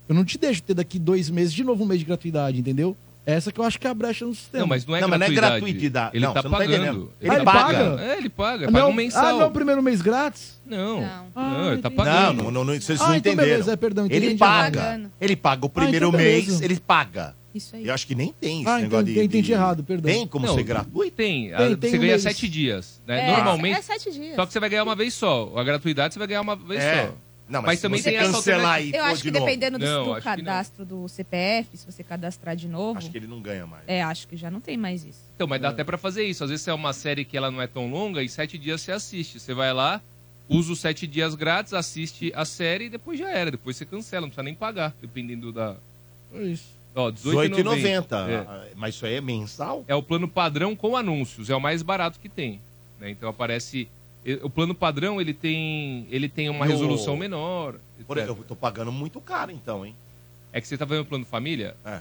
Speaker 6: Eu não te deixo ter daqui dois meses de novo um mês de gratuidade, entendeu? Essa que eu acho que é a brecha no sistema.
Speaker 5: Não, mas não é gratuidade. Ele
Speaker 1: Não,
Speaker 5: tá
Speaker 1: você não tá
Speaker 5: pagando.
Speaker 1: entendendo. Ele
Speaker 5: tá
Speaker 1: paga?
Speaker 5: pagando. É, ele paga.
Speaker 6: Ah,
Speaker 5: Paga
Speaker 6: não,
Speaker 5: um mensal.
Speaker 6: Ah, não, Ah, primeiro mês grátis?
Speaker 5: Não.
Speaker 1: Não.
Speaker 5: Não, ele tá
Speaker 1: Não,
Speaker 5: pagando.
Speaker 1: não, é não, não, vocês
Speaker 6: Ah,
Speaker 1: não
Speaker 6: então
Speaker 1: entenderam.
Speaker 6: beleza, é, perdão, entendi,
Speaker 1: ele
Speaker 6: já.
Speaker 1: paga.
Speaker 6: Pagando.
Speaker 1: Ele paga o primeiro
Speaker 6: então
Speaker 1: mês,
Speaker 6: beleza.
Speaker 1: ele paga.
Speaker 3: Isso
Speaker 5: é
Speaker 3: aí.
Speaker 1: Eu acho que nem tem esse
Speaker 6: Ah,
Speaker 1: negócio
Speaker 6: entendi,
Speaker 1: de,
Speaker 6: entendi
Speaker 1: de-
Speaker 6: errado, perdão.
Speaker 1: Tem como
Speaker 5: Não,
Speaker 1: ser gratuito?
Speaker 5: Tem.
Speaker 6: Tem,
Speaker 5: Ah,
Speaker 6: tem
Speaker 5: você
Speaker 6: um
Speaker 5: ganha
Speaker 6: mês.
Speaker 5: sete dias. Né?
Speaker 3: É,
Speaker 5: Normalmente.
Speaker 3: é sete dias.
Speaker 5: Só que você vai ganhar uma vez só. A gratuidade você vai ganhar uma vez
Speaker 1: É.
Speaker 5: só.
Speaker 1: Não, mas se você
Speaker 5: essa
Speaker 1: cancelar
Speaker 5: alternativa-
Speaker 1: e
Speaker 3: Eu acho que dependendo do,
Speaker 5: Não,
Speaker 3: do
Speaker 5: acho que não.
Speaker 3: cadastro do CPF, se você cadastrar de novo,
Speaker 1: Acho que ele não ganha mais.
Speaker 3: é, acho que já não tem mais isso.
Speaker 5: Então, mas dá até pra fazer isso. Às vezes é uma série que ela não é tão longa e sete dias você assiste. Você vai lá, usa os sete dias grátis, assiste a série e depois já era. Depois você cancela, não precisa nem pagar, dependendo da.
Speaker 6: É isso.
Speaker 5: Ó,
Speaker 1: R$18,90.
Speaker 5: É.
Speaker 1: Mas isso aí é mensal?
Speaker 5: É o plano padrão com anúncios, é o mais barato que tem. né? Então aparece. e- O plano padrão ele tem, ele tem uma
Speaker 1: Eu-
Speaker 5: resolução menor.
Speaker 1: Por
Speaker 5: etc.
Speaker 1: exemplo, eu tô pagando muito caro então, hein?
Speaker 5: É que você tá vendo o plano família?
Speaker 1: É.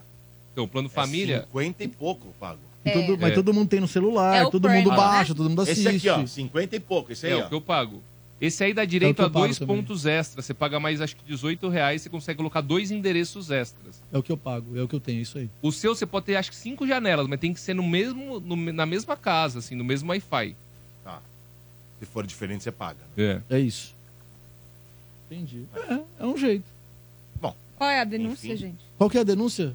Speaker 5: Então, o plano família.
Speaker 1: 50 É e pouco eu pago.
Speaker 6: E todo- mas
Speaker 5: É.
Speaker 6: todo mundo tem no celular,
Speaker 3: É o
Speaker 6: todo mundo
Speaker 3: Prime,
Speaker 6: baixa, todo mundo assiste.
Speaker 1: Esse aqui, ó, 50 e pouco. Esse aí,
Speaker 5: é o
Speaker 1: ó.
Speaker 5: que eu pago. Esse aí dá
Speaker 6: É o
Speaker 5: direito
Speaker 6: que eu
Speaker 5: a dois
Speaker 6: pago também.
Speaker 5: pontos extras. Você paga mais, acho que 18 reais, você consegue colocar dois endereços extras.
Speaker 6: É o que eu pago, é o que eu tenho, isso aí.
Speaker 5: O seu, você pode ter, acho que cinco janelas, mas tem que ser no mesmo, no- na mesma casa, assim, no mesmo Wi-Fi.
Speaker 1: Tá. Se for diferente, você paga.
Speaker 5: É.
Speaker 6: É isso. Entendi. É, é um jeito.
Speaker 3: Qual é a denúncia,
Speaker 1: Enfim.
Speaker 3: gente?
Speaker 6: Qual que é a denúncia?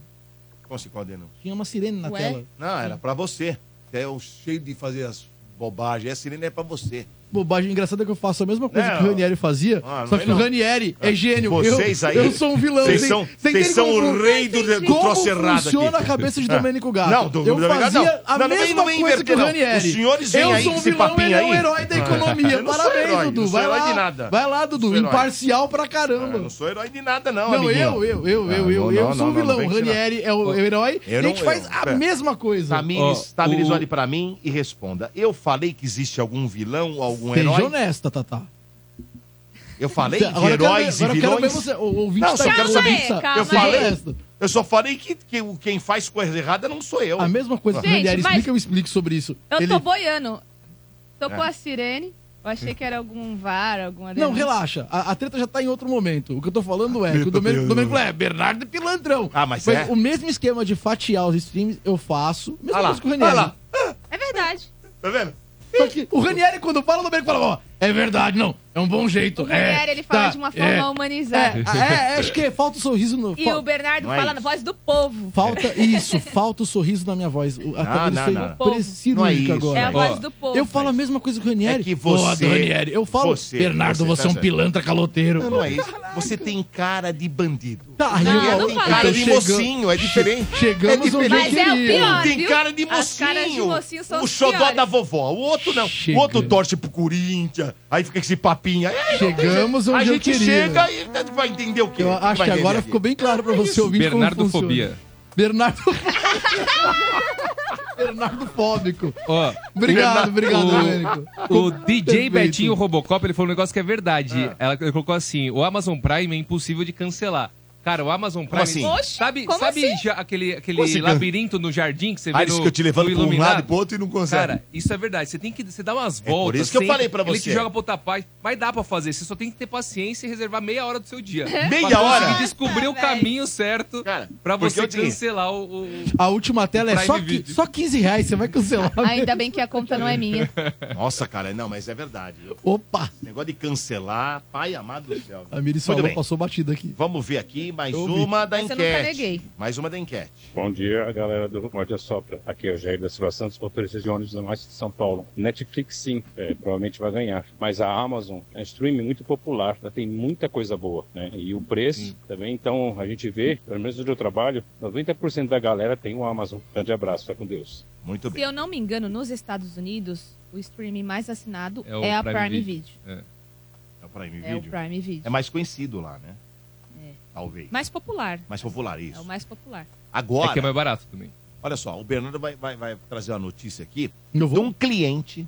Speaker 1: Como se qual denúncia?
Speaker 6: Tinha uma sirene na
Speaker 3: Ué?
Speaker 6: tela.
Speaker 1: Não, era pra você. É o cheio de fazer as bobagens. Essa sirene é pra você.
Speaker 6: Bobagem engraçada que eu faço a mesma coisa
Speaker 1: Não.
Speaker 6: que o Ranieri fazia,
Speaker 1: Ah, não
Speaker 6: só
Speaker 1: é
Speaker 6: que
Speaker 1: não.
Speaker 6: o Ranieri é gênio. Eu-
Speaker 1: Vocês aí-
Speaker 6: eu, sou um vilão.
Speaker 1: Vocês
Speaker 6: sem-
Speaker 1: são- vocês
Speaker 6: sem terem
Speaker 1: são o
Speaker 6: como-
Speaker 1: rei do- do
Speaker 6: como
Speaker 1: troço errado
Speaker 6: funciona
Speaker 1: aqui.
Speaker 6: a cabeça de
Speaker 1: Ah.
Speaker 6: Domênico Gato.
Speaker 1: Não, do-
Speaker 6: eu
Speaker 1: do Domênico Gato,
Speaker 6: fazia
Speaker 1: não. Não,
Speaker 6: a
Speaker 1: não vem-
Speaker 6: mesma
Speaker 1: não vem
Speaker 6: coisa que
Speaker 1: inverter,
Speaker 6: o
Speaker 1: não.
Speaker 6: Ranieri.
Speaker 1: Os senhores vêm
Speaker 6: eu
Speaker 1: aí
Speaker 6: sou
Speaker 1: com
Speaker 6: um
Speaker 1: esse
Speaker 6: vilão,
Speaker 1: papinho
Speaker 6: ele é um
Speaker 1: aí.
Speaker 6: herói da
Speaker 1: Ah.
Speaker 6: economia.
Speaker 1: Eu não sou
Speaker 6: Parabéns,
Speaker 1: herói, não
Speaker 6: Dudu.
Speaker 1: sou
Speaker 6: Vai
Speaker 1: herói
Speaker 6: lá,
Speaker 1: de nada.
Speaker 6: vai lá,
Speaker 1: Não
Speaker 6: Dudu.
Speaker 1: sou herói.
Speaker 6: Imparcial pra
Speaker 1: Ah, eu
Speaker 6: caramba.
Speaker 1: não sou herói de nada, não,
Speaker 6: Não,
Speaker 1: amiguinho.
Speaker 6: eu, eu, eu,
Speaker 1: Ah,
Speaker 6: eu, eu,
Speaker 1: não,
Speaker 6: eu
Speaker 1: não,
Speaker 6: sou o
Speaker 1: não, não,
Speaker 6: vilão.
Speaker 1: vem
Speaker 6: O
Speaker 1: com isso, não.
Speaker 6: Ranieri é o é o herói.
Speaker 1: Eu
Speaker 6: a gente
Speaker 1: não-
Speaker 6: faz
Speaker 1: eu-
Speaker 6: a
Speaker 1: pera.
Speaker 6: mesma coisa.
Speaker 1: Tamires,
Speaker 5: Ó,
Speaker 1: Tamires,
Speaker 5: o-
Speaker 1: olhe pra mim e responda. Eu falei que existe algum vilão ou algum
Speaker 6: Seja
Speaker 1: um herói?
Speaker 6: honesta, Tatá.
Speaker 1: Eu falei de
Speaker 6: eu quero
Speaker 1: heróis
Speaker 6: ver-
Speaker 1: e
Speaker 6: agora eu quero ver
Speaker 1: vilões?
Speaker 6: você. O o ouvinte
Speaker 1: Não,
Speaker 6: tá
Speaker 1: só quero
Speaker 6: aqui,
Speaker 1: saber.
Speaker 6: sabe?
Speaker 3: Calma
Speaker 1: Eu falei.
Speaker 6: Honesta.
Speaker 1: Eu só falei que, que o- quem faz coisa errada não sou eu.
Speaker 6: A mesma coisa que o
Speaker 3: Gente,
Speaker 6: Ranieri
Speaker 3: mas-
Speaker 6: explica, eu explico sobre isso.
Speaker 3: Eu
Speaker 6: Ele- É.
Speaker 3: tô boiando. Tocou a sirene. Eu achei que era algum VAR, alguma
Speaker 6: Não,
Speaker 3: denúncia.
Speaker 6: relaxa. A, a treta já tá em outro momento. O que eu tô falando é que o Domênico, o Domênico é Bernardo Pilantrão.
Speaker 1: Ah, mas
Speaker 6: Foi
Speaker 1: é?
Speaker 6: O mesmo esquema de fatiar os streams eu faço. Mesma
Speaker 1: Ah lá,
Speaker 6: coisa que o
Speaker 1: ah
Speaker 6: Ranieri.
Speaker 1: lá.
Speaker 3: É verdade.
Speaker 1: Tá vendo?
Speaker 6: Só que o Ranieri, quando fala, o Domênico fala, ó, é verdade, não. É um bom jeito. tá,
Speaker 3: O Ranieri, ele fala de uma forma humanizada.
Speaker 6: É, é, acho que falta o sorriso no.
Speaker 3: E
Speaker 6: fal-
Speaker 3: o Bernardo
Speaker 1: Não é
Speaker 3: fala na
Speaker 1: isso.
Speaker 3: voz do povo.
Speaker 6: Falta isso, falta o sorriso na minha voz. O- A
Speaker 1: Não,
Speaker 6: Tamires
Speaker 1: não,
Speaker 6: foi
Speaker 1: não.
Speaker 6: pre-
Speaker 1: Não é
Speaker 6: cirúrgica
Speaker 1: isso,
Speaker 6: agora.
Speaker 3: É a
Speaker 1: Ó,
Speaker 3: voz do povo.
Speaker 6: Eu falo a mesma coisa que o Ranieri.
Speaker 1: É que
Speaker 6: Ó,
Speaker 1: você-
Speaker 6: do Ranieri. Eu falo,
Speaker 1: você-
Speaker 6: Bernardo,
Speaker 1: você
Speaker 6: você,
Speaker 1: tá
Speaker 6: é um
Speaker 1: certo.
Speaker 6: pilantra caloteiro.
Speaker 1: Não, não é isso. Você tem cara de bandido.
Speaker 6: Tá, aí
Speaker 3: Não,
Speaker 6: eu
Speaker 3: não
Speaker 6: falo,
Speaker 1: tem
Speaker 3: fala
Speaker 1: cara
Speaker 6: então
Speaker 1: de
Speaker 6: chega-
Speaker 1: mocinho, é diferente.
Speaker 6: Chegamos
Speaker 1: É diferente.
Speaker 6: onde eu
Speaker 3: Mas é o
Speaker 6: queria.
Speaker 3: pior.
Speaker 1: Tem
Speaker 3: viu?
Speaker 1: cara de
Speaker 3: As
Speaker 1: mocinho.
Speaker 3: caras de mocinho são
Speaker 1: o
Speaker 3: as
Speaker 1: xodó
Speaker 3: piores.
Speaker 1: da vovó. O outro não.
Speaker 6: Chega.
Speaker 1: O outro torce pro Corinthians. Aí fica com esse papinho. Aí,
Speaker 6: Chegamos
Speaker 1: a
Speaker 6: onde eu
Speaker 1: gente
Speaker 6: queria.
Speaker 1: chega e tá, vai entender o quê?
Speaker 6: Eu acho
Speaker 1: Vai
Speaker 6: que agora
Speaker 1: entender
Speaker 6: ficou
Speaker 1: aqui.
Speaker 6: bem claro
Speaker 3: é
Speaker 6: pra você ouvir como funciona.
Speaker 5: Bernardofobia.
Speaker 6: Bernardo... Bernardo fóbico.
Speaker 5: Ó,
Speaker 6: Obrigado, obrigado,
Speaker 5: o-
Speaker 6: Domênico.
Speaker 5: O DJ
Speaker 6: Perfeito.
Speaker 5: Betinho Robocop, ele falou um negócio que é verdade.
Speaker 3: Ah.
Speaker 5: Ela, ele colocou assim: o Amazon Prime é impossível de cancelar. Cara, o Amazon Prime.
Speaker 1: assim?
Speaker 3: Oxe,
Speaker 5: Sabe,
Speaker 3: como
Speaker 5: sabe
Speaker 3: assim?
Speaker 5: ja- aquele, aquele
Speaker 1: Como assim, cara?
Speaker 5: labirinto no jardim que você vê
Speaker 1: Aí
Speaker 5: no,
Speaker 1: isso que eu te levando
Speaker 5: no
Speaker 1: pra um lado
Speaker 5: iluminado?
Speaker 1: e pro outro e não consegue. É
Speaker 5: Cara, isso é verdade. Você tem que você dá umas
Speaker 1: por
Speaker 5: voltas.
Speaker 1: isso que eu
Speaker 5: sempre,
Speaker 1: falei pra
Speaker 5: Ele
Speaker 1: você.
Speaker 5: te joga pra outra parte. Mas dá pra fazer. Você só tem que ter paciência e reservar meia hora do seu dia.
Speaker 1: Meia
Speaker 5: pra
Speaker 1: hora?
Speaker 5: conseguir descobrir o
Speaker 3: Nossa,
Speaker 5: caminho certo
Speaker 1: Cara,
Speaker 5: pra
Speaker 1: porque
Speaker 5: você
Speaker 1: eu te-
Speaker 5: cancelar o. o-
Speaker 6: A última tela é
Speaker 5: Prime
Speaker 6: só, qui-
Speaker 5: Video.
Speaker 6: só 15 reais, você vai cancelar.
Speaker 3: Ah, Ainda bem que a conta não é minha.
Speaker 1: Nossa, cara, não, mas é verdade. Esse
Speaker 6: Opa!
Speaker 1: negócio de cancelar, pai amado do céu.
Speaker 6: A Miri
Speaker 1: Muito
Speaker 6: Salva
Speaker 1: bem.
Speaker 6: passou batida aqui.
Speaker 1: Vamos ver aqui mais
Speaker 12: Eu ouvi.
Speaker 1: uma da
Speaker 12: Essa eu nunca
Speaker 1: enquete.
Speaker 12: neguei.
Speaker 1: Mais uma da enquete.
Speaker 12: Bom dia, galera do Morde a Sopra. Aqui é o Jair da Silva Santos, motorista de ônibus do Norte de São Paulo. Netflix, sim, é, provavelmente vai ganhar. Mas a Amazon é um streaming muito popular, ela tem muita coisa boa, né? E o preço também, então, a gente vê, pelo menos onde eu trabalho, 90% da galera tem o Amazon. Grande abraço, vai com Deus.
Speaker 1: Muito
Speaker 3: Se eu não me engano, nos Estados Unidos, o streaming mais assinado é, a Prime, Video.
Speaker 1: É. É o Prime
Speaker 3: É o
Speaker 1: Video.
Speaker 3: Prime Video.
Speaker 1: É mais conhecido lá, né?
Speaker 3: É.
Speaker 1: Talvez.
Speaker 3: Mais popular.
Speaker 1: Mais popular, isso.
Speaker 3: É o mais popular.
Speaker 1: Agora.
Speaker 5: É que é mais barato também.
Speaker 1: Olha só, o Bernardo vai, vai- vai trazer uma notícia aqui de um cliente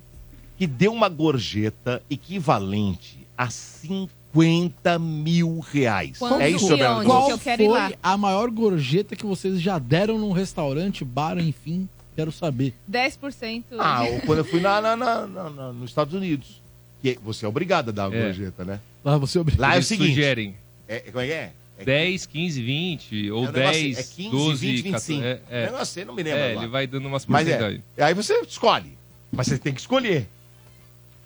Speaker 1: que deu uma gorjeta equivalente a 50 mil reais. é isso, Bernardo?
Speaker 6: Qual
Speaker 3: que eu quero ir
Speaker 6: foi
Speaker 3: lá?
Speaker 6: a maior gorjeta que vocês já deram num restaurante, bar, enfim? Quero saber.
Speaker 3: 10%.
Speaker 1: Ah,
Speaker 3: de-
Speaker 1: ou quando eu fui na, na- na- na- na- nos Estados Unidos. Que você é obrigado a dar a gorjeta, né?
Speaker 6: Lá você obriga.
Speaker 1: Lá é o
Speaker 5: Eles
Speaker 1: seguinte.
Speaker 5: sugerem.
Speaker 1: É, como é que é? É
Speaker 5: 10, 15, 20, ou
Speaker 1: É um negócio-
Speaker 5: 10,
Speaker 1: é 15,
Speaker 5: 12,
Speaker 1: 20,
Speaker 5: 14,
Speaker 1: 25.
Speaker 5: É, é.
Speaker 1: Negócio assim, não me lembro
Speaker 5: É,
Speaker 1: agora.
Speaker 5: ele vai dando umas
Speaker 1: Mas
Speaker 5: porcentagens.
Speaker 1: é. Aí você escolhe. Mas você tem que escolher.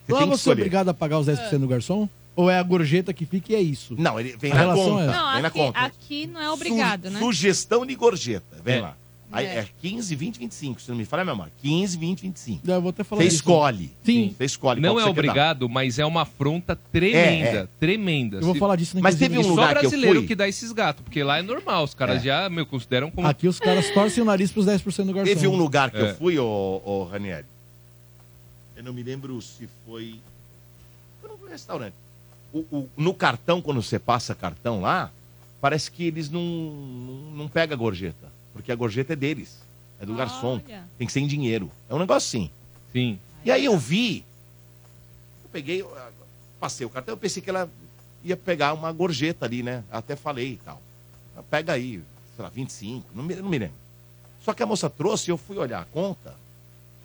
Speaker 1: Você
Speaker 6: Lá
Speaker 1: tem que
Speaker 6: você é
Speaker 1: escolher.
Speaker 6: obrigado a pagar os 10% do garçom? Ou é a gorjeta que fica e é isso?
Speaker 1: Não, ele vem
Speaker 6: A
Speaker 1: na
Speaker 6: relação
Speaker 1: conta.
Speaker 6: é essa.
Speaker 3: Não,
Speaker 1: vem na
Speaker 3: aqui,
Speaker 1: conta.
Speaker 3: aqui não é obrigado, né?
Speaker 1: Sugestão de gorjeta. Vem lá. Aí
Speaker 3: É.
Speaker 1: é 15, 20, 25. Se não me falha a memória. 15, 20, 25.
Speaker 6: Eu vou até falar
Speaker 1: Você
Speaker 6: isso.
Speaker 1: escolhe.
Speaker 6: Sim.
Speaker 1: Você escolhe.
Speaker 5: Não
Speaker 1: qual
Speaker 5: é
Speaker 1: que você quer dar.
Speaker 5: obrigado, mas é uma afronta tremenda.
Speaker 1: É, é.
Speaker 5: Tremenda.
Speaker 1: Eu vou
Speaker 5: Se-
Speaker 1: falar disso, Mas inclusive, teve um
Speaker 5: E
Speaker 1: lugar que
Speaker 5: só
Speaker 1: eu
Speaker 5: brasileiro
Speaker 1: fui-
Speaker 5: que dá esses gatos, porque lá é normal. Os caras já, meu, consideram
Speaker 1: Ah,
Speaker 5: como.
Speaker 6: Aqui os caras torcem o nariz pros 10% do garçom.
Speaker 1: Teve um lugar que
Speaker 5: É.
Speaker 1: eu fui, ô, ô Ranieri. Eu não me lembro se foi. Foi num restaurante. O, o- no cartão, quando você passa cartão lá, parece que eles não, não, não pegam a gorjeta. Porque a gorjeta é deles. É do garçom. Tem que ser em dinheiro. É um negócio assim.
Speaker 5: Sim.
Speaker 1: E aí eu vi. Eu peguei, eu, ah, passei o cartão, eu pensei que ela ia pegar uma gorjeta ali, né? Até falei e tal. Ela Pega aí, sei lá, 25, não me, não me lembro. Só que a moça trouxe, eu fui olhar a conta,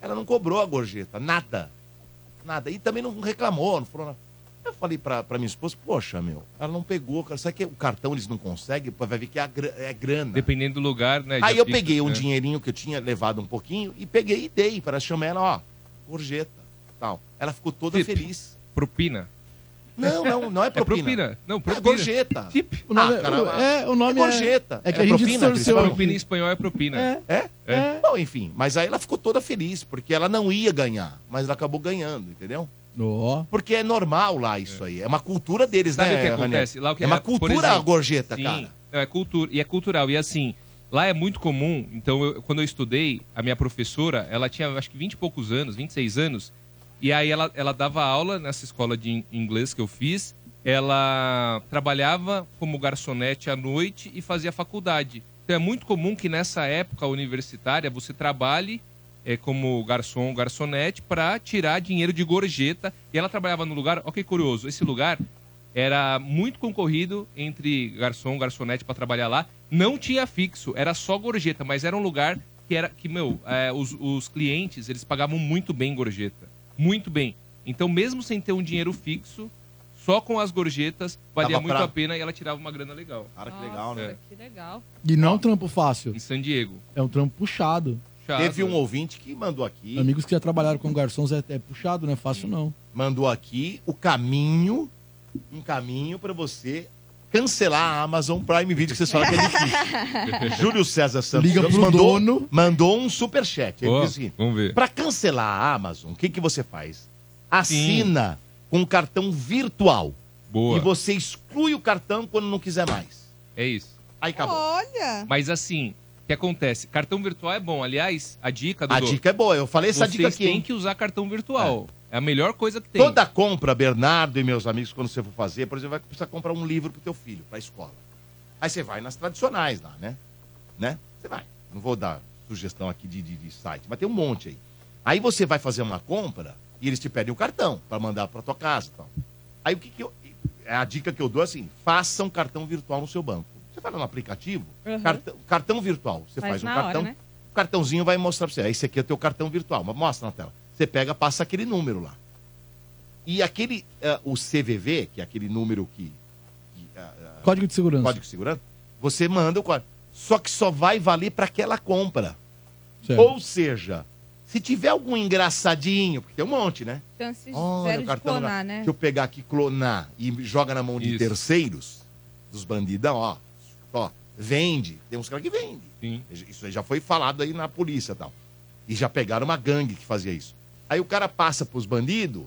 Speaker 1: ela não cobrou a gorjeta, nada. Nada. E também não reclamou, não falou nada. Eu falei pra, pra minha esposa, poxa, meu, ela não pegou, cara. Será que o cartão eles não conseguem? Pô, Vai ver que é, a gra- é grana.
Speaker 5: Dependendo do lugar, né?
Speaker 1: Aí
Speaker 5: já
Speaker 1: eu
Speaker 5: fica,
Speaker 1: peguei um
Speaker 5: né?
Speaker 1: dinheirinho que eu tinha levado um pouquinho e peguei e dei para chamar ela, ó, gorjeta, tal. Ela ficou toda feliz.
Speaker 5: Propina.
Speaker 1: Não, não, não é propina.
Speaker 5: Tipo. propina. Não, propina. Tipo.
Speaker 1: É gorjeta.
Speaker 6: O nome é- é, o nome é-
Speaker 1: Ah, gorjeta.
Speaker 6: é que a gente
Speaker 1: que eles
Speaker 6: distorceu
Speaker 1: falam?
Speaker 5: Propina em espanhol é propina.
Speaker 1: É? é? Bom, enfim, mas aí ela ficou toda feliz, porque ela não ia ganhar, mas ela acabou ganhando, entendeu? Porque é normal lá isso aí. É uma cultura deles,
Speaker 5: Sabe
Speaker 1: né,
Speaker 5: o que acontece?
Speaker 1: Ranieri?
Speaker 5: Lá o que
Speaker 1: é uma
Speaker 5: por
Speaker 1: cultura a
Speaker 5: exemplo,
Speaker 1: gorjeta,
Speaker 5: sim,
Speaker 1: cara.
Speaker 5: não, É cultura, e é cultural. E assim, lá é muito comum. Então, eu- quando eu estudei, a minha professora, ela tinha acho que 20 e poucos anos, 26 anos. E aí ela, ela dava aula nessa escola de in- inglês que eu fiz. Ela trabalhava como garçonete à noite e fazia faculdade. Então é muito comum que nessa época universitária você trabalhe é, como garçom, garçonete, para tirar dinheiro de gorjeta. E ela trabalhava no lugar, olha que curioso, esse lugar era muito concorrido entre garçom, garçonete para trabalhar lá. Não tinha fixo, era só gorjeta, mas era um lugar que era que meu, é, os, os clientes eles pagavam muito bem gorjeta, muito bem. Então mesmo sem ter um dinheiro fixo, só com as gorjetas valia
Speaker 1: Dava
Speaker 5: muito
Speaker 1: pra-
Speaker 5: a pena e ela tirava uma grana legal.
Speaker 1: Cara,
Speaker 3: que legal,
Speaker 5: é.
Speaker 3: né? Que legal.
Speaker 6: E não é um trampo fácil.
Speaker 5: Em San Diego.
Speaker 6: É um trampo puxado.
Speaker 1: Teve
Speaker 5: é.
Speaker 1: um ouvinte que mandou aqui.
Speaker 6: Amigos que já trabalharam com garçons é, é puxado, não é fácil não.
Speaker 1: mandou aqui o caminho, um caminho para você cancelar a Amazon Prime Video que vocês falam que é difícil. Júlio César Santos
Speaker 6: Liga
Speaker 1: Santos
Speaker 6: pro
Speaker 1: mandou,
Speaker 6: dono.
Speaker 1: mandou um superchat. Ele
Speaker 5: Ó,
Speaker 1: disse o seguinte,
Speaker 5: vamos ver.
Speaker 1: Pra cancelar a Amazon, o que, que você faz? Assina com um cartão virtual.
Speaker 5: Boa.
Speaker 1: E você exclui o cartão quando não quiser mais.
Speaker 5: É isso.
Speaker 1: Aí acabou.
Speaker 13: Olha!
Speaker 5: Mas assim, o que acontece? Cartão virtual é bom. Aliás, a dica do
Speaker 1: A dica é boa. Eu falei essa dica aqui,
Speaker 5: Tem
Speaker 1: hein?
Speaker 5: que usar cartão virtual. É. a melhor coisa que tem.
Speaker 1: Toda compra, Bernardo e meus amigos, quando você for fazer, por exemplo, vai precisar comprar um livro pro teu filho, pra escola. Aí você vai nas tradicionais lá, né? Né? Você vai. Não vou dar sugestão aqui de, de- de site, mas tem um monte aí. Aí você vai fazer uma compra e eles te pedem o cartão pra mandar pra tua casa e tal. Aí o que que eu... A dica que eu dou é assim, faça um cartão virtual no seu banco. Você vai lá no aplicativo,
Speaker 12: Uhum.
Speaker 1: cartão, cartão virtual. Você
Speaker 12: Faz
Speaker 1: faz, um
Speaker 12: na hora,
Speaker 1: cartão...
Speaker 12: né?
Speaker 1: O cartãozinho vai mostrar pra você. "Ah, Esse aqui é o teu cartão virtual. Mas mostra na tela. Você pega, passa aquele número lá. E aquele, eh, o CVV, que é aquele número que... que, ah, ah,
Speaker 6: Código de segurança.
Speaker 1: Código de segurança. Você manda o código. Só que só vai valer para aquela compra.
Speaker 6: Certo.
Speaker 1: Ou seja, se tiver algum engraçadinho, porque tem um monte, né?
Speaker 3: Chances
Speaker 1: Olha, o
Speaker 3: zero
Speaker 1: tá
Speaker 3: de
Speaker 1: cartão
Speaker 3: clonar,
Speaker 1: lá.
Speaker 3: né?
Speaker 1: Deixa eu pegar aqui, clonar e joga na mão de terceiros, dos bandidão, ó. Ó, vende. Tem uns caras que vendem. Isso aí já foi falado aí na polícia e tal. E já pegaram uma gangue que fazia isso. Aí o cara passa pros bandidos.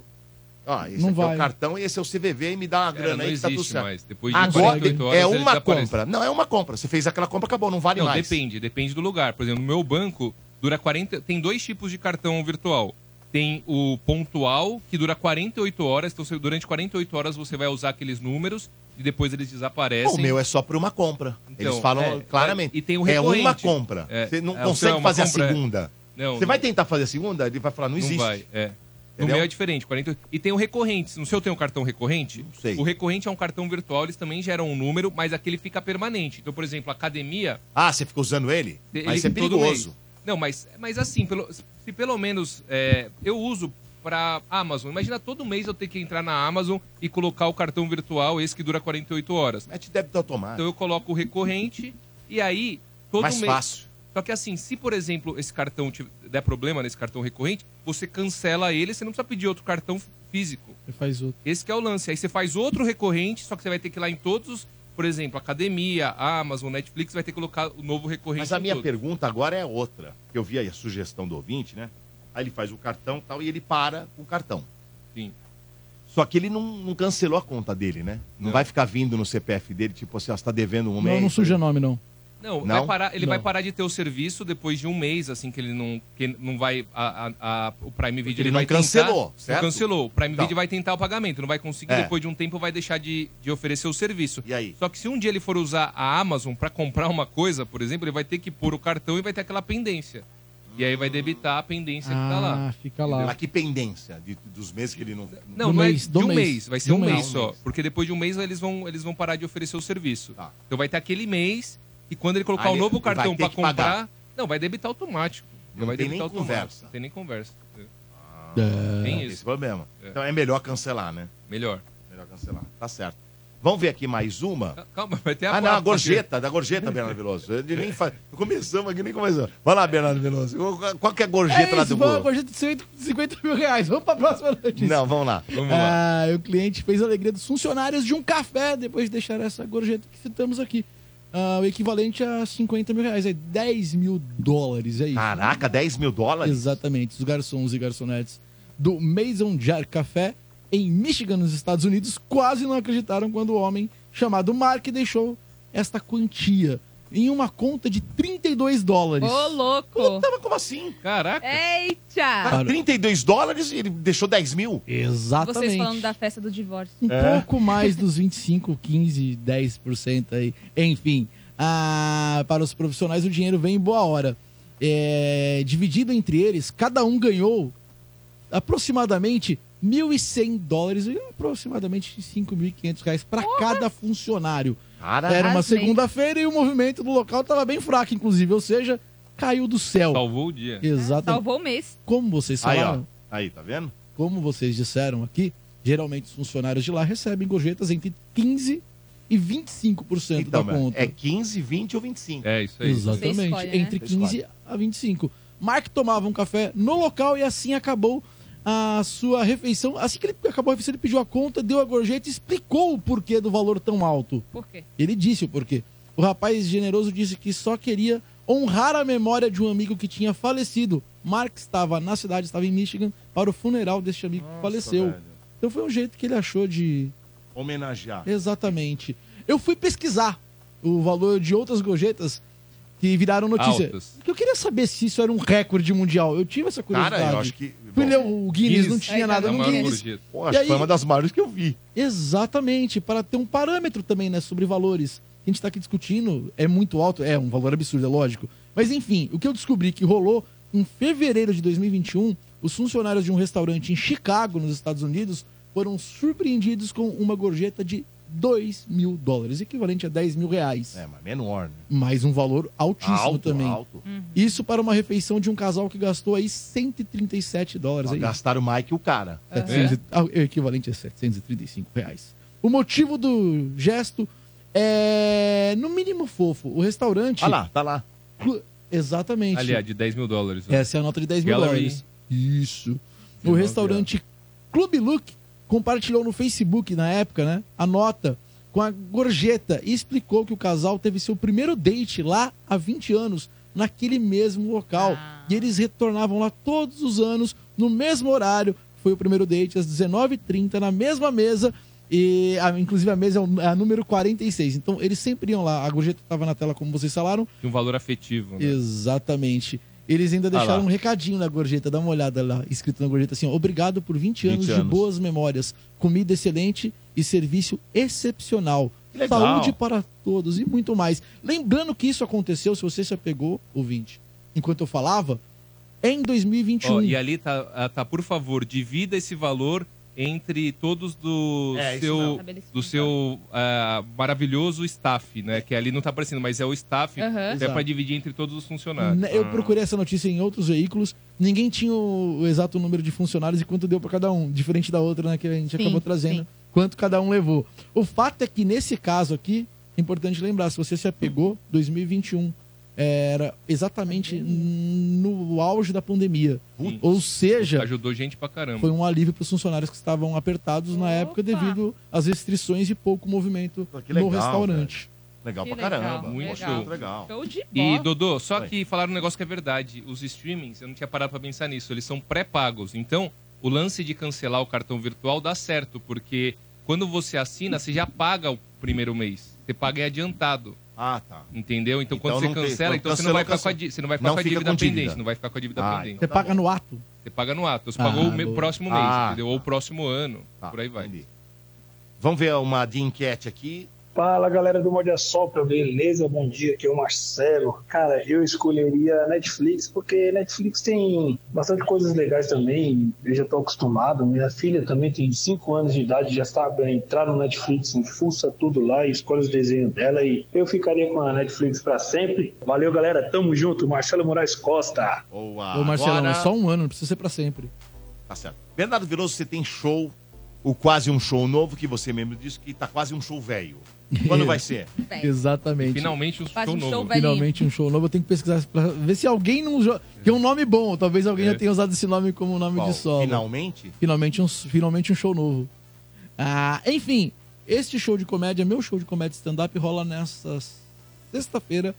Speaker 1: Ó, esse
Speaker 6: Não
Speaker 1: aqui é
Speaker 6: vai.
Speaker 1: o cartão e esse é o CVV e me dá uma
Speaker 5: Cara,
Speaker 1: grana
Speaker 5: não
Speaker 1: aí que tá tudo
Speaker 5: existe
Speaker 1: certo.
Speaker 5: mais. Depois de
Speaker 1: Agora
Speaker 5: 48 horas,
Speaker 1: é
Speaker 5: ele
Speaker 1: uma
Speaker 5: desaparece.
Speaker 1: compra. Não, é uma compra. Você fez aquela compra, acabou, não vale
Speaker 5: não,
Speaker 1: mais.
Speaker 5: depende, depende do lugar. Por exemplo, no meu banco, dura 40. Tem dois tipos de cartão virtual. Tem o pontual, que dura 48 horas. Então, você- durante 48 horas você vai usar aqueles números e depois eles desaparecem.
Speaker 1: O meu é só para uma compra.
Speaker 5: assim, Então,
Speaker 1: Eles falam
Speaker 5: é,
Speaker 1: claramente.
Speaker 5: e tem o
Speaker 1: é
Speaker 5: recorrente.
Speaker 1: uma compra.
Speaker 5: É,
Speaker 1: Você não
Speaker 5: é, o seu é
Speaker 1: consegue
Speaker 5: uma
Speaker 1: fazer a
Speaker 5: compra, é.
Speaker 1: segunda.
Speaker 5: Não,
Speaker 1: Você
Speaker 5: não.
Speaker 1: vai tentar fazer a segunda, ele vai falar, não existe.
Speaker 5: Não vai, é. No
Speaker 1: Entendeu?
Speaker 5: meu é diferente, 40... E tem o recorrente. No seu tem um cartão recorrente? Não
Speaker 1: sei.
Speaker 5: O recorrente é um cartão virtual, eles também geram um número, mas aquele fica permanente. Então, por exemplo, academia,
Speaker 1: Ah, você fica usando ele?
Speaker 5: ele
Speaker 1: Mas isso é
Speaker 5: todo
Speaker 1: perigoso.
Speaker 5: mês. Não, mas, mas assim, pelo, se pelo menos é, eu uso para Amazon. Imagina todo mês eu ter que entrar na Amazon e colocar o cartão virtual, esse que dura 48 horas.
Speaker 1: Mete débito automático.
Speaker 5: Então eu coloco o recorrente e aí todo
Speaker 1: Mais
Speaker 5: mês.
Speaker 1: fácil.
Speaker 5: Só que assim, se por exemplo esse cartão te der problema nesse cartão recorrente, você cancela ele, você não precisa pedir outro cartão físico.
Speaker 6: Ele faz outro.
Speaker 5: Esse que é o lance. Aí você faz outro recorrente, só que você vai ter que ir lá em todos os, por exemplo, academia, Amazon, Netflix, vai ter que colocar o novo recorrente.
Speaker 1: Mas a
Speaker 5: em
Speaker 1: minha
Speaker 5: todos.
Speaker 1: pergunta agora é outra. Eu vi aí a sugestão do ouvinte, né? Aí ele faz o cartão e tal, e ele para o cartão.
Speaker 5: Sim.
Speaker 1: Só que ele não, não cancelou a conta dele, né? Não, vai ficar vindo no CPF dele, tipo assim, ó, você tá devendo um mês.
Speaker 6: Não, não suja nome, não.
Speaker 5: Não,
Speaker 1: Não?
Speaker 5: Vai parar, ele
Speaker 1: Não.
Speaker 5: vai parar de ter o serviço depois de um mês, assim, que ele não, que não vai. a- a- a- o Prime Video
Speaker 1: ele
Speaker 5: vai
Speaker 1: não cancelou,
Speaker 5: tentar,
Speaker 1: certo?
Speaker 5: Não cancelou. O Prime
Speaker 1: Então.
Speaker 5: Video vai tentar o pagamento, não vai conseguir.
Speaker 1: É.
Speaker 5: Depois de um tempo vai deixar de, de oferecer o serviço. E aí? Só que se um dia ele for usar a Amazon para comprar uma coisa, por exemplo, ele vai ter que pôr o cartão e vai ter aquela pendência. E aí vai debitar a pendência que tá lá.
Speaker 6: Ah, fica lá.
Speaker 1: Mas que pendência de- dos meses que ele não.
Speaker 5: Não,
Speaker 6: Do
Speaker 5: não
Speaker 6: mês,
Speaker 5: é
Speaker 6: do
Speaker 5: de um mês.
Speaker 6: mês.
Speaker 5: vai ser
Speaker 6: Do
Speaker 5: um mês,
Speaker 6: mês.
Speaker 5: só. Porque depois de um mês eles vão, eles vão parar de oferecer o serviço. Então vai ter aquele mês e quando ele colocar
Speaker 1: Tá. Aí
Speaker 5: o
Speaker 1: ele
Speaker 5: novo
Speaker 1: vai
Speaker 5: cartão
Speaker 1: ter
Speaker 5: pra
Speaker 1: que pagar.
Speaker 5: comprar, não, vai debitar automático.
Speaker 1: Não
Speaker 5: vai
Speaker 1: tem
Speaker 5: debitar
Speaker 1: nem
Speaker 5: automático.
Speaker 1: conversa.
Speaker 5: Não tem nem conversa.
Speaker 1: Tem
Speaker 5: Tem
Speaker 1: esse
Speaker 5: isso.
Speaker 1: problema.
Speaker 5: É.
Speaker 1: Então é melhor cancelar, né?
Speaker 5: Melhor.
Speaker 1: Melhor cancelar. Tá certo. Vamos ver aqui mais uma.
Speaker 5: Calma, vai
Speaker 6: É
Speaker 5: ter
Speaker 1: Ah,
Speaker 5: a
Speaker 1: não, a
Speaker 5: quarta aqui.
Speaker 1: gorjeta, da gorjeta, Bernardo Veloso. Eu nem fa... Começamos aqui, nem começamos. Vai lá, Bernardo Veloso. Qual- Qual que é a gorjeta
Speaker 6: é
Speaker 1: lá
Speaker 6: isso,
Speaker 1: do
Speaker 6: vamos,
Speaker 1: Google?
Speaker 6: gorjeta de 50, 50 mil reais. Vamos pra próxima notícia.
Speaker 1: Não, vamos lá.
Speaker 6: Ah, o cliente fez a alegria dos funcionários de um café depois de deixar essa gorjeta que citamos aqui. Ah, o equivalente a 50 mil reais, é 10 mil dólares, é isso.
Speaker 1: Caraca, 10 mil dólares?
Speaker 6: Exatamente, os garçons e garçonetes do Maison Jar Café, em Michigan, nos Estados Unidos, quase não acreditaram quando o homem chamado Mark deixou esta quantia em uma conta de 32 dólares.
Speaker 3: Ô, louco!
Speaker 1: Puta, mas como assim?
Speaker 5: Caraca!
Speaker 3: É.
Speaker 6: Ah.
Speaker 3: Eita!
Speaker 1: Cara, 32 dólares e ele deixou 10 mil?
Speaker 6: Exatamente.
Speaker 3: Vocês falando da festa do divórcio.
Speaker 6: um
Speaker 1: É.
Speaker 6: pouco mais dos 25, 15, 10% aí. Enfim, ah, para os profissionais o dinheiro vem em boa hora. É, dividido entre eles, cada um ganhou aproximadamente 1.100 dólares, e aproximadamente 5.500 reais para cada funcionário.
Speaker 1: Caraca.
Speaker 6: Era uma
Speaker 1: Arrasei.
Speaker 6: segunda-feira e o movimento do local estava bem fraco, inclusive, ou seja, caiu do céu.
Speaker 5: Salvou o dia.
Speaker 6: Exatamente.
Speaker 3: Salvou o mês.
Speaker 6: Como vocês
Speaker 1: Aí,
Speaker 6: falaram,
Speaker 1: ó. Aí, tá vendo?
Speaker 6: como vocês disseram aqui, geralmente os funcionários de lá recebem gorjetas entre 15% e 25%
Speaker 1: Então,
Speaker 6: da
Speaker 1: mano,
Speaker 6: conta.
Speaker 1: é 15, 20 ou 25.
Speaker 5: É, isso
Speaker 6: Exatamente,
Speaker 1: Você escolhe, né?
Speaker 6: entre
Speaker 1: Você
Speaker 6: 15
Speaker 1: escolhe.
Speaker 6: a 25. Mark tomava um café no local e assim acabou a sua refeição. Assim que ele acabou a refeição, ele pediu a conta, deu a gorjeta e explicou o porquê do valor tão alto.
Speaker 3: Por quê?
Speaker 6: Ele disse o porquê. O rapaz generoso disse que só queria honrar a memória de um amigo que tinha falecido. Mark estava na cidade, estava em Michigan, para o funeral deste amigo que É, faleceu.
Speaker 1: velho.
Speaker 6: Então foi um jeito que ele achou de. é
Speaker 1: Homenagear.
Speaker 6: Exatamente. Eu fui pesquisar o valor de outras gorjetas que viraram notícia.
Speaker 5: Altas.
Speaker 6: Porque eu queria saber se isso era um recorde mundial. Eu tive essa curiosidade.
Speaker 1: Cara, eu acho que.
Speaker 6: Fui
Speaker 1: bom,
Speaker 6: ler o Guinness, não tinha nada
Speaker 5: É
Speaker 6: no
Speaker 5: uma
Speaker 6: Guinness.
Speaker 5: gorjeta.
Speaker 1: Pô, acho que
Speaker 6: E
Speaker 1: foi
Speaker 6: aí-
Speaker 1: uma das maiores que eu vi.
Speaker 6: Exatamente, para ter um parâmetro também, né, sobre valores. A gente está aqui discutindo, é muito alto, é um valor absurdo, é lógico. Mas enfim, o que eu descobri que rolou em fevereiro de 2021, os funcionários de um restaurante em Chicago, nos Estados Unidos, foram surpreendidos com uma gorjeta de 2 mil dólares, equivalente a 10 mil reais.
Speaker 1: É, mas menor, né?
Speaker 6: Mas um valor altíssimo
Speaker 1: Alto,
Speaker 6: também. Uhum.
Speaker 1: alto.
Speaker 6: Isso para uma refeição de um casal que gastou aí 137 dólares. é
Speaker 1: Ó,
Speaker 6: aí.
Speaker 1: Gastaram mais que o cara. Tá
Speaker 6: 700 e- ah, é. equivalente a 735 reais. O motivo do gesto é, no mínimo, fofo. O restaurante...
Speaker 1: Olha lá, tá lá.
Speaker 6: Clu- Exatamente.
Speaker 5: Aliás, de 10 mil dólares. né?
Speaker 6: Essa é a nota de 10 mil
Speaker 5: Gallery.
Speaker 6: dólares. Isso. O restaurante Clube Look compartilhou no Facebook, na época, né? A nota com a gorjeta e explicou que o casal teve seu primeiro date lá há 20 anos, naquele mesmo local. E eles retornavam lá todos os anos, no mesmo horário. Foi o primeiro date, às 19h30, na mesma mesa. E a- inclusive a mesa é o- é a número 46. Então eles sempre iam lá. A gorjeta estava na tela, como vocês falaram.
Speaker 5: De um valor afetivo, né?
Speaker 6: Exatamente. Eles ainda
Speaker 5: Ah
Speaker 6: deixaram
Speaker 5: lá.
Speaker 6: um recadinho na gorjeta, dá uma olhada lá, escrito na gorjeta assim: ó, obrigado por 20 anos,
Speaker 1: 20 anos.
Speaker 6: de boas memórias, comida excelente e serviço excepcional.
Speaker 1: Que legal.
Speaker 6: Saúde para todos e muito mais. Lembrando que isso aconteceu, se você se apegou, ouvinte, enquanto eu falava, é em 2021.
Speaker 5: Ó, e ali tá, ah, tá, por favor, divida esse valor entre todos do
Speaker 6: É, isso
Speaker 3: Tá
Speaker 5: seu,
Speaker 6: mesmo.
Speaker 5: do seu ah, maravilhoso staff, né? Que ali não tá aparecendo, mas é o staff.
Speaker 6: Aham.
Speaker 5: É pra
Speaker 6: Exato.
Speaker 5: dividir entre todos os funcionários.
Speaker 6: Né, Eu
Speaker 5: Ah.
Speaker 6: procurei essa notícia em outros veículos. Ninguém tinha o, o exato número de funcionários e quanto deu para cada um, diferente da outra né, que a gente
Speaker 1: Sim,
Speaker 6: acabou trazendo.
Speaker 1: sim.
Speaker 6: Quanto cada um levou. O fato é que nesse caso aqui, é importante lembrar, se você se apegou, 2021 era exatamente no auge da pandemia.
Speaker 5: Sim.
Speaker 6: Ou seja,
Speaker 5: Ajudou gente pra caramba.
Speaker 6: foi um alívio para os funcionários que estavam apertados na época devido às restrições e pouco movimento
Speaker 5: legal,
Speaker 6: no restaurante.
Speaker 1: Legal
Speaker 5: Que
Speaker 1: pra caramba.
Speaker 5: legal, Muito
Speaker 1: Poxa,
Speaker 5: legal.
Speaker 1: muito legal.
Speaker 3: Show de
Speaker 5: E,
Speaker 3: bola.
Speaker 5: Dodô, só
Speaker 1: Oi.
Speaker 5: que falaram um negócio que é verdade. Os streamings, eu não tinha parado pra pensar nisso, eles são pré-pagos. Então, o lance de cancelar o cartão virtual dá certo, porque quando você assina, você já paga o primeiro mês. Você paga em adiantado.
Speaker 1: Ah, tá.
Speaker 5: Entendeu? Então, quando
Speaker 1: Então
Speaker 5: você
Speaker 1: não tem-
Speaker 5: cancela,
Speaker 1: não
Speaker 5: então você não
Speaker 1: cancelou,
Speaker 5: vai ficar com a,
Speaker 1: cancelou.
Speaker 5: di- você não vai ficar
Speaker 1: Não
Speaker 5: com a
Speaker 1: fica
Speaker 5: dívida
Speaker 1: com dívida.
Speaker 5: pendente, não vai ficar com a dívida
Speaker 1: Ah,
Speaker 5: pendente.
Speaker 6: Você paga no ato.
Speaker 5: Você paga no ato. Você
Speaker 1: Ah,
Speaker 5: pagou o me-
Speaker 1: boa.
Speaker 5: próximo mês,
Speaker 1: Ah,
Speaker 5: entendeu? Ou o próximo ano. Por aí vai.
Speaker 1: Tá, Vamos ver uma de enquete aqui.
Speaker 13: Fala galera do Morde a Sopra, beleza? Bom dia, aqui é o Marcelo. Cara, eu escolheria Netflix porque Netflix tem bastante coisas legais também. Eu já tô acostumado. Minha filha também tem 5 anos de idade, já sabe entrar no Netflix, fuça tudo lá e escolhe os desenhos dela. E eu ficaria com a Netflix pra sempre. Valeu galera, tamo junto. Marcelo Moraes Costa.
Speaker 1: Boa.
Speaker 6: Ô, Marcelão,
Speaker 1: Agora-
Speaker 6: é só um ano, não precisa ser pra sempre.
Speaker 1: Tá certo. Bernardo Veloso, você tem show, o quase um show novo, que você mesmo disse que tá quase um show velho. Quando vai ser?
Speaker 6: Exatamente.
Speaker 5: Finalmente um
Speaker 1: Faz
Speaker 5: show
Speaker 1: um show
Speaker 5: novo.
Speaker 1: velhinho.
Speaker 6: Finalmente um show novo. Eu tenho que pesquisar pra ver se alguém não usa. Que é um nome bom. Talvez alguém já tenha usado esse nome como nome
Speaker 1: Qual?
Speaker 6: de solo.
Speaker 1: Finalmente?
Speaker 6: Finalmente um, finalmente um show novo. Ah, enfim, este show de comédia, meu show de comédia stand-up, rola nesta sexta-feira,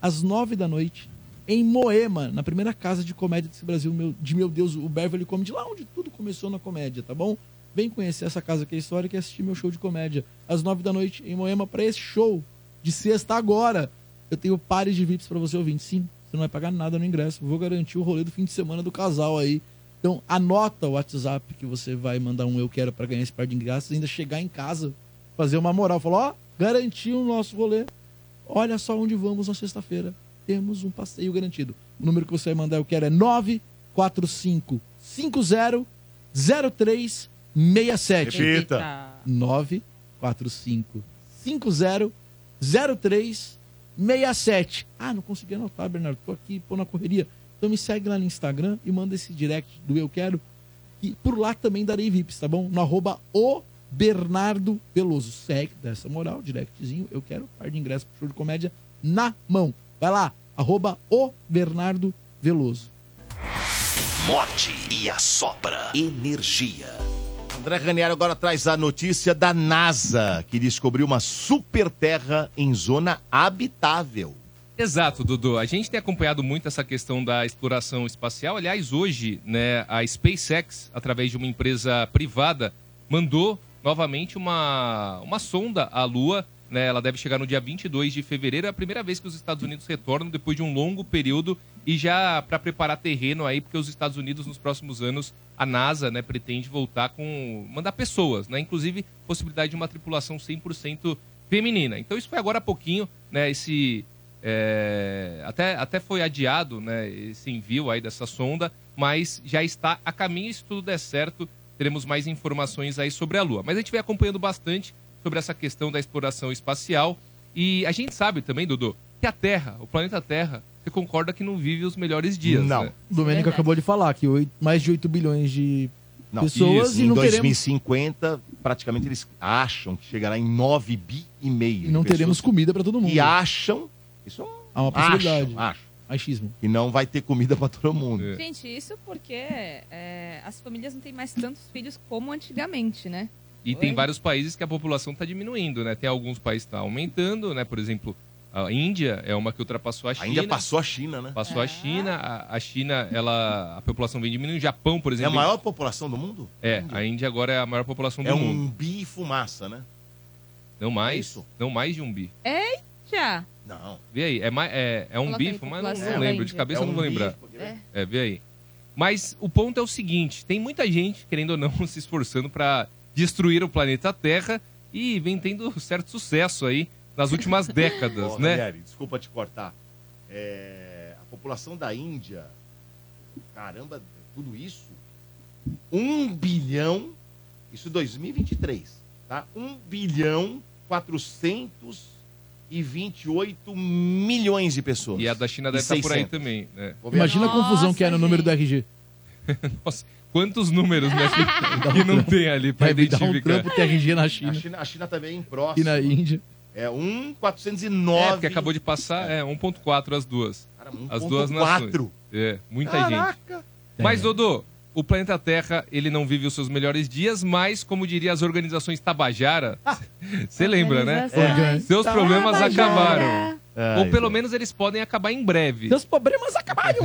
Speaker 6: às nove da noite, em Moema, na primeira casa de comédia desse Brasil, meu, de meu Deus, o Beverly Comedy, lá onde tudo começou na comédia, tá bom? Vem conhecer essa casa que é histórica e assistir meu show de comédia, às nove da noite, em Moema, pra esse show de sexta agora. Eu tenho pares de VIPs pra você ouvinte, sim. Você não vai pagar nada no ingresso. Vou garantir o rolê do fim de semana do casal aí. Então, anota o WhatsApp que você vai mandar um eu quero pra ganhar esse par de ingressos. Ainda chegar em casa, fazer uma moral. Falar, ó, garantiu o nosso rolê. Olha só onde vamos na sexta-feira. Temos um passeio garantido. O número que você vai mandar eu quero é 945 50 0367.
Speaker 1: Repita.
Speaker 6: 945 50 0367. Ah, não consegui anotar, Bernardo. Tô aqui, pô, na correria. Então me segue lá no Instagram e manda esse direct do Eu Quero. E por lá também darei VIPs, tá bom? No arroba o Bernardo Veloso. Segue, dá essa moral, directzinho. Eu quero par de ingresso pro show de comédia na mão. Vai lá, arroba o Bernardo Veloso.
Speaker 2: Morte e a sopra. Energia.
Speaker 1: André Ranieri agora traz a notícia da NASA, que descobriu uma super terra em zona habitável.
Speaker 5: Exato, Dudu. A gente tem acompanhado muito essa questão da exploração espacial. Aliás, hoje, né, a SpaceX, através de uma empresa privada, mandou novamente uma, uma sonda à Lua. né? ela deve chegar no dia 22 de fevereiro. É a primeira vez que os Estados Unidos retornam depois de um longo período e já para preparar terreno aí, porque os Estados Unidos nos próximos anos a NASA, né, pretende voltar com mandar pessoas, né, inclusive possibilidade de uma tripulação 100% feminina. Então isso foi agora há pouquinho, né, esse é, até, até foi adiado né, esse envio aí dessa sonda, mas já está a caminho. Se tudo der certo, teremos mais informações aí sobre a Lua. Mas a gente vem acompanhando bastante sobre essa questão da exploração espacial. E a gente sabe também, Dudu, que a Terra, o planeta Terra, você concorda que não vive os melhores dias.
Speaker 1: Não.
Speaker 5: né?
Speaker 6: O Domênico acabou de falar que oito- mais de 8 bilhões de
Speaker 1: Não,
Speaker 6: pessoas
Speaker 1: isso,
Speaker 6: e
Speaker 1: em
Speaker 6: não teremos,
Speaker 1: 2050, praticamente eles acham que chegará em 9 bi e meio.
Speaker 6: e não teremos comida para todo mundo.
Speaker 1: E acham, isso é
Speaker 6: Há uma possibilidade.
Speaker 1: Acham, acham.
Speaker 6: Achismo.
Speaker 1: E não vai ter comida pra todo mundo.
Speaker 5: É.
Speaker 3: Gente, isso porque é, as famílias não têm mais tantos filhos como antigamente, né?
Speaker 5: E tem vários países que a população está diminuindo, né? Tem alguns países que estão aumentando, né? Por exemplo, a Índia é uma que ultrapassou a China.
Speaker 1: Ainda passou a China, né?
Speaker 5: Passou
Speaker 3: É.
Speaker 5: a China. A, a China, ela, a população vem diminuindo. O Japão, por
Speaker 1: É a
Speaker 5: exemplo...
Speaker 1: maior população do mundo?
Speaker 5: É, a Índia agora é a maior população do
Speaker 1: É
Speaker 5: mundo.
Speaker 1: um bi fumaça, né?
Speaker 5: Não mais. Não mais de um bi.
Speaker 3: Eita!
Speaker 1: Não.
Speaker 5: Vê aí, é, mai- é, é um
Speaker 3: Coloca aí,
Speaker 5: bifo, mas não,
Speaker 3: população
Speaker 5: não lembro.
Speaker 3: da
Speaker 5: De
Speaker 3: Índia.
Speaker 5: cabeça
Speaker 3: É
Speaker 5: eu não
Speaker 3: um
Speaker 5: vou lembrar.
Speaker 3: bifo, é.
Speaker 5: É, vê aí. Mas o ponto é o seguinte: tem muita gente, querendo ou não, se esforçando para destruir o planeta Terra e vem tendo certo sucesso aí nas últimas décadas,
Speaker 1: Ó,
Speaker 5: né?
Speaker 1: Ranieri, desculpa te cortar. É, a população da Índia, caramba, tudo isso, um bilhão, isso 2023, tá? Um bilhão 428 milhões de pessoas.
Speaker 5: E a da China
Speaker 1: E
Speaker 5: deve estar por aí
Speaker 1: 600.
Speaker 5: também, né?
Speaker 6: Imagina a confusão que é no número do RG.
Speaker 5: Nossa, quantos números, né? que- Que não tem ali pra
Speaker 6: Vai me dar um
Speaker 5: identificar.
Speaker 6: trampo ter RG na China.
Speaker 1: A China, a China também é em
Speaker 6: E
Speaker 1: próximo.
Speaker 6: na Índia.
Speaker 1: É 1,409.
Speaker 5: É, porque acabou de passar, é, 1.4 as duas. as duas
Speaker 1: 1.4?
Speaker 5: nações. É, muita gente. Mas, Dodô, o planeta Terra, ele não vive os seus melhores dias, mas, como diria as organizações Tabajara, você lembra, né?
Speaker 6: Organizações
Speaker 5: Seus
Speaker 3: Ah,
Speaker 5: problemas
Speaker 6: Tabajara.
Speaker 5: acabaram.
Speaker 6: Ai,
Speaker 5: Ou pelo menos eles podem acabar em breve.
Speaker 6: Seus problemas acabaram.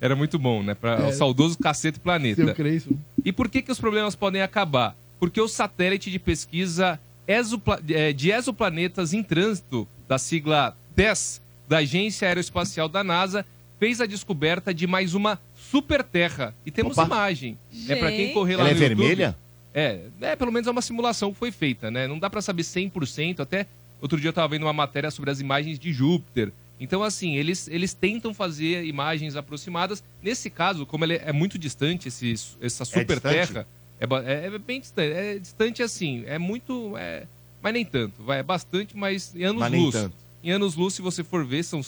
Speaker 5: Era muito bom, né? Pra
Speaker 6: É.
Speaker 5: o saudoso cacete planeta.
Speaker 6: Seu Crespo.
Speaker 5: E por que, que os problemas podem acabar? Porque o satélite de pesquisa exopla- eh, de exoplanetas em trânsito, da sigla TESS, da Agência Aeroespacial da NASA, fez a descoberta de mais uma superterra. E temos
Speaker 1: Opa.
Speaker 5: imagem. É para quem
Speaker 1: Gente.
Speaker 5: correr lá
Speaker 1: Ela é
Speaker 5: no YouTube.
Speaker 1: vermelha?
Speaker 5: É, é, pelo menos é uma simulação que foi feita, né? Não dá para saber 100%, até outro dia eu tava vendo uma matéria sobre as imagens de Júpiter. Então, assim, eles, eles tentam fazer imagens aproximadas. Nesse caso, como ele é muito distante, esse,
Speaker 1: É
Speaker 5: essa super terra, é, ba- é- é bem distante. É distante, assim, é muito... é- mas nem tanto, vai, é bastante, mas em anos
Speaker 1: Mas nem
Speaker 5: luz.
Speaker 1: tanto.
Speaker 5: Em anos-luz, se você for ver, são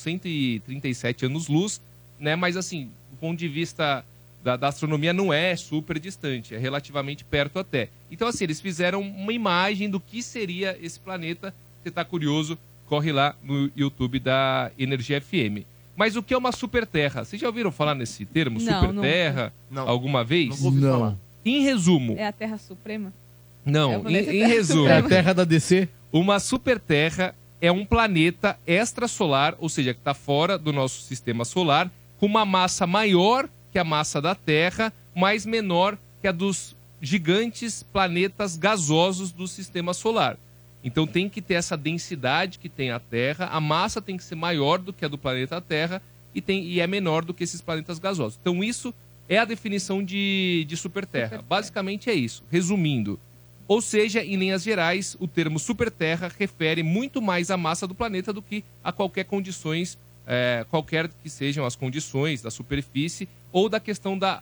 Speaker 5: 137 anos-luz, né? Mas assim, do ponto de vista da, da astronomia, não é super distante, é relativamente perto até. Então, assim, eles fizeram uma imagem do que seria esse planeta. Você está curioso, corre lá no YouTube da Energia FM. Mas o que é uma superterra? Vocês já ouviram falar nesse termo,
Speaker 3: Não,
Speaker 5: superterra, alguma vez? Não ouvi falar. Em resumo,
Speaker 3: É a Terra Suprema? É o
Speaker 5: não,
Speaker 3: planeta
Speaker 5: em, em
Speaker 3: Terra.
Speaker 5: resumo.
Speaker 3: É a Terra
Speaker 6: da DC?
Speaker 5: Uma superterra é um planeta extrasolar, ou seja, que está fora do nosso sistema solar, com uma massa maior que a massa da Terra, mas menor que a dos gigantes planetas gasosos do sistema solar. Então tem que ter essa densidade que tem a Terra, a massa tem que ser maior do que a do planeta Terra e, tem, e é menor do que esses planetas gasosos. Então isso é a definição de, de superterra. Basicamente é isso. Resumindo, ou seja, em linhas gerais, o termo superterra refere muito mais à massa do planeta do que a qualquer condições, eh, qualquer que sejam as condições da superfície ou da questão da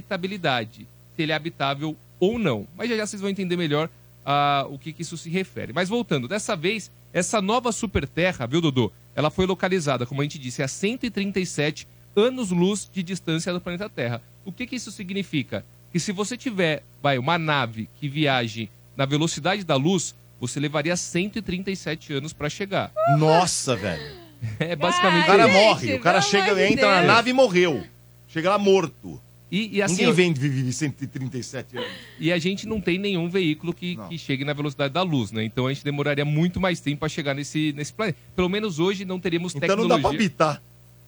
Speaker 5: habitabilidade, se ele é habitável ou não. Mas já já vocês vão entender melhor ah, o que, que isso se refere. Mas voltando, dessa vez, essa nova superterra, viu, Dodô? Ela foi localizada, como a gente disse, a 137 anos-luz de distância do planeta Terra. O que, que isso significa? Que se você tiver vai, uma nave que viaje na velocidade da luz, você levaria 137 anos para chegar.
Speaker 1: Nossa, velho.
Speaker 5: É basicamente
Speaker 1: O cara
Speaker 5: isso.
Speaker 1: morre, o cara chega, entra na nave e morreu. Chega lá morto.
Speaker 5: E, e assim,
Speaker 1: Ninguém
Speaker 5: ó,
Speaker 1: vem de viver 137 anos.
Speaker 5: E a gente não tem nenhum veículo que, que chegue na velocidade da luz, né? Então a gente demoraria muito mais tempo para chegar nesse, nesse planeta. Pelo menos hoje não teríamos
Speaker 1: Então não
Speaker 5: tecnologia.
Speaker 1: dá pra habitar.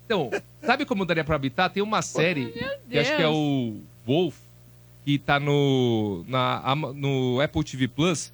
Speaker 5: Então, sabe como daria pra habitar? Tem uma série que acho que é
Speaker 1: Deus.
Speaker 5: o Wolf, que tá no, na, Ama- no Apple TV Plus,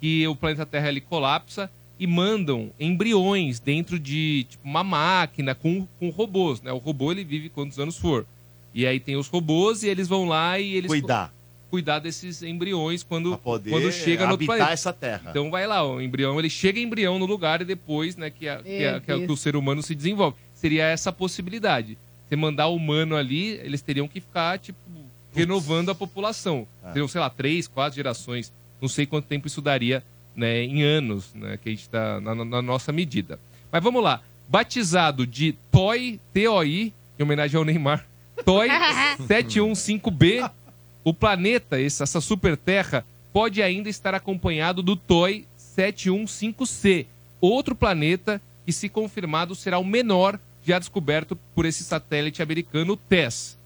Speaker 5: que o planeta Terra ele colapsa e mandam embriões dentro de tipo, uma máquina com, com robôs, né? O robô ele vive quantos anos for. E aí tem os robôs e eles vão lá e eles.
Speaker 1: Cuidar. Ah.
Speaker 5: Cuidar desses embriões quando,
Speaker 1: poder
Speaker 5: quando chega no outro
Speaker 1: habitar
Speaker 5: planeta.
Speaker 1: essa terra.
Speaker 5: Então vai lá, o embrião, ele chega embrião no lugar e depois, né, que, a- que, a-
Speaker 1: Meu
Speaker 5: que a- que o
Speaker 1: Deus.
Speaker 5: ser humano se desenvolve. Seria essa a possibilidade. Você mandar o humano ali, eles teriam que ficar, tipo, renovando a população.
Speaker 1: Ah.
Speaker 5: Teriam, sei lá, três, quatro gerações. Não sei quanto tempo isso daria, né, em anos, né, que a gente tá na, na- na nossa medida. Mas vamos lá. Batizado de TOI, TOI, em homenagem ao Neymar, TOI 715B, o planeta, esse- essa super terra, pode ainda estar acompanhado do TOI 715C, outro planeta que, se confirmado, será o menor já descoberto por esse satélite americano o TESS.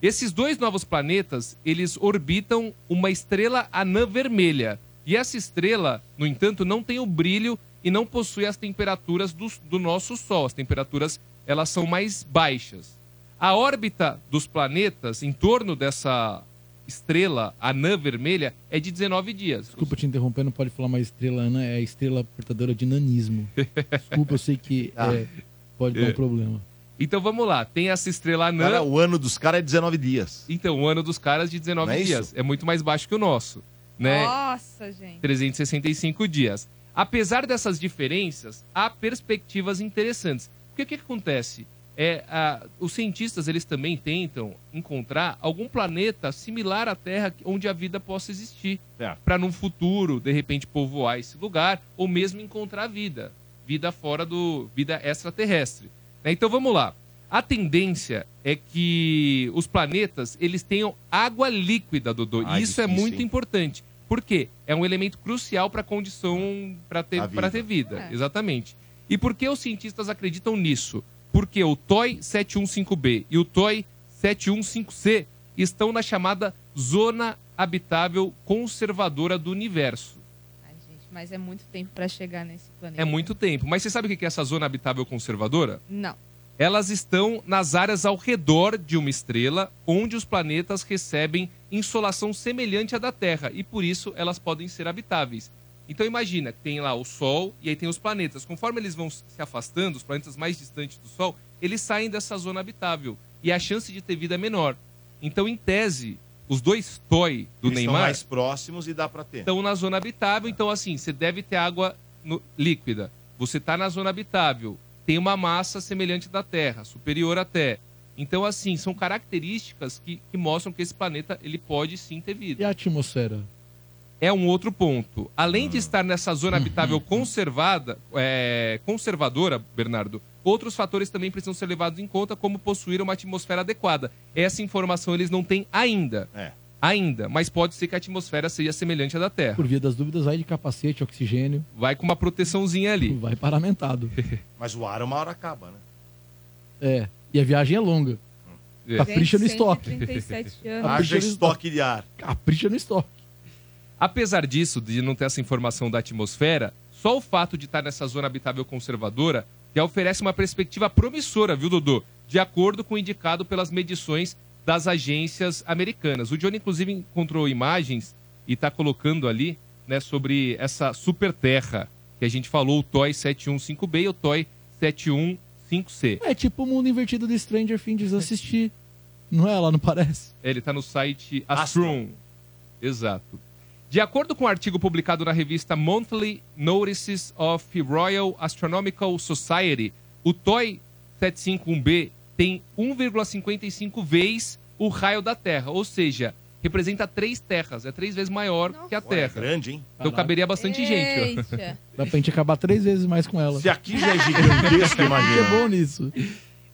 Speaker 5: Esses dois novos planetas, eles orbitam uma estrela anã vermelha. E essa estrela, no entanto, não tem o brilho e não possui as temperaturas do, do nosso Sol. As temperaturas, elas são mais baixas. A órbita dos planetas em torno dessa estrela anã vermelha é de 19 dias.
Speaker 6: Desculpa te interromper, não pode falar mais estrela, Ana. É a estrela portadora de nanismo. Desculpa, eu sei que é, pode dar um
Speaker 5: É.
Speaker 6: problema.
Speaker 5: Então vamos lá, tem essa estrela anã.
Speaker 1: Cara, o ano dos caras é 19 dias.
Speaker 5: Então, o ano dos caras de 19
Speaker 1: Não é isso?
Speaker 5: dias. É muito mais baixo que o nosso, né?
Speaker 3: Nossa, gente.
Speaker 5: 365 dias. Apesar dessas diferenças, há perspectivas interessantes. Porque o que, que acontece? É, a- os cientistas eles também tentam encontrar algum planeta similar à Terra onde a vida possa existir. Para num futuro, de repente, povoar esse lugar ou mesmo encontrar vida. Vida fora do. vida extraterrestre. Né? Então vamos lá. A tendência é que os planetas eles tenham água líquida, Dodô.
Speaker 14: Ah,
Speaker 5: e isso é
Speaker 14: difícil,
Speaker 5: muito
Speaker 14: hein?
Speaker 5: importante. Por quê? É um elemento crucial para a condição para ter
Speaker 14: Da
Speaker 5: vida.
Speaker 14: vida.
Speaker 5: Pra ter vida.
Speaker 14: É.
Speaker 5: Exatamente. E por que os cientistas acreditam nisso? Porque o TOI 715B e o TOI 715C estão na chamada zona habitável conservadora do universo.
Speaker 3: Mas é muito tempo pra chegar nesse planeta.
Speaker 5: É muito tempo. Mas você sabe o que é essa zona habitável conservadora?
Speaker 3: Não.
Speaker 5: elas estão nas áreas ao redor de uma estrela, onde os planetas recebem insolação semelhante à da Terra, e por isso elas podem ser habitáveis. Então imagina, tem lá o Sol e aí tem os planetas. Conforme eles vão se afastando, os planetas mais distantes do Sol, eles saem dessa zona habitável e a chance de ter vida é menor. Então, em tese, os dois TOI do
Speaker 1: Eles estão
Speaker 5: Neymar Então-
Speaker 1: mais próximos e dá pra ter.
Speaker 5: estão na zona habitável, então assim, você deve ter água no- líquida. Você está na zona habitável, tem uma massa semelhante da Terra, superior até. Então, assim, são características que, que mostram que esse planeta ele pode sim ter vida
Speaker 6: E a atmosfera?
Speaker 5: é um outro ponto. Além de estar nessa zona habitável conservada, é, conservadora, Bernardo, outros fatores também precisam ser levados em conta, como possuir uma atmosfera adequada. Essa informação eles não têm ainda.
Speaker 1: É,
Speaker 5: Ainda, mas pode ser que a atmosfera seja semelhante à da Terra.
Speaker 6: Por via das dúvidas, vai de capacete, oxigênio.
Speaker 5: Vai com uma proteçãozinha ali.
Speaker 6: Vai paramentado.
Speaker 1: Mas o ar uma hora acaba, né?
Speaker 6: É. E a viagem é longa.
Speaker 1: É.
Speaker 6: Capricha no
Speaker 1: Gente,
Speaker 6: estoque.
Speaker 1: 137
Speaker 5: Ah,
Speaker 1: anos.
Speaker 6: Capricha
Speaker 1: Haja
Speaker 6: no
Speaker 1: estoque de ar.
Speaker 6: Capricha no estoque.
Speaker 5: Apesar disso, de não ter essa informação da atmosfera, só o fato de estar nessa zona habitável conservadora já oferece uma perspectiva promissora, viu, Dodô? De acordo com o indicado pelas medições das agências americanas. O Johnny, inclusive, encontrou imagens e está colocando ali né, sobre essa super terra que a gente falou, o TOI 715B e o um TOI 715C.
Speaker 6: É tipo o mundo invertido do Stranger Things assistir. Não é? Lá não parece?
Speaker 5: Ele está no site Astrum. Exato. De acordo com um artigo publicado na revista Monthly Notices of Royal Astronomical Society, o TOI 751b tem 1,55 vezes o raio da Terra, ou seja, representa três terras, é três vezes maior que a Terra.
Speaker 1: é grande, hein?
Speaker 5: Então caberia bastante gente. ó.
Speaker 6: Dá pra gente acabar três vezes mais com ela.
Speaker 1: Se aqui já é gigantesco, imagina.
Speaker 6: é bom nisso.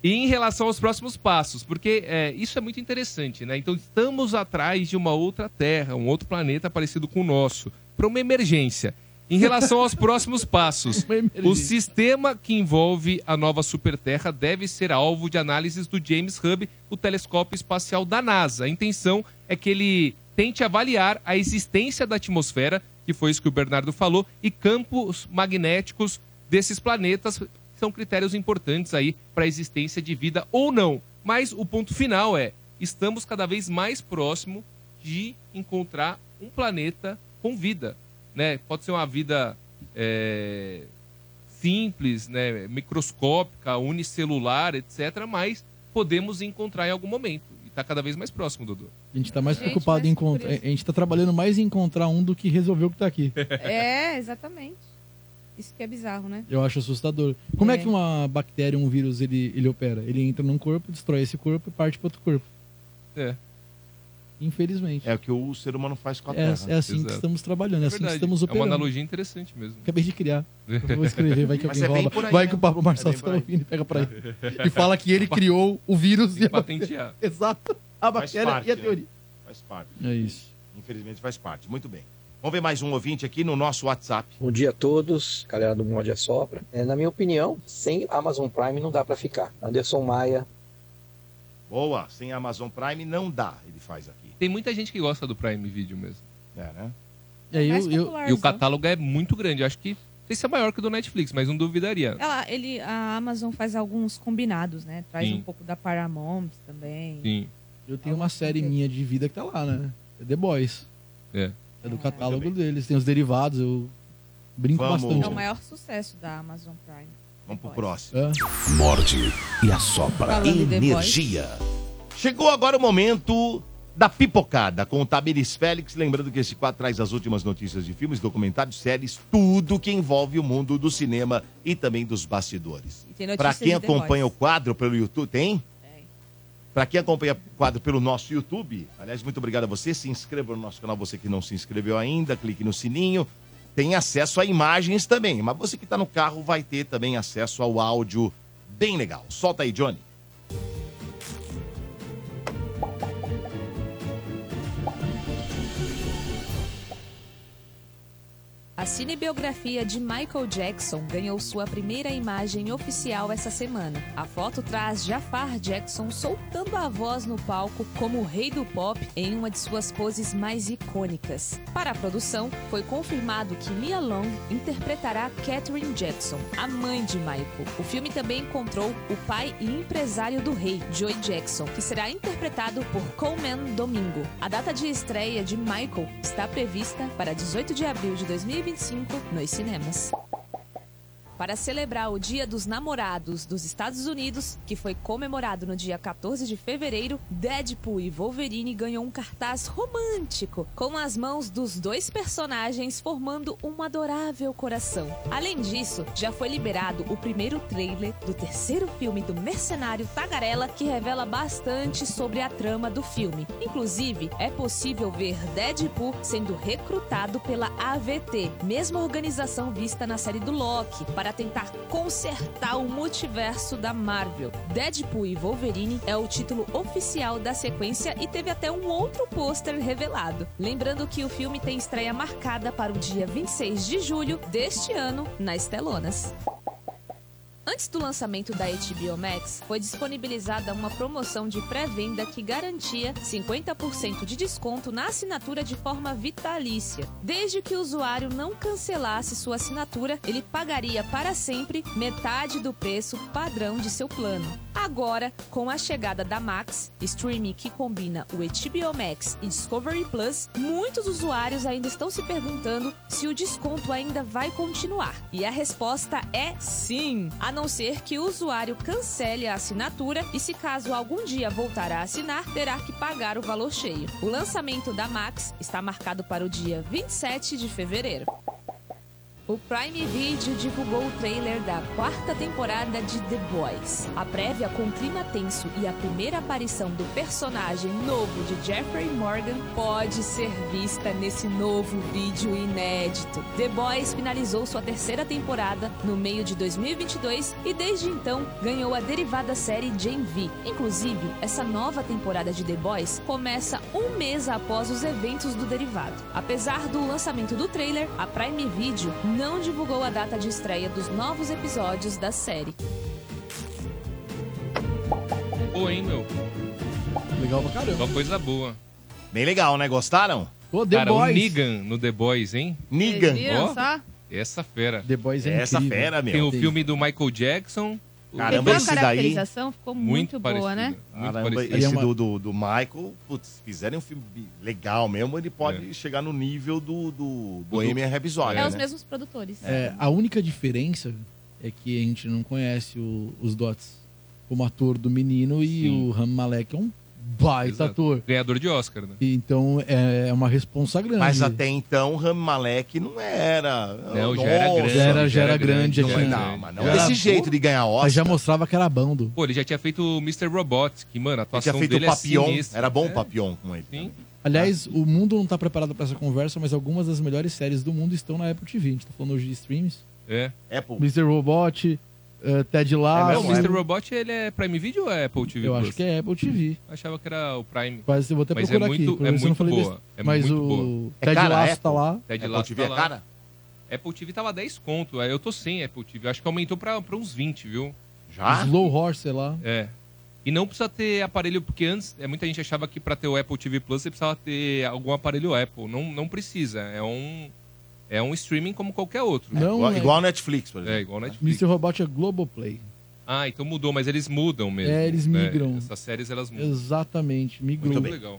Speaker 5: E em relação aos próximos passos, porque é, isso é muito interessante, né? Então estamos atrás de uma outra Terra, um outro planeta parecido com o nosso, para uma emergência. Em relação aos próximos passos, o sistema que envolve a nova superterra deve ser alvo de análises do James Hubb, o telescópio espacial da NASA. A intenção é que ele tente avaliar a existência da atmosfera, que foi isso que o Bernardo falou, e campos magnéticos desses planetas são critérios importantes aí para a existência de vida ou não. Mas o ponto final é: estamos cada vez mais próximo de encontrar um planeta com vida. Né? Pode ser uma vida é, simples, né? microscópica, unicelular, etc. Mas podemos encontrar em algum momento. E está cada vez mais próximo, Dudu.
Speaker 6: A gente tá mais
Speaker 3: Gente,
Speaker 6: preocupado em encontrar. A gente tá trabalhando mais em encontrar um do que resolver o que tá aqui.
Speaker 3: É, exatamente. Isso que é bizarro, né?
Speaker 6: Eu acho assustador. Como é,
Speaker 3: É.
Speaker 6: que uma bactéria, um vírus, ele, ele opera? Ele entra num corpo, destrói esse corpo e parte para outro corpo.
Speaker 5: É.
Speaker 6: Infelizmente.
Speaker 1: É o que o ser humano faz com a
Speaker 6: É-
Speaker 1: terra.
Speaker 6: é assim que Exato. estamos trabalhando, é assim que estamos operando.
Speaker 5: É uma analogia interessante mesmo.
Speaker 6: Acabei de criar. Eu vou escrever, vai que
Speaker 5: Mas
Speaker 6: alguém
Speaker 5: é bem por
Speaker 6: rouba.
Speaker 5: aí,
Speaker 6: vai
Speaker 5: né?
Speaker 6: que o Pablo Marçal
Speaker 5: É bem por aí.
Speaker 6: Salvini pega pra ele. E fala que ele criou o vírus e a
Speaker 5: patentear.
Speaker 6: Exato. A bactéria
Speaker 1: parte,
Speaker 6: e a
Speaker 1: né?
Speaker 6: teoria.
Speaker 1: Faz parte.
Speaker 6: É isso.
Speaker 1: Infelizmente faz parte. Muito bem. Vamos ver mais um ouvinte aqui no nosso WhatsApp.
Speaker 15: Bom dia a todos, galera do Mod Sopra. É, na minha opinião, sem Amazon Prime não dá pra ficar. Anderson Maia,
Speaker 1: Boa, sem Amazon Prime não dá, ele faz aqui.
Speaker 5: Tem muita gente que gosta do Prime Video mesmo.
Speaker 1: É, né?
Speaker 6: E, aí, eu, eu-
Speaker 5: o catálogo é muito grande. Eu acho que. Não sei se é maior que o do Netflix, mas não duvidaria.
Speaker 16: Ela, É ele, a Amazon faz alguns combinados, né? Traz
Speaker 5: Sim.
Speaker 16: um pouco da Paramount também.
Speaker 5: Sim.
Speaker 6: eu tenho uma série minha de vida que tá lá, né? É The Boys.
Speaker 5: É.
Speaker 6: É do catálogo deles, tem os derivados, eu brinco
Speaker 16: É o
Speaker 3: Então
Speaker 6: bastante.
Speaker 16: maior sucesso da Amazon Prime.
Speaker 1: Vamos pro próximo.
Speaker 6: É,
Speaker 17: Morde e assopra
Speaker 16: Falando em The Boys.
Speaker 17: energia.
Speaker 1: Chegou agora o momento da pipocada com o Tamires Félix. Lembrando que esse quadro traz as últimas notícias de filmes, documentários, séries, tudo que envolve o mundo do cinema e também dos bastidores.
Speaker 16: E tem notícia
Speaker 1: Para quem
Speaker 16: de The
Speaker 1: acompanha o
Speaker 16: Voice.
Speaker 1: quadro pelo YouTube, tem? Para quem acompanha o quadro pelo nosso YouTube, aliás, muito obrigado a você. Se inscreva no nosso canal, você que não se inscreveu ainda, clique no sininho. Tem acesso a imagens também, mas você que está no carro vai ter também acesso ao áudio bem legal. Solta aí, Johnny.
Speaker 3: A cinebiografia de Michael Jackson ganhou sua primeira imagem oficial essa semana. A foto traz Jafar Jackson soltando a voz no palco como o rei do pop em uma de suas poses mais icônicas. Para a produção, foi confirmado que Nia Long interpretará Katherine Jackson, a mãe de Michael. O filme também encontrou o pai e empresário do rei, Joey Jackson, que será interpretado por Coleman Domingo. A data de estreia de Michael está prevista para 18 de abril de 2025 nos cinemas. Para celebrar o Dia dos Namorados dos Estados Unidos, que foi comemorado no dia 14 de fevereiro, Deadpool e Wolverine ganham um cartaz romântico com as mãos dos dois personagens formando um adorável coração. Além disso, já foi liberado o primeiro trailer do terceiro filme do mercenário Tagarela, que revela bastante sobre a trama do filme. Inclusive, é possível ver Deadpool sendo recrutado pela AVT, mesma organização vista na série do Loki, para tentar consertar o multiverso da Marvel. Deadpool e Wolverine é o título oficial da sequência e teve até um outro pôster revelado. Lembrando que o filme tem estreia marcada para o dia 26 de julho deste ano nas telonas. Antes do lançamento da HBO Max, foi disponibilizada uma promoção de pré-venda que garantia 50% de desconto na assinatura de forma vitalícia. Desde que o usuário não cancelasse sua assinatura, ele pagaria para sempre metade do preço padrão de seu plano. Agora, com a chegada da Max, streaming que combina o HBO Max e Discovery Plus, muitos usuários ainda estão se perguntando se o desconto ainda vai continuar. E a resposta é sim, a não ser que o usuário cancele a assinatura e se caso algum dia voltar a assinar, terá que pagar o valor cheio. O lançamento da Max está marcado para o dia 27 de fevereiro. O Prime Video divulgou o trailer da quarta temporada de The Boys. A prévia com clima tenso e a primeira aparição do personagem novo de Jeffrey Morgan pode ser vista nesse novo vídeo inédito. The Boys finalizou sua terceira temporada no meio de 2022 e desde então ganhou a derivada série Gen V. Inclusive, essa nova temporada de The Boys começa um mês após os eventos do derivado. Apesar do lançamento do trailer, a Prime Video não divulgou a data de estreia dos novos episódios da série.
Speaker 5: Boa, hein, meu?
Speaker 6: Legal pra caramba.
Speaker 5: Uma coisa boa.
Speaker 1: Bem legal, né? Gostaram?
Speaker 6: Ô,
Speaker 5: Cara, o Negan no The Boys, hein?
Speaker 1: Negan.
Speaker 5: Ó, essa fera.
Speaker 6: The Boys
Speaker 1: é Essa incrível. fera, meu.
Speaker 5: Tem o
Speaker 1: Tem.
Speaker 5: filme do Michael Jackson. o-
Speaker 1: Caramba,
Speaker 16: a
Speaker 1: esse daí.
Speaker 16: caracterização ficou muito,
Speaker 5: Muito
Speaker 16: boa, né?
Speaker 5: Muito
Speaker 1: Caramba,
Speaker 5: parecido.
Speaker 1: esse
Speaker 5: Ele é uma-
Speaker 1: do, do, do Michael, putz, se fizerem um filme bi- legal mesmo, ele pode chegar no nível do, do Bohemian Rhapsody,
Speaker 16: É,
Speaker 1: né?
Speaker 16: os mesmos produtores.
Speaker 6: É, a única diferença é que a gente não conhece o- os Dots como ator do menino e
Speaker 5: Sim.
Speaker 6: o Ram Malek é um baita
Speaker 5: Exato.
Speaker 6: ator.
Speaker 5: Ganhador de Oscar, né?
Speaker 6: E Então é uma responsa grande.
Speaker 1: Mas até então, Rami Malek não era.
Speaker 5: Não, já era
Speaker 1: Nossa.
Speaker 5: Né, grande,
Speaker 6: Já era, já era grande.
Speaker 5: já
Speaker 6: já
Speaker 5: era
Speaker 6: tinha-
Speaker 5: grande.
Speaker 1: mas não
Speaker 6: já
Speaker 1: desse
Speaker 6: era-
Speaker 1: jeito de ganhar Oscar.
Speaker 6: Mas já mostrava que era bando.
Speaker 5: Pô, ele já tinha feito o Mr. Robot, que, mano, a
Speaker 1: Ele tinha
Speaker 5: atuação
Speaker 1: feito o
Speaker 5: dele é
Speaker 1: Papillon,
Speaker 5: sinistra.
Speaker 1: era bom o
Speaker 5: É.
Speaker 1: Papillon com ele.
Speaker 5: Sim.
Speaker 6: Aliás, o mundo não tá preparado pra essa conversa, mas algumas das melhores séries do mundo estão na Apple TV. A gente tá falando hoje de streams.
Speaker 5: É.
Speaker 1: Apple.
Speaker 6: Mr. Robot, eh, Ted
Speaker 5: Não,
Speaker 1: Ah,
Speaker 6: Lasso.
Speaker 5: É, o Mr. Robot, ele é Prime Video ou é Apple TV
Speaker 6: Eu
Speaker 5: Plus?
Speaker 6: acho que é Apple TV.
Speaker 5: Achava que era o Prime.
Speaker 6: Mas eu vou até
Speaker 5: Mas
Speaker 6: procurar
Speaker 5: é muito,
Speaker 6: aqui, pra
Speaker 5: É
Speaker 6: ver se eu não
Speaker 5: muito
Speaker 6: falei
Speaker 5: boa.
Speaker 6: besteira.
Speaker 5: É
Speaker 6: Mas
Speaker 5: muito
Speaker 6: o
Speaker 5: boa.
Speaker 6: Ted Lasso tá lá.
Speaker 5: Ted
Speaker 1: Apple
Speaker 5: Lasso
Speaker 1: TV
Speaker 5: tá
Speaker 1: é
Speaker 5: lá.
Speaker 1: cara?
Speaker 5: Apple TV tava 10 conto.
Speaker 6: Ah?
Speaker 5: aí Eu tô sem Apple TV. Acho que aumentou pra, pra uns 20, viu?
Speaker 1: Já?
Speaker 6: Slow Horse, sei lá.
Speaker 5: É. E não precisa ter aparelho, porque antes é, muita gente achava que para ter o Apple TV Plus você precisava ter algum aparelho Apple. Não, não precisa. É um, é um streaming como qualquer outro.
Speaker 6: Não, Igual- é. igual ao
Speaker 1: Netflix, por
Speaker 5: exemplo. É, igual ao Netflix.
Speaker 6: Mr. Robot é Globoplay.
Speaker 5: Ah, então mudou, mas eles mudam mesmo.
Speaker 6: É, eles
Speaker 5: né?
Speaker 6: migram.
Speaker 5: Essas séries elas mudam. É
Speaker 6: Exatamente, migrou.
Speaker 1: Muito bem. Deixa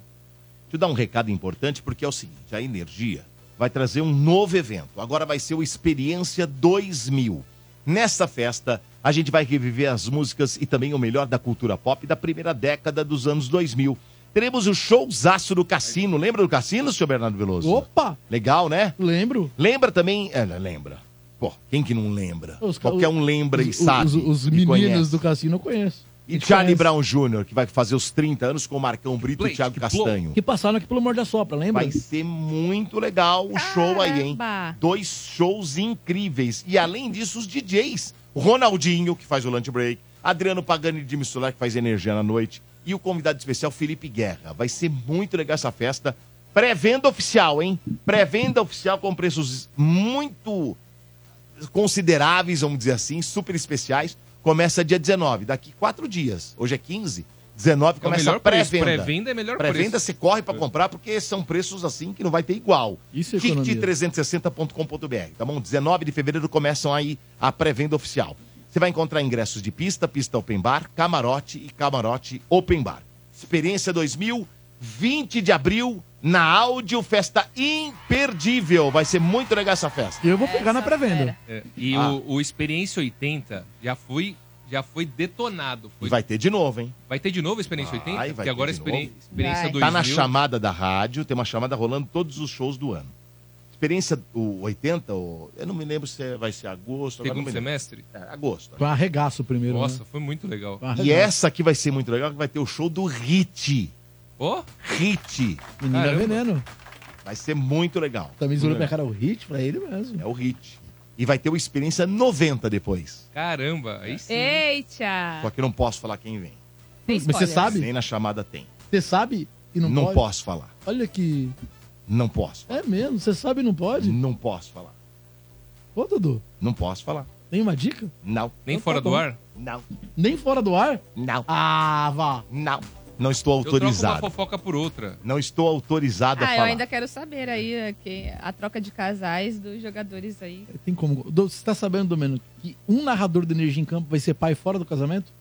Speaker 1: eu dar um recado importante, porque é o seguinte, a Energia vai trazer um novo evento. Agora vai ser o Experiência 2000. Nessa festa, a gente vai reviver as músicas e também o melhor da cultura pop da primeira década dos anos 2000. Teremos o showzaço do Cassino. Lembra do Cassino, senhor Bernardo Veloso?
Speaker 6: Opa!
Speaker 1: Legal, né?
Speaker 6: Lembro.
Speaker 1: Lembra também... É, lembra. Pô, quem que não lembra?
Speaker 6: Os ca-
Speaker 1: Qualquer um lembra e
Speaker 6: os-
Speaker 1: sabe.
Speaker 6: Os, os
Speaker 1: e
Speaker 6: meninos
Speaker 1: conhece.
Speaker 6: do cassino eu conheço.
Speaker 1: E Charlie Brown Jr., que vai fazer os 30 anos com o Marcão Brito e o Thiago Castanho.
Speaker 6: Que passaram aqui pelo Morde da Sopra, lembra?
Speaker 1: Vai ser muito legal o show aí, hein? Dois shows incríveis. E além disso, os DJs. Ronaldinho, que faz o lunch break. Adriano Pagani de Jimmy Solar, que faz energia na noite. E o convidado especial, Felipe Guerra. Vai ser muito legal essa festa. Pré-venda oficial, hein? Pré-venda oficial com preços muito consideráveis, vamos dizer assim, super especiais. Começa dia 19, daqui quatro dias. Hoje é 15, 19
Speaker 5: É o
Speaker 1: começa
Speaker 5: melhor
Speaker 1: a
Speaker 5: preço.
Speaker 1: pré-venda.
Speaker 5: Pré-venda é melhor
Speaker 1: Pré-venda
Speaker 5: preço.
Speaker 1: você corre pra comprar porque são preços assim que não vai ter igual.
Speaker 6: Isso
Speaker 1: é 360combr tá bom? 19 de fevereiro começam aí a pré-venda oficial. Você vai encontrar ingressos de pista, pista open bar, camarote e camarote open bar. Experiência 2000, 20 de abril, na Áudio, festa imperdível. Vai ser muito legal essa festa.
Speaker 6: Eu vou pegar na pré-venda.
Speaker 5: É, e
Speaker 1: Ah.
Speaker 5: o, o Experiência 80 já foi, já foi detonado. Foi-
Speaker 1: E vai ter de novo, hein?
Speaker 5: Vai ter de novo a Experiência 80?
Speaker 1: Ai, vai
Speaker 5: Porque agora a
Speaker 1: ter de novo.
Speaker 5: Experi- Experiência 2000...
Speaker 1: Tá na chamada da rádio, tem uma chamada rolando todos os shows do ano. Experiência o 80, o- eu não me lembro se é- vai ser agosto. agora
Speaker 5: Segundo
Speaker 1: não me lembro.
Speaker 5: semestre? Uhum.
Speaker 1: É, agosto.
Speaker 6: Vai arregaço primeiro.
Speaker 5: Nossa,
Speaker 6: né?
Speaker 5: foi muito legal.
Speaker 1: E é, essa aqui vai ser muito legal, que vai ter o show do Hit.
Speaker 5: Ó!
Speaker 1: Hit.
Speaker 6: Menina é Veneno.
Speaker 1: Vai ser muito legal.
Speaker 6: Também
Speaker 1: Muito
Speaker 6: olhou minha
Speaker 1: legal.
Speaker 6: cara o hit pra ele mesmo.
Speaker 1: É o Hit. E vai ter o Experiência 90 depois.
Speaker 5: Caramba,
Speaker 1: É.
Speaker 5: aí sim.
Speaker 1: Só
Speaker 3: Eita!
Speaker 1: que eu não posso falar quem vem.
Speaker 3: Tem
Speaker 6: Mas você spoiler. Ah. sabe?
Speaker 1: Nem na chamada tem.
Speaker 6: Você sabe e não,
Speaker 1: Não,
Speaker 6: pode?
Speaker 1: posso falar.
Speaker 6: Olha que.
Speaker 1: Não posso.
Speaker 6: É mesmo, você sabe e não pode?
Speaker 1: Não posso falar.
Speaker 6: Ô, Dudu,
Speaker 1: Não posso falar.
Speaker 6: tem uma dica?
Speaker 1: Não.
Speaker 5: Nem fora do ar?
Speaker 1: Não.
Speaker 6: Nem fora do ar?
Speaker 1: Não.
Speaker 6: Ah, vá.
Speaker 1: Não. Não estou
Speaker 5: Eu
Speaker 1: autorizado.
Speaker 5: troco uma fofoca por outra.
Speaker 1: Não estou autorizado a
Speaker 3: Ah, eu
Speaker 1: falar.
Speaker 3: ainda quero saber aí eh, que a troca de casais dos jogadores aí.
Speaker 6: Tem como. Dudu, Você tá sabendo, Domeno, que um narrador de energia em campo vai ser pai fora do casamento?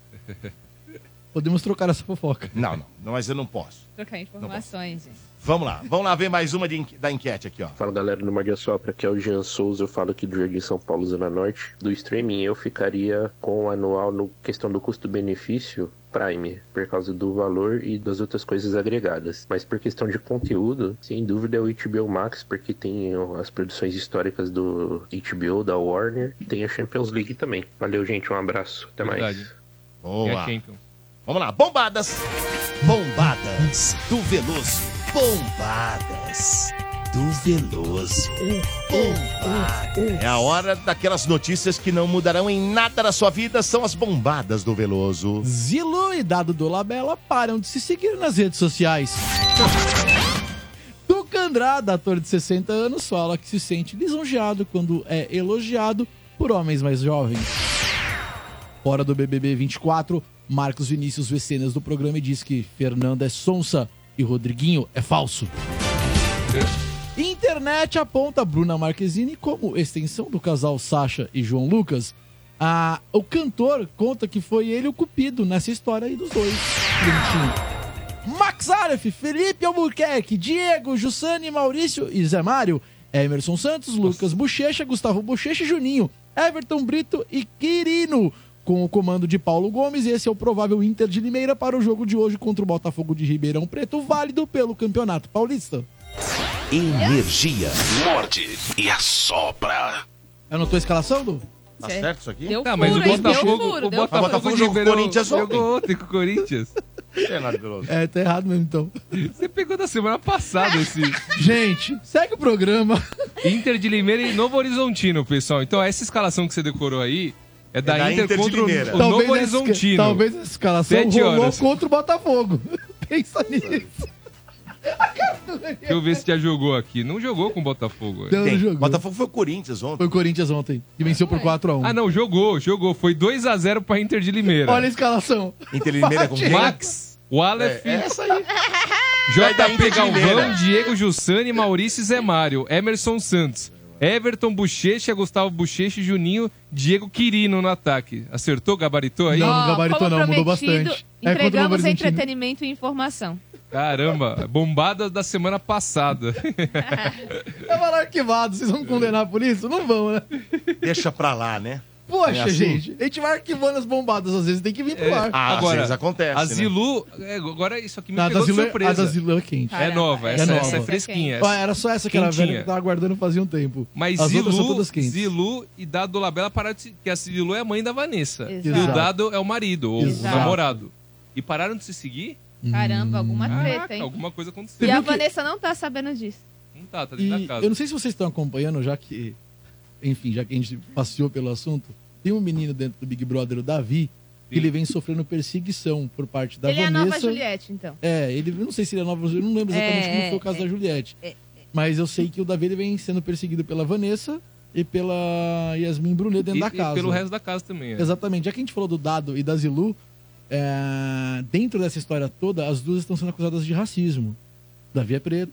Speaker 6: Podemos trocar essa fofoca.
Speaker 1: Não, não. Não, Mas eu não posso.
Speaker 3: Trocar informações, gente.
Speaker 1: Vamos lá. Vamos lá ver mais uma de enque- da enquete aqui, ó.
Speaker 18: Fala galera do Morde Sopra, aqui é o Jean Souza, eu falo aqui do Jardim São Paulo, Zona Norte. Do streaming eu ficaria com o anual no questão do custo-benefício Prime, por causa do valor e das outras coisas agregadas. Mas por questão de conteúdo, sem dúvida é o HBO Max, porque tem ó, as produções históricas do HBO, da Warner, tem a Champions League também. Valeu gente, um abraço, até mais.
Speaker 1: Boa.
Speaker 5: então.
Speaker 1: Vamos lá, bombadas! Bombadas do Veloso. Bombadas do Veloso. Bombadas. É a hora daquelas notícias que não mudarão em nada na sua vida, são as bombadas do Veloso.
Speaker 6: Zilu e Dado do Labella param de se seguir nas redes sociais. Tuca Andrada, ator de 60 anos, fala que se sente lisonjeado quando é elogiado por homens mais jovens. Fora do BBB 24, Marcos Vinícius vê cenas do programa e diz que Fernanda é sonsa e Rodriguinho é falso. Internet aponta Bruna Marquezine como extensão do casal Sasha e João Lucas. Ah, o cantor conta que foi ele o cupido nessa história aí dos dois. Bonitinho. Max Aref, Felipe Albuquerque, Diego, Jussane, Maurício e Zé Mário, Emerson Santos, Lucas Bochecha, Gustavo Bochecha e Juninho, Everton Brito e Quirino. Com o comando de Paulo Gomes, esse é o provável Inter de Limeira para o jogo de hoje contra o Botafogo de Ribeirão Preto, válido pelo Campeonato Paulista.
Speaker 2: Energia. Morde e assopra.
Speaker 6: Eu não tô escalação, Du?
Speaker 1: Tá certo isso aqui?
Speaker 5: Tá, mas o
Speaker 3: é
Speaker 5: Botafogo, o
Speaker 1: Mas
Speaker 5: Botafogo,
Speaker 1: jogou o
Speaker 5: liberou-
Speaker 1: Corinthians ontem.
Speaker 5: Jogou ontem com o Corinthians.
Speaker 1: Bernardo Veloso.
Speaker 6: É, tá errado mesmo então.
Speaker 5: Você pegou da semana passada esse...
Speaker 6: Gente, segue o programa.
Speaker 5: Inter de Limeira e Novo Horizontino, pessoal. Então essa escalação que você decorou aí é da, Inter, contra o- o Novo
Speaker 6: essa-
Speaker 5: Horizontino.
Speaker 6: talvez essa escalação
Speaker 5: Sete
Speaker 6: rolou
Speaker 5: horas.
Speaker 6: contra o Botafogo. Pensa nisso.
Speaker 5: Deixa eu ver se já jogou aqui. Não jogou com o Botafogo.
Speaker 6: Não, não Tem. jogou.
Speaker 1: Botafogo foi o Corinthians ontem.
Speaker 6: Foi o Corinthians ontem. E venceu por 4x1.
Speaker 5: Ah, não, é jogou, jogou. Foi 2x0 pra Inter de Limeira.
Speaker 6: Olha a escalação.
Speaker 1: Inter de Limeira com quem?
Speaker 5: Max, o
Speaker 1: É,
Speaker 5: Aleph,
Speaker 6: Essa aí.
Speaker 5: JP
Speaker 1: né?
Speaker 5: Galvão, Diego Jussani, Maurício e Zé Mário, Emerson Santos, Everton Bochecha, Gustavo Bochecha, e Juninho, Diego Quirino no ataque. Acertou, gabaritou aí?
Speaker 6: Não,
Speaker 3: Ó,
Speaker 6: gabaritou
Speaker 3: como
Speaker 6: não, então, mudou
Speaker 3: prometido,
Speaker 6: bastante. É contra o Novo
Speaker 3: Entregamos
Speaker 6: Horizontino.
Speaker 3: entretenimento e informação.
Speaker 5: Caramba, bombada da semana passada.
Speaker 6: Tava É arquivado. Vocês vão me condenar por isso? Não vão, né?
Speaker 1: Deixa pra lá, né?
Speaker 6: Poxa,
Speaker 1: É assim?
Speaker 6: gente. A gente vai arquivando as bombadas às vezes. Tem que vir
Speaker 5: É,
Speaker 6: pro ar.
Speaker 1: Ah, às vezes acontece,
Speaker 5: A
Speaker 1: né?
Speaker 5: Zilu, é, agora isso aqui me
Speaker 6: Não, a da
Speaker 5: pegou de
Speaker 6: Zilu é-
Speaker 5: surpresa.
Speaker 6: a da Zilu é quente.
Speaker 5: É nova, essa,
Speaker 6: nova.
Speaker 5: essa é fresquinha.
Speaker 6: Ah, era só essa que era velha que eu
Speaker 5: quentinha.
Speaker 6: tava aguardando fazia um tempo.
Speaker 5: Mas
Speaker 6: As outras são
Speaker 5: Zilu,
Speaker 6: todas quentes.
Speaker 5: Zilu e Dado Dolabella pararam de se... Que a Zilu é a mãe da Vanessa.
Speaker 3: Exato.
Speaker 5: E o Dado é o marido, ou o
Speaker 3: Exato.
Speaker 5: namorado. E pararam de se seguir?
Speaker 3: Caramba, alguma
Speaker 12: Hum.
Speaker 3: treta,
Speaker 5: Caraca,
Speaker 3: hein?
Speaker 5: alguma coisa aconteceu.
Speaker 3: E a Vanessa não tá sabendo disso.
Speaker 5: Não tá, tá dentro
Speaker 6: E
Speaker 5: da casa.
Speaker 6: eu não sei se vocês estão acompanhando, já que. Enfim, já que a gente passeou pelo assunto, tem um menino dentro do Big Brother, o Davi, que ele vem sofrendo perseguição por parte da
Speaker 3: Ele é a
Speaker 6: Vanessa.
Speaker 3: nova Juliette, então.
Speaker 6: É, ele eu não sei se ele é nova, eu não lembro exatamente
Speaker 3: É,
Speaker 6: como foi o caso da Juliette. Mas eu sei que o Davi ele vem sendo perseguido pela Vanessa e pela Yasmin Brunet dentro
Speaker 5: E-
Speaker 6: da
Speaker 5: e
Speaker 6: casa.
Speaker 5: pelo resto da casa também, é.
Speaker 6: Exatamente. Já que a gente falou do Dado e da Zilu, é, dentro dessa história toda, as duas estão sendo acusadas de racismo. O Davi é preto.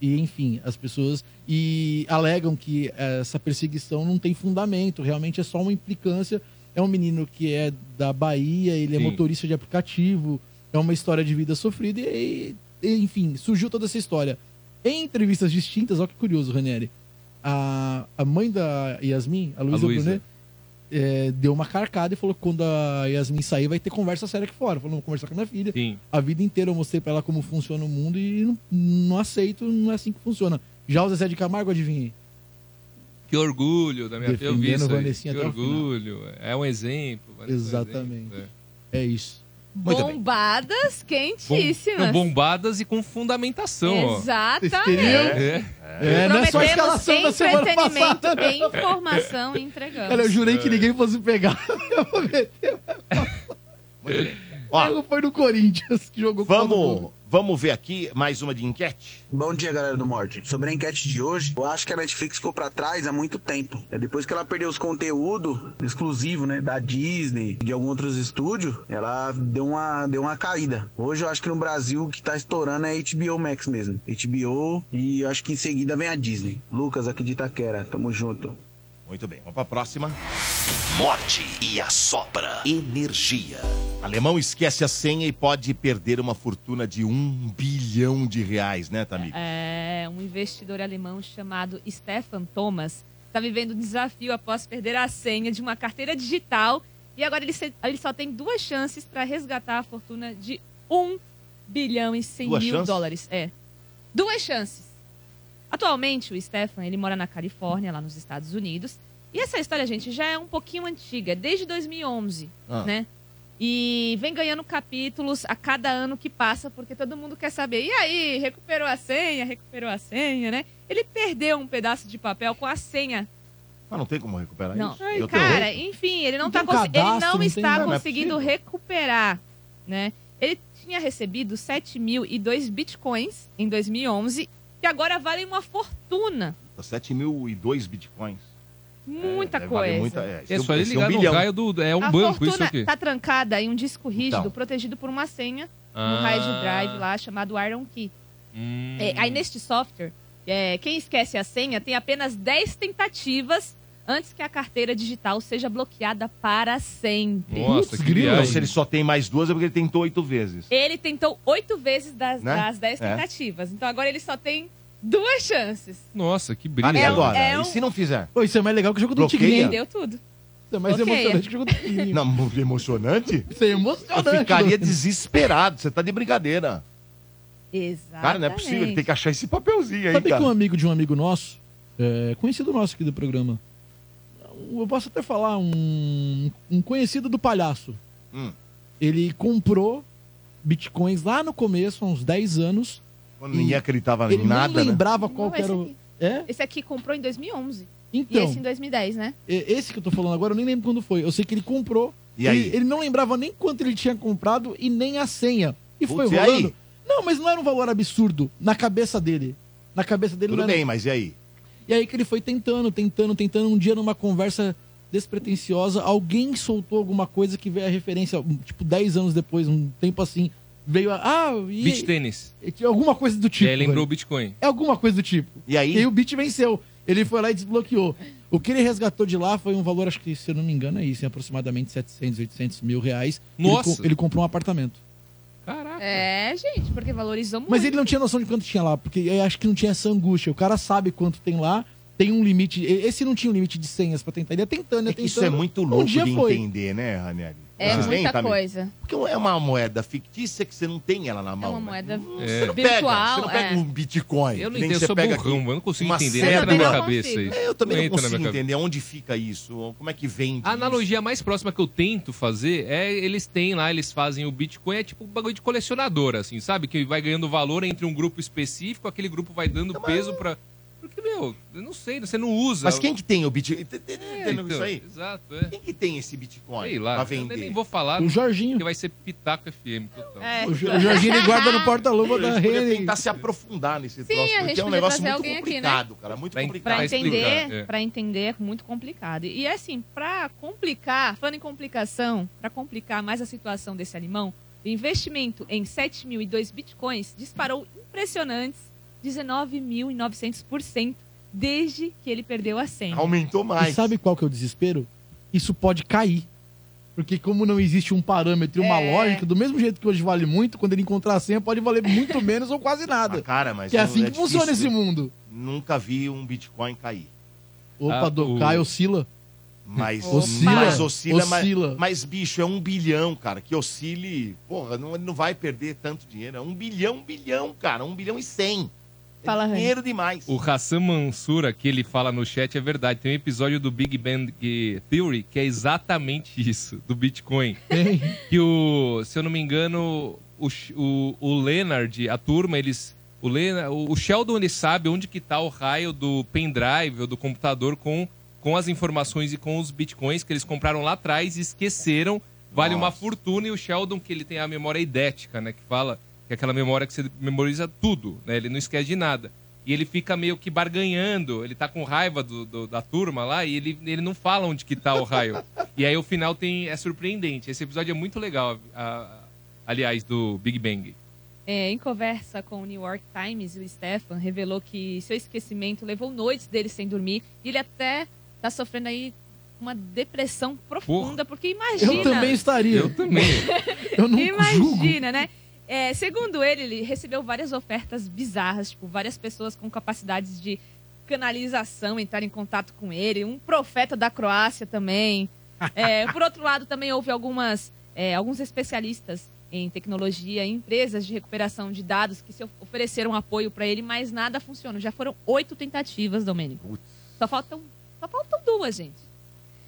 Speaker 6: E, enfim, as pessoas. E alegam que essa perseguição não tem fundamento, realmente é só uma implicância. É um menino que é da Bahia, ele é
Speaker 5: Sim.
Speaker 6: motorista de aplicativo, é uma história de vida sofrida, e, e, enfim, surgiu toda essa história. Em entrevistas distintas, olha que curioso, Ranieri. A, a mãe da Yasmin, a Luísa
Speaker 5: Luísa.
Speaker 6: Brunet, é, deu uma carcada e falou que quando a Yasmin sair vai ter conversa séria aqui fora. Falou, vou conversar com a minha filha.
Speaker 5: Sim.
Speaker 6: A vida inteira eu mostrei pra ela como funciona o mundo e não, não aceito, não é assim que funciona. Já o Zezé de Camargo, adivinhei.
Speaker 5: Que orgulho da minha filha. Eu vi
Speaker 6: Defendendo
Speaker 5: isso aí.
Speaker 6: Vanessinha
Speaker 5: Que
Speaker 6: até o final.
Speaker 5: orgulho. É um exemplo. Vanessa é um
Speaker 6: Exatamente.
Speaker 5: exemplo,
Speaker 6: É isso.
Speaker 3: Bombadas
Speaker 5: Bom-
Speaker 3: quentíssimas.
Speaker 6: É
Speaker 5: não, bombadas e com fundamentação,
Speaker 6: então,
Speaker 5: ó.
Speaker 3: Exatamente.
Speaker 6: Vocês queriam?
Speaker 5: É.
Speaker 6: É, não é só a
Speaker 3: Prometemos
Speaker 6: escalação da semana
Speaker 3: entretenimento
Speaker 6: passada.
Speaker 3: e informação e entregamos.
Speaker 6: Cara, eu jurei
Speaker 1: É.
Speaker 6: que ninguém fosse pegar. Eu vou meter.
Speaker 1: Ó.
Speaker 6: Foi no Corinthians que jogou com todo mundo.
Speaker 1: Vamos, vamos ver aqui mais uma de enquete.
Speaker 19: Bom dia, galera do Morde. Sobre a enquete de hoje, eu acho que a Netflix ficou pra trás há muito tempo. É depois que ela perdeu os conteúdos exclusivos, né, da Disney, de alguns outros estúdios, ela deu uma, deu uma caída. Hoje eu acho que no Brasil o que tá estourando é HBO Max mesmo. HBO e eu acho que em seguida vem a Disney. Lucas aqui de Itaquera, tamo junto.
Speaker 1: Muito bem, vamos pra próxima.
Speaker 2: Morte e a sopra. Energia.
Speaker 1: Alemão esquece a senha e pode perder uma fortuna de um bilhão de reais, né, Tamir?
Speaker 3: É, um investidor alemão chamado Stefan Thomas está vivendo um desafio após perder a senha de uma carteira digital e agora ele, se- ele só tem duas chances para resgatar a fortuna de 1 bilhão e 100
Speaker 20: Duas
Speaker 3: mil
Speaker 20: chances?
Speaker 3: dólares. É. Duas chances. Atualmente, o Stefan, ele mora na Califórnia, lá nos Estados Unidos. E essa história, gente, já é um pouquinho antiga, desde 2011,
Speaker 20: Ah.
Speaker 3: né? E vem ganhando capítulos a cada ano que passa, porque todo mundo quer saber. E aí, recuperou a senha, recuperou a senha, né? Ele perdeu um pedaço de papel com a senha.
Speaker 1: Mas não tem como recuperar
Speaker 3: Não,
Speaker 1: isso. Eu tenho
Speaker 3: cara,
Speaker 1: outro.
Speaker 3: enfim, ele não,
Speaker 6: Não
Speaker 3: tá
Speaker 6: tem um
Speaker 3: consi- ele
Speaker 6: cadastro,
Speaker 3: não
Speaker 6: não tem
Speaker 3: está
Speaker 6: nada. Não é
Speaker 3: conseguindo
Speaker 6: possível.
Speaker 3: recuperar, né? Ele tinha recebido 7.002 bitcoins em 2011 e agora valem uma fortuna.
Speaker 1: Tá 7.002 bitcoins.
Speaker 3: Muita
Speaker 1: deve
Speaker 3: coisa.
Speaker 1: valer muita- é,
Speaker 5: É
Speaker 1: esse
Speaker 5: só
Speaker 1: é um-
Speaker 5: ele
Speaker 1: esse é um
Speaker 5: ligar no
Speaker 1: bilhão.
Speaker 5: Gaio do... É um
Speaker 3: a
Speaker 5: banco, isso
Speaker 3: fortuna
Speaker 5: aqui.
Speaker 3: tá trancada em um disco rígido
Speaker 5: Então.
Speaker 3: protegido por uma senha
Speaker 5: Ah.
Speaker 3: no hard drive lá chamado Iron Key. É,
Speaker 1: Uhum.
Speaker 3: aí neste software, é, quem esquece a senha tem apenas 10 tentativas antes que a carteira digital seja bloqueada para sempre.
Speaker 5: Nossa, que
Speaker 1: Grilo,
Speaker 5: viagem.
Speaker 1: Então, se ele só tem mais duas é porque ele tentou oito vezes.
Speaker 3: Ele tentou oito vezes das,
Speaker 1: Né?
Speaker 3: das dez
Speaker 1: É.
Speaker 3: tentativas. Então agora ele só tem duas chances.
Speaker 5: Nossa, que
Speaker 1: Mas
Speaker 5: brilho.
Speaker 1: e Ah, agora?
Speaker 3: é um-
Speaker 1: E se não fizer?
Speaker 6: Pô, isso é mais legal que o jogo do
Speaker 1: Bloqueia?
Speaker 6: Tigrinho.
Speaker 3: Deu tudo.
Speaker 6: Isso é mais
Speaker 3: Bloqueia.
Speaker 6: emocionante que o jogo do Tigrinho.
Speaker 1: Não, muito emocionante?
Speaker 6: Isso é emocionante.
Speaker 1: Eu ficaria desesperado. Você tá de brincadeira.
Speaker 3: Exatamente.
Speaker 1: Cara, não é possível. Ele tem que achar esse papelzinho aí,
Speaker 6: Sabe que um
Speaker 1: cara.
Speaker 6: amigo de um amigo nosso, é, conhecido nosso aqui do programa, eu posso até falar, um, um conhecido do palhaço.
Speaker 1: Hum.
Speaker 6: Ele comprou bitcoins lá no começo, há uns 10 anos.
Speaker 1: Quando ninguém
Speaker 6: e
Speaker 1: acreditava
Speaker 6: ele
Speaker 1: em nada,
Speaker 6: nem
Speaker 1: né?
Speaker 6: lembrava qual
Speaker 3: Não,
Speaker 6: que era
Speaker 3: esse,
Speaker 6: o...
Speaker 3: aqui,
Speaker 6: É?
Speaker 3: esse aqui comprou em 2011.
Speaker 6: Então.
Speaker 3: E esse em 2010, né?
Speaker 6: E- Esse que eu tô falando agora, eu nem lembro quando foi. Eu sei que ele comprou.
Speaker 1: E aí?
Speaker 6: Ele, ele não lembrava nem quanto ele tinha comprado e nem a senha. E foi
Speaker 1: Putz, e
Speaker 6: rolando.
Speaker 1: aí?
Speaker 6: Não, mas não era um valor absurdo na cabeça dele. Na cabeça dele
Speaker 1: Tudo
Speaker 6: não era...
Speaker 1: bem, mas e aí?
Speaker 6: E aí que ele foi tentando, tentando, tentando. Um dia, numa conversa despretensiosa, alguém soltou alguma coisa que veio a referência, um, tipo, 10 anos depois, um tempo assim. Veio a. Ah, e...
Speaker 5: Beach tênis.
Speaker 6: Alguma coisa do tipo.
Speaker 5: e aí lembrou
Speaker 6: velho.
Speaker 5: o Bitcoin.
Speaker 6: É alguma coisa do tipo.
Speaker 1: E aí?
Speaker 6: E aí o Bit venceu. Ele foi lá e desbloqueou. O que ele resgatou de lá foi um valor, acho que, se eu não me engano, é isso, em aproximadamente 700, 800 mil reais. Ele
Speaker 5: Nossa!
Speaker 6: co- Ele, comprou um apartamento.
Speaker 3: É, gente, porque valorizou muito.
Speaker 6: Mas ele não tinha noção de quanto tinha lá, porque eu acho que não tinha essa angústia. O cara sabe quanto tem lá, tem um limite. e- Esse não tinha um limite de senhas pra tentar. Ele ia tentando, ia tentando.
Speaker 1: Isso é muito louco
Speaker 6: um dia
Speaker 1: de
Speaker 6: foi.
Speaker 1: entender, né, Ranieri?
Speaker 3: É
Speaker 1: Vocês
Speaker 3: muita
Speaker 1: Tamires?
Speaker 3: coisa.
Speaker 1: Porque é uma moeda fictícia que você não tem ela na
Speaker 3: É
Speaker 1: mão.
Speaker 3: uma
Speaker 1: né?
Speaker 3: moeda
Speaker 1: Você não pega, você
Speaker 3: virtual.
Speaker 1: não pega
Speaker 3: é.
Speaker 1: um Bitcoin.
Speaker 5: Eu
Speaker 1: que
Speaker 5: não
Speaker 1: nem
Speaker 5: entendo,
Speaker 1: você
Speaker 5: eu sou
Speaker 1: pega
Speaker 5: burrão,
Speaker 1: aqui
Speaker 5: eu não consigo
Speaker 1: uma
Speaker 5: entender,
Speaker 1: cena
Speaker 5: entra na minha
Speaker 1: dela.
Speaker 5: cabeça isso.
Speaker 1: É, Eu também
Speaker 5: Não
Speaker 1: não
Speaker 5: entra na minha
Speaker 1: consigo
Speaker 5: cabeça.
Speaker 1: entender onde fica isso, ou como é que vende.
Speaker 5: A analogia mais próxima que eu tento fazer é eles têm lá, eles fazem o Bitcoin, é tipo um bagulho de colecionador, assim, sabe? Que vai ganhando valor entre um grupo específico, aquele grupo vai dando peso pra. Porque, meu, eu não sei, você não usa.
Speaker 1: Mas quem que tem o Bitcoin? Tá Entendendo
Speaker 5: então,
Speaker 1: isso aí?
Speaker 5: Exato, é.
Speaker 1: Quem que tem esse Bitcoin
Speaker 5: Sei lá,
Speaker 1: pra
Speaker 5: eu nem
Speaker 1: vender? Um
Speaker 5: vou falar.
Speaker 6: O Jorginho.
Speaker 5: Que vai ser Pitaco FM total.
Speaker 3: É.
Speaker 6: O Jo- o Jorginho ele guarda no porta-luva
Speaker 1: A
Speaker 6: da
Speaker 1: gente podia
Speaker 6: rede.
Speaker 1: tentar se aprofundar nesse
Speaker 3: Sim,
Speaker 1: troço,
Speaker 3: a
Speaker 1: porque
Speaker 3: gente
Speaker 1: é um
Speaker 3: podia
Speaker 1: negócio
Speaker 3: trazer
Speaker 1: muito
Speaker 3: alguém aqui, né?
Speaker 1: complicado, cara. Muito
Speaker 5: Pra-
Speaker 1: complicado.
Speaker 3: Pra
Speaker 5: Tá explicado,
Speaker 3: entender,
Speaker 5: é.
Speaker 3: pra entender é muito complicado. E assim, pra complicar, falando em complicação, pra complicar mais a situação desse animão, o investimento em 7.002 bitcoins disparou impressionantes 19.900% desde que ele perdeu a senha.
Speaker 1: Aumentou
Speaker 6: E sabe qual que é o desespero? Isso pode cair. Porque como não existe um parâmetro e uma
Speaker 3: É.
Speaker 6: lógica, do mesmo jeito que hoje vale muito, quando ele encontrar a senha, pode valer muito menos ou quase nada.
Speaker 1: Ah, cara, mas
Speaker 6: que é
Speaker 1: não-
Speaker 6: assim que
Speaker 1: difícil, né?
Speaker 6: funciona esse
Speaker 1: viu?
Speaker 6: mundo.
Speaker 1: Nunca vi um Bitcoin cair.
Speaker 6: Opa,
Speaker 1: Ah,
Speaker 6: do
Speaker 1: o-
Speaker 6: cai, oscila.
Speaker 1: Mas
Speaker 6: Oscila,
Speaker 1: mas oscila, é
Speaker 6: oscila.
Speaker 1: Mas, mas, bicho, é um bilhão, cara. Que oscile, porra, não, ele não vai perder tanto dinheiro. É um bilhão, um bilhão, cara. Um bilhão e cem.
Speaker 3: Fala,
Speaker 1: é
Speaker 3: Rani.
Speaker 1: dinheiro demais.
Speaker 5: O Hassan Mansura, que ele fala no chat, é verdade. Tem um episódio do Big Bang Theory que é exatamente isso, do Bitcoin. que o, se eu não me engano, o, Sh- o, o Leonard, a turma, eles. O, Lena- o o Sheldon ele sabe onde que tá o raio do pendrive ou do computador com, com as informações e com os bitcoins que eles compraram lá atrás e esqueceram. Vale uma fortuna e o Sheldon, que ele tem a memória idética, né? Que fala que é aquela memória que você memoriza tudo, né? Ele não esquece de nada. E ele fica meio que barganhando, ele tá com raiva do- do- da turma lá e ele, ele não fala onde que tá o raio. e aí o final tem é surpreendente. Esse episódio é muito legal, a- a- aliás, do Big Bang.
Speaker 3: É, em conversa com o New York Times, o Stefan revelou que seu esquecimento levou noites dele sem dormir e ele até tá sofrendo aí uma depressão profunda, porque imagina.
Speaker 6: Eu também estaria. Eu
Speaker 5: também.
Speaker 6: Eu não julgo.
Speaker 3: Imagina, né? É, segundo ele, ele recebeu várias ofertas bizarras, tipo, várias pessoas com capacidades de canalização entraram em contato com ele, um profeta da Croácia também. É, por outro lado, também houve algumas, é, alguns especialistas em tecnologia, em empresas de recuperação de dados que se of- ofereceram apoio para ele, mas nada funciona. Já foram oito tentativas, Domênico. Só faltam, só faltam duas, gente.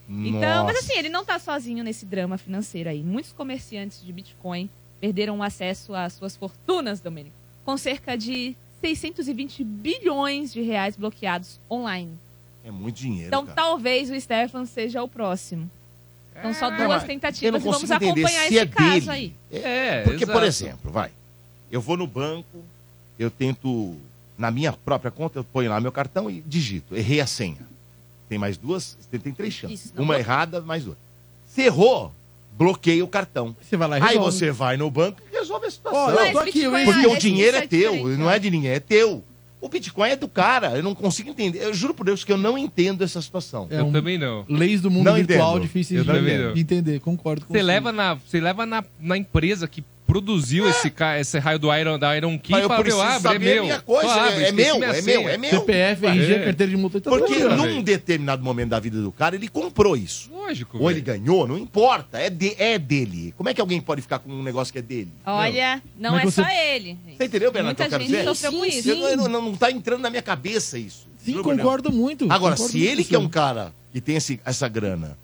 Speaker 3: Então, mas
Speaker 1: Nossa.
Speaker 3: assim, ele não tá sozinho nesse drama financeiro aí. Muitos comerciantes de Bitcoin perderam o acesso às suas fortunas, Domênico, com cerca de 620 bilhões de reais bloqueados online.
Speaker 1: É muito dinheiro,
Speaker 3: Então,
Speaker 1: cara.
Speaker 3: talvez o Stefan seja o próximo. Então, só
Speaker 1: Não,
Speaker 3: duas
Speaker 1: mas eu
Speaker 3: tentativas
Speaker 1: não
Speaker 3: e vamos
Speaker 1: consigo entender
Speaker 3: acompanhar
Speaker 1: se
Speaker 3: esse
Speaker 1: é
Speaker 3: caso
Speaker 1: dele.
Speaker 3: aí.
Speaker 5: É,
Speaker 1: Porque, por
Speaker 5: exato.
Speaker 1: exemplo, vai. Eu vou no banco, eu tento, na minha própria conta, eu ponho lá meu cartão e digito. Errei a senha. Tem mais duas, tem- tem três chances.
Speaker 6: Isso, não
Speaker 1: Uma
Speaker 6: vou-
Speaker 1: errada, mais duas. Se errou, bloqueia o cartão.
Speaker 6: Você vai lá e
Speaker 1: Aí
Speaker 6: resolve.
Speaker 1: você vai no banco e resolve a situação.
Speaker 6: Ó, eu Mas tô aqui, Bitcoin eu-
Speaker 1: Porque
Speaker 6: é
Speaker 1: o dinheiro é
Speaker 6: diferente,
Speaker 1: teu, não é de ninguém, é teu. O Bitcoin é do cara, eu não consigo entender. Eu juro por Deus que eu não entendo essa situação.
Speaker 6: É Eu um- também
Speaker 5: não.
Speaker 6: Leis do mundo
Speaker 1: Não
Speaker 6: virtual,
Speaker 1: entendo.
Speaker 6: difíceis
Speaker 1: Eu
Speaker 6: de
Speaker 1: também não.
Speaker 6: de entender. Concordo com
Speaker 5: Você leva, na, você leva na, na empresa que produziu esse, ca- esse raio do Iron, da Iron Key
Speaker 1: Mas
Speaker 5: e
Speaker 1: Ah, eu
Speaker 5: fala, meu,
Speaker 1: preciso
Speaker 5: abre, é
Speaker 1: saber a
Speaker 5: meu.
Speaker 1: minha coisa,
Speaker 5: Só
Speaker 1: é-
Speaker 5: abre,
Speaker 1: é
Speaker 5: esqueci
Speaker 1: meu,
Speaker 5: minha
Speaker 1: é
Speaker 5: senha.
Speaker 1: meu, é meu.
Speaker 6: CPF, RG,
Speaker 1: É.
Speaker 6: carteira de multa. tá tudo
Speaker 1: Porque
Speaker 6: lá,
Speaker 1: num
Speaker 6: velho.
Speaker 1: determinado momento da vida do cara, ele comprou isso.
Speaker 5: Lógico.
Speaker 1: Ou ele ganhou, não importa. É, de- é dele. Como é que alguém pode ficar com um negócio que é dele?
Speaker 3: Olha, não
Speaker 1: Como é
Speaker 3: é
Speaker 1: que
Speaker 3: só
Speaker 1: você-
Speaker 3: ele.
Speaker 1: Você entendeu, Bernardo?
Speaker 3: Muita
Speaker 1: que eu quero
Speaker 3: gente
Speaker 1: dizer?
Speaker 3: sofreu com isso.
Speaker 1: Eu- eu- não, não tá entrando na minha cabeça isso.
Speaker 6: Sim,
Speaker 1: Juro por Deus.
Speaker 6: concordo muito.
Speaker 1: Agora,
Speaker 6: concordo
Speaker 1: se
Speaker 6: muito,
Speaker 1: ele que é um
Speaker 6: sim.
Speaker 1: cara que tem esse- essa grana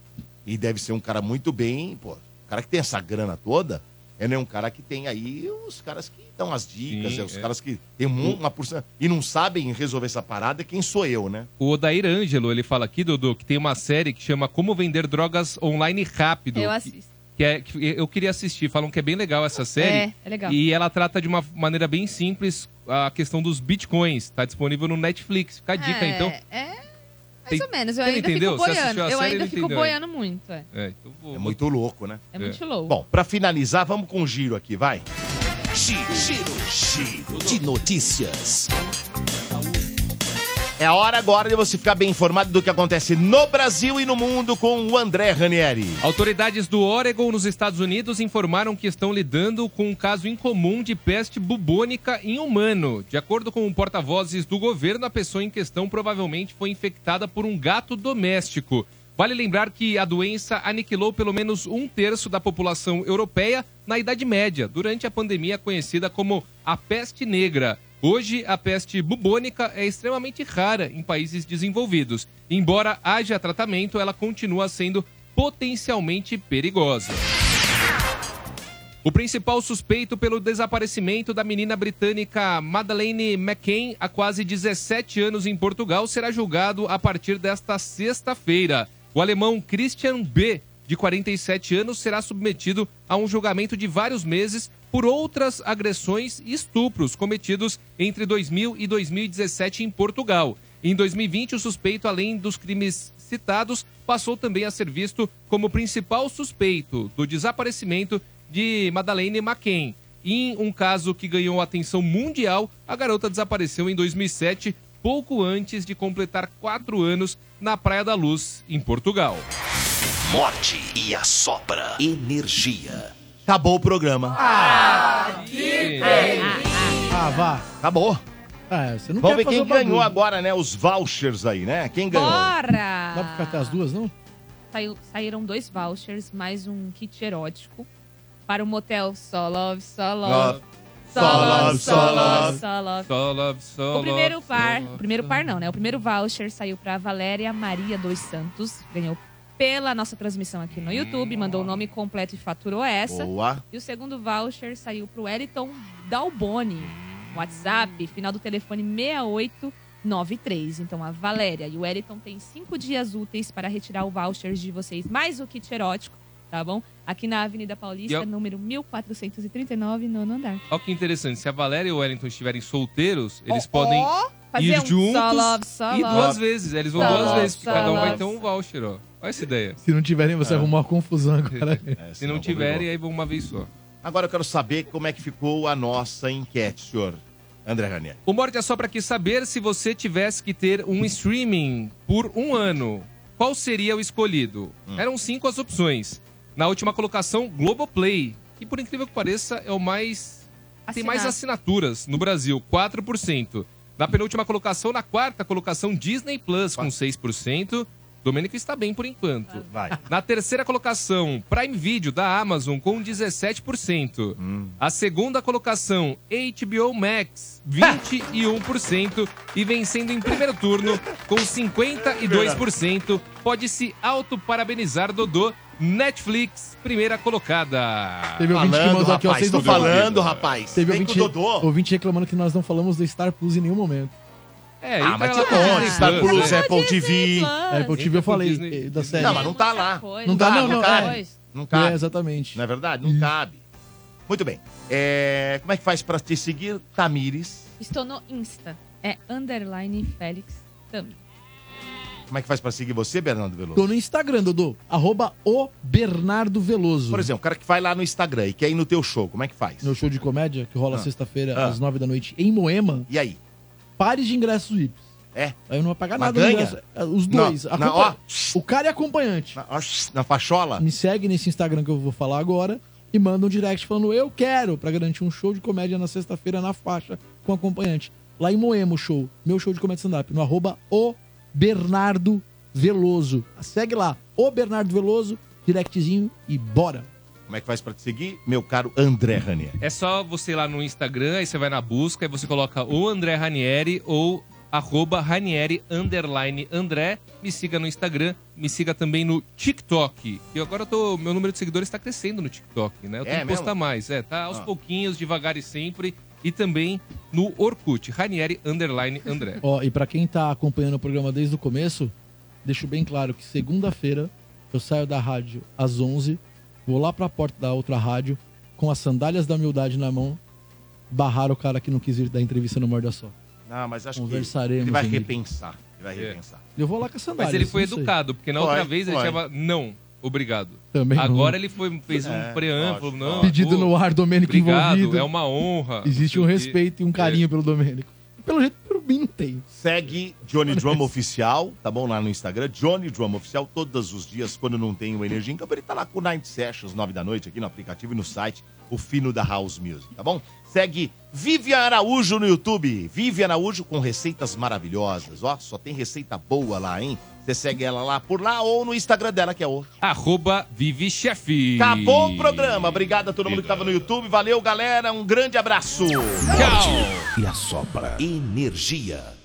Speaker 1: e deve ser um cara muito bem, pô, o cara que tem essa grana toda, é né, um cara que tem aí os caras que dão as dicas,
Speaker 5: Sim,
Speaker 1: é, os
Speaker 5: é.
Speaker 1: caras que tem mu- uma porção e não sabem resolver essa parada, quem sou eu, né?
Speaker 5: O Odair Ângelo, ele fala aqui, Dodô, que tem uma série que chama Como Vender Drogas Online Rápido.
Speaker 3: Eu
Speaker 5: que-
Speaker 3: assisto.
Speaker 5: Que, Que é, que eu queria assistir, falam que é bem legal essa série.
Speaker 3: É, é legal.
Speaker 5: E ela trata de uma maneira bem simples a questão dos bitcoins. Tá disponível no Netflix. Fica a dica,
Speaker 3: É,
Speaker 5: então.
Speaker 3: É, mais
Speaker 5: Tem-
Speaker 3: ou menos. Eu
Speaker 5: Você
Speaker 3: ainda
Speaker 5: entendeu?
Speaker 3: fico
Speaker 5: Você assistiu
Speaker 3: boiando.
Speaker 5: a
Speaker 3: Eu
Speaker 5: série,
Speaker 3: ainda
Speaker 5: ele
Speaker 3: fico
Speaker 5: entendeu.
Speaker 3: boiando muito. é.
Speaker 5: É,
Speaker 1: É
Speaker 6: Uhum.
Speaker 1: muito louco, né?
Speaker 3: É muito louco.
Speaker 1: Bom, pra finalizar, vamos com um giro aqui, vai.
Speaker 2: Giro, giro, giro de notícias.
Speaker 1: É a hora agora de você ficar bem informado do que acontece no Brasil e no mundo com o André Ranieri.
Speaker 5: Autoridades do Oregon, nos Estados Unidos, informaram que estão lidando com um caso incomum de peste bubônica em humano. De acordo com um porta-vozes do governo, a pessoa em questão provavelmente foi infectada por um gato doméstico. Vale lembrar que a doença aniquilou pelo menos um terço da população europeia na Idade Média, durante a pandemia conhecida como a peste negra. Hoje, a peste bubônica é extremamente rara em países desenvolvidos. Embora haja tratamento, ela continua sendo potencialmente perigosa. O principal suspeito pelo desaparecimento da menina britânica Madeleine McCain há quase 17 anos em Portugal será julgado a partir desta sexta-feira. O alemão Christian B., de 47 anos, será submetido a um julgamento de vários meses por outras agressões e estupros cometidos entre 2000 e 2017 em Portugal. Em 2020, o suspeito, além dos crimes citados, passou também a ser visto como principal suspeito do desaparecimento de Madalene McCain. Em um caso que ganhou atenção mundial, a garota desapareceu em 2007, pouco antes de completar quatro anos na Praia da Luz, em Portugal.
Speaker 2: Morte e a sopra energia.
Speaker 1: Acabou o programa.
Speaker 6: Ah, vá.
Speaker 1: Acabou.
Speaker 6: Ah, você não
Speaker 1: Vamos ver
Speaker 6: quer fazer
Speaker 1: quem
Speaker 6: o bagulho.
Speaker 1: ganhou agora, né? Os vouchers aí, né? Quem ganhou?
Speaker 3: Bora!
Speaker 6: Dá pra ficar até as duas, não?
Speaker 3: Saiu- saíram dois vouchers, mais um kit erótico para o motel Só Love, Só Love.
Speaker 5: Love.
Speaker 3: Só Love, Só Love, Só Love.
Speaker 5: Só love, só
Speaker 3: O primeiro
Speaker 5: love,
Speaker 3: par,
Speaker 5: só love.
Speaker 3: o primeiro par não, né? O primeiro voucher saiu para Valéria Maria dos Santos, ganhou pela nossa transmissão aqui no YouTube, mandou o nome completo e faturou essa.
Speaker 1: Boa.
Speaker 3: E o segundo voucher saiu pro Eliton Dalboni, WhatsApp, final do telefone 6893. Então a Valéria e o Eliton têm cinco dias úteis para retirar o voucher de vocês, mais o kit erótico, tá bom? Aqui na Avenida Paulista,
Speaker 5: Yep.
Speaker 3: número 1439, nono andar.
Speaker 5: Olha que interessante, se a Valéria e o Wellington estiverem solteiros,
Speaker 3: Oh,
Speaker 5: eles podem
Speaker 3: fazer
Speaker 5: ir
Speaker 3: um
Speaker 5: juntos
Speaker 3: só love, só
Speaker 5: e duas
Speaker 3: love.
Speaker 5: vezes. Eles vão
Speaker 3: Só
Speaker 5: duas
Speaker 3: love,
Speaker 5: vezes, porque
Speaker 3: só
Speaker 5: cada um vai
Speaker 3: love.
Speaker 5: ter um voucher, ó. Olha essa ideia.
Speaker 6: Se não tiverem, você
Speaker 1: Ah.
Speaker 5: É.
Speaker 6: arrumou uma confusão agora.
Speaker 1: Tá é
Speaker 5: Se não tiverem, aí vão uma vez só.
Speaker 1: Agora eu quero saber como é que ficou a nossa enquete, senhor André Ranieri.
Speaker 5: O Morde é só pra que saber se você tivesse que ter um streaming por um ano, qual seria o escolhido? Eram cinco as opções. Na última colocação, Globoplay, que por incrível que pareça é o mais. tem
Speaker 20: Assinado.
Speaker 5: mais assim. assinaturas no Brasil, 4%. Na penúltima colocação, na quarta colocação, Disney Plus com 6%. Domênico está bem por enquanto.
Speaker 1: Vai.
Speaker 5: Na terceira colocação, Prime Video da Amazon com 17%. A segunda colocação, HBO Max, 21%. e vencendo em primeiro turno com 52%. Pode se auto-parabenizar, Dodô. Netflix, primeira colocada.
Speaker 6: Teve ouvinte que mandou aqui, ó. Vocês não falam. Teve ouvinte, ouvinte reclamando que nós não falamos do Star Plus em nenhum momento.
Speaker 5: É,
Speaker 1: ah,
Speaker 5: entra
Speaker 1: mas
Speaker 5: lá
Speaker 1: que
Speaker 5: no
Speaker 1: bom,
Speaker 5: Disney
Speaker 1: Star
Speaker 5: Plus,
Speaker 1: Plus,
Speaker 5: né?
Speaker 1: Apple TV.
Speaker 3: Ah,
Speaker 6: É, Apple TV eu falei eh, da série.
Speaker 1: Não, mas não tá lá.
Speaker 6: Não tá, não, não.
Speaker 1: cabe.
Speaker 6: é.
Speaker 1: Não cabe.
Speaker 6: É, exatamente.
Speaker 1: Não é verdade? Não cabe. Muito bem. É, como é que faz pra te seguir? Tamires.
Speaker 3: Estou no Insta. É underline Félix Tami.
Speaker 1: Como é que faz pra seguir você, Bernardo Veloso?
Speaker 6: Tô no Instagram, Dodô. Arroba o Bernardo Veloso.
Speaker 1: Por exemplo, o cara que vai lá no Instagram e quer ir no teu show, como é que faz?
Speaker 6: No show de comédia, que rola
Speaker 1: Ah.
Speaker 6: sexta-feira,
Speaker 1: Ah.
Speaker 6: às nove da noite, em Moema.
Speaker 1: E aí?
Speaker 6: Pares de ingressos VIPs.
Speaker 1: É.
Speaker 6: Aí eu não vou pagar
Speaker 1: Mas
Speaker 6: nada. no
Speaker 1: ganha?
Speaker 6: ingresso. É, Os
Speaker 1: Na-
Speaker 6: dois.
Speaker 1: na-
Speaker 6: Acompa-
Speaker 1: ó.
Speaker 6: O cara é acompanhante.
Speaker 1: Na, na fachola?
Speaker 6: Me segue nesse Instagram que eu vou falar agora e manda um direct falando eu quero pra garantir um show de comédia na sexta-feira na faixa com acompanhante. Lá em Moema o show, meu show de comédia stand-up, no arroba o Bernardo Veloso. Segue lá, o Bernardo Veloso, directzinho e bora.
Speaker 1: Como é que faz pra te seguir, meu caro André Ranieri?
Speaker 5: É só você ir lá no Instagram, aí você vai na busca, aí você coloca o André Ranieri ou arroba Ranieri underline André. Me siga no Instagram, me siga também no TikTok. E agora eu tô, meu número de seguidores está crescendo no TikTok, né? Eu tenho
Speaker 20: É
Speaker 5: que
Speaker 20: mesmo?
Speaker 5: postar mais, é. Tá aos
Speaker 20: Ah.
Speaker 5: pouquinhos, devagar e sempre. E também no Orkut, Ranieri underline André.
Speaker 6: Ó, e pra quem tá acompanhando o programa desde o começo, deixo bem claro que segunda-feira eu saio da rádio às 11, Vou lá pra porta da outra rádio, com as sandálias da humildade na mão, barrar o cara que não quis ir dar entrevista no Morde a Só.
Speaker 1: Não, mas acho que
Speaker 6: Conversaremos,
Speaker 1: ele vai
Speaker 6: amigo.
Speaker 1: repensar. Ele vai repensar.
Speaker 6: Eu vou lá com as sandálias.
Speaker 5: Mas ele foi
Speaker 6: não sei.
Speaker 5: educado, porque na
Speaker 6: Foi,
Speaker 5: outra vez ele
Speaker 6: foi.
Speaker 5: chamava não, obrigado.
Speaker 6: Também não.
Speaker 5: Agora ele foi, fez
Speaker 6: É,
Speaker 5: um preâmbulo, não.
Speaker 6: Pedido
Speaker 5: pô,
Speaker 6: no ar, Domênico
Speaker 5: obrigado,
Speaker 6: envolvido.
Speaker 5: é uma é. honra.
Speaker 6: Existe um
Speaker 5: não sei o quê.
Speaker 6: respeito e um carinho pelo Domênico. Pelo jeito, por mim, não tem.
Speaker 1: Segue Johnny Drum Oficial, tá bom? Lá no Instagram, Johnny Drum Oficial, todos os dias, quando não tem o Energia em Campo, ele tá lá com o Night Sessions, 9 da noite, aqui no aplicativo e no site, o fino da House Music, tá bom? Segue Vivian Araújo no YouTube, Vivian Araújo com receitas maravilhosas, ó, só tem receita boa lá, hein? Você segue ela lá por lá ou no Instagram dela, que é o
Speaker 5: Arroba Vivi Chefe.
Speaker 1: Acabou o programa. Obrigado a todo mundo que tava no YouTube. Valeu, galera. Um grande abraço.
Speaker 2: E a sopra energia.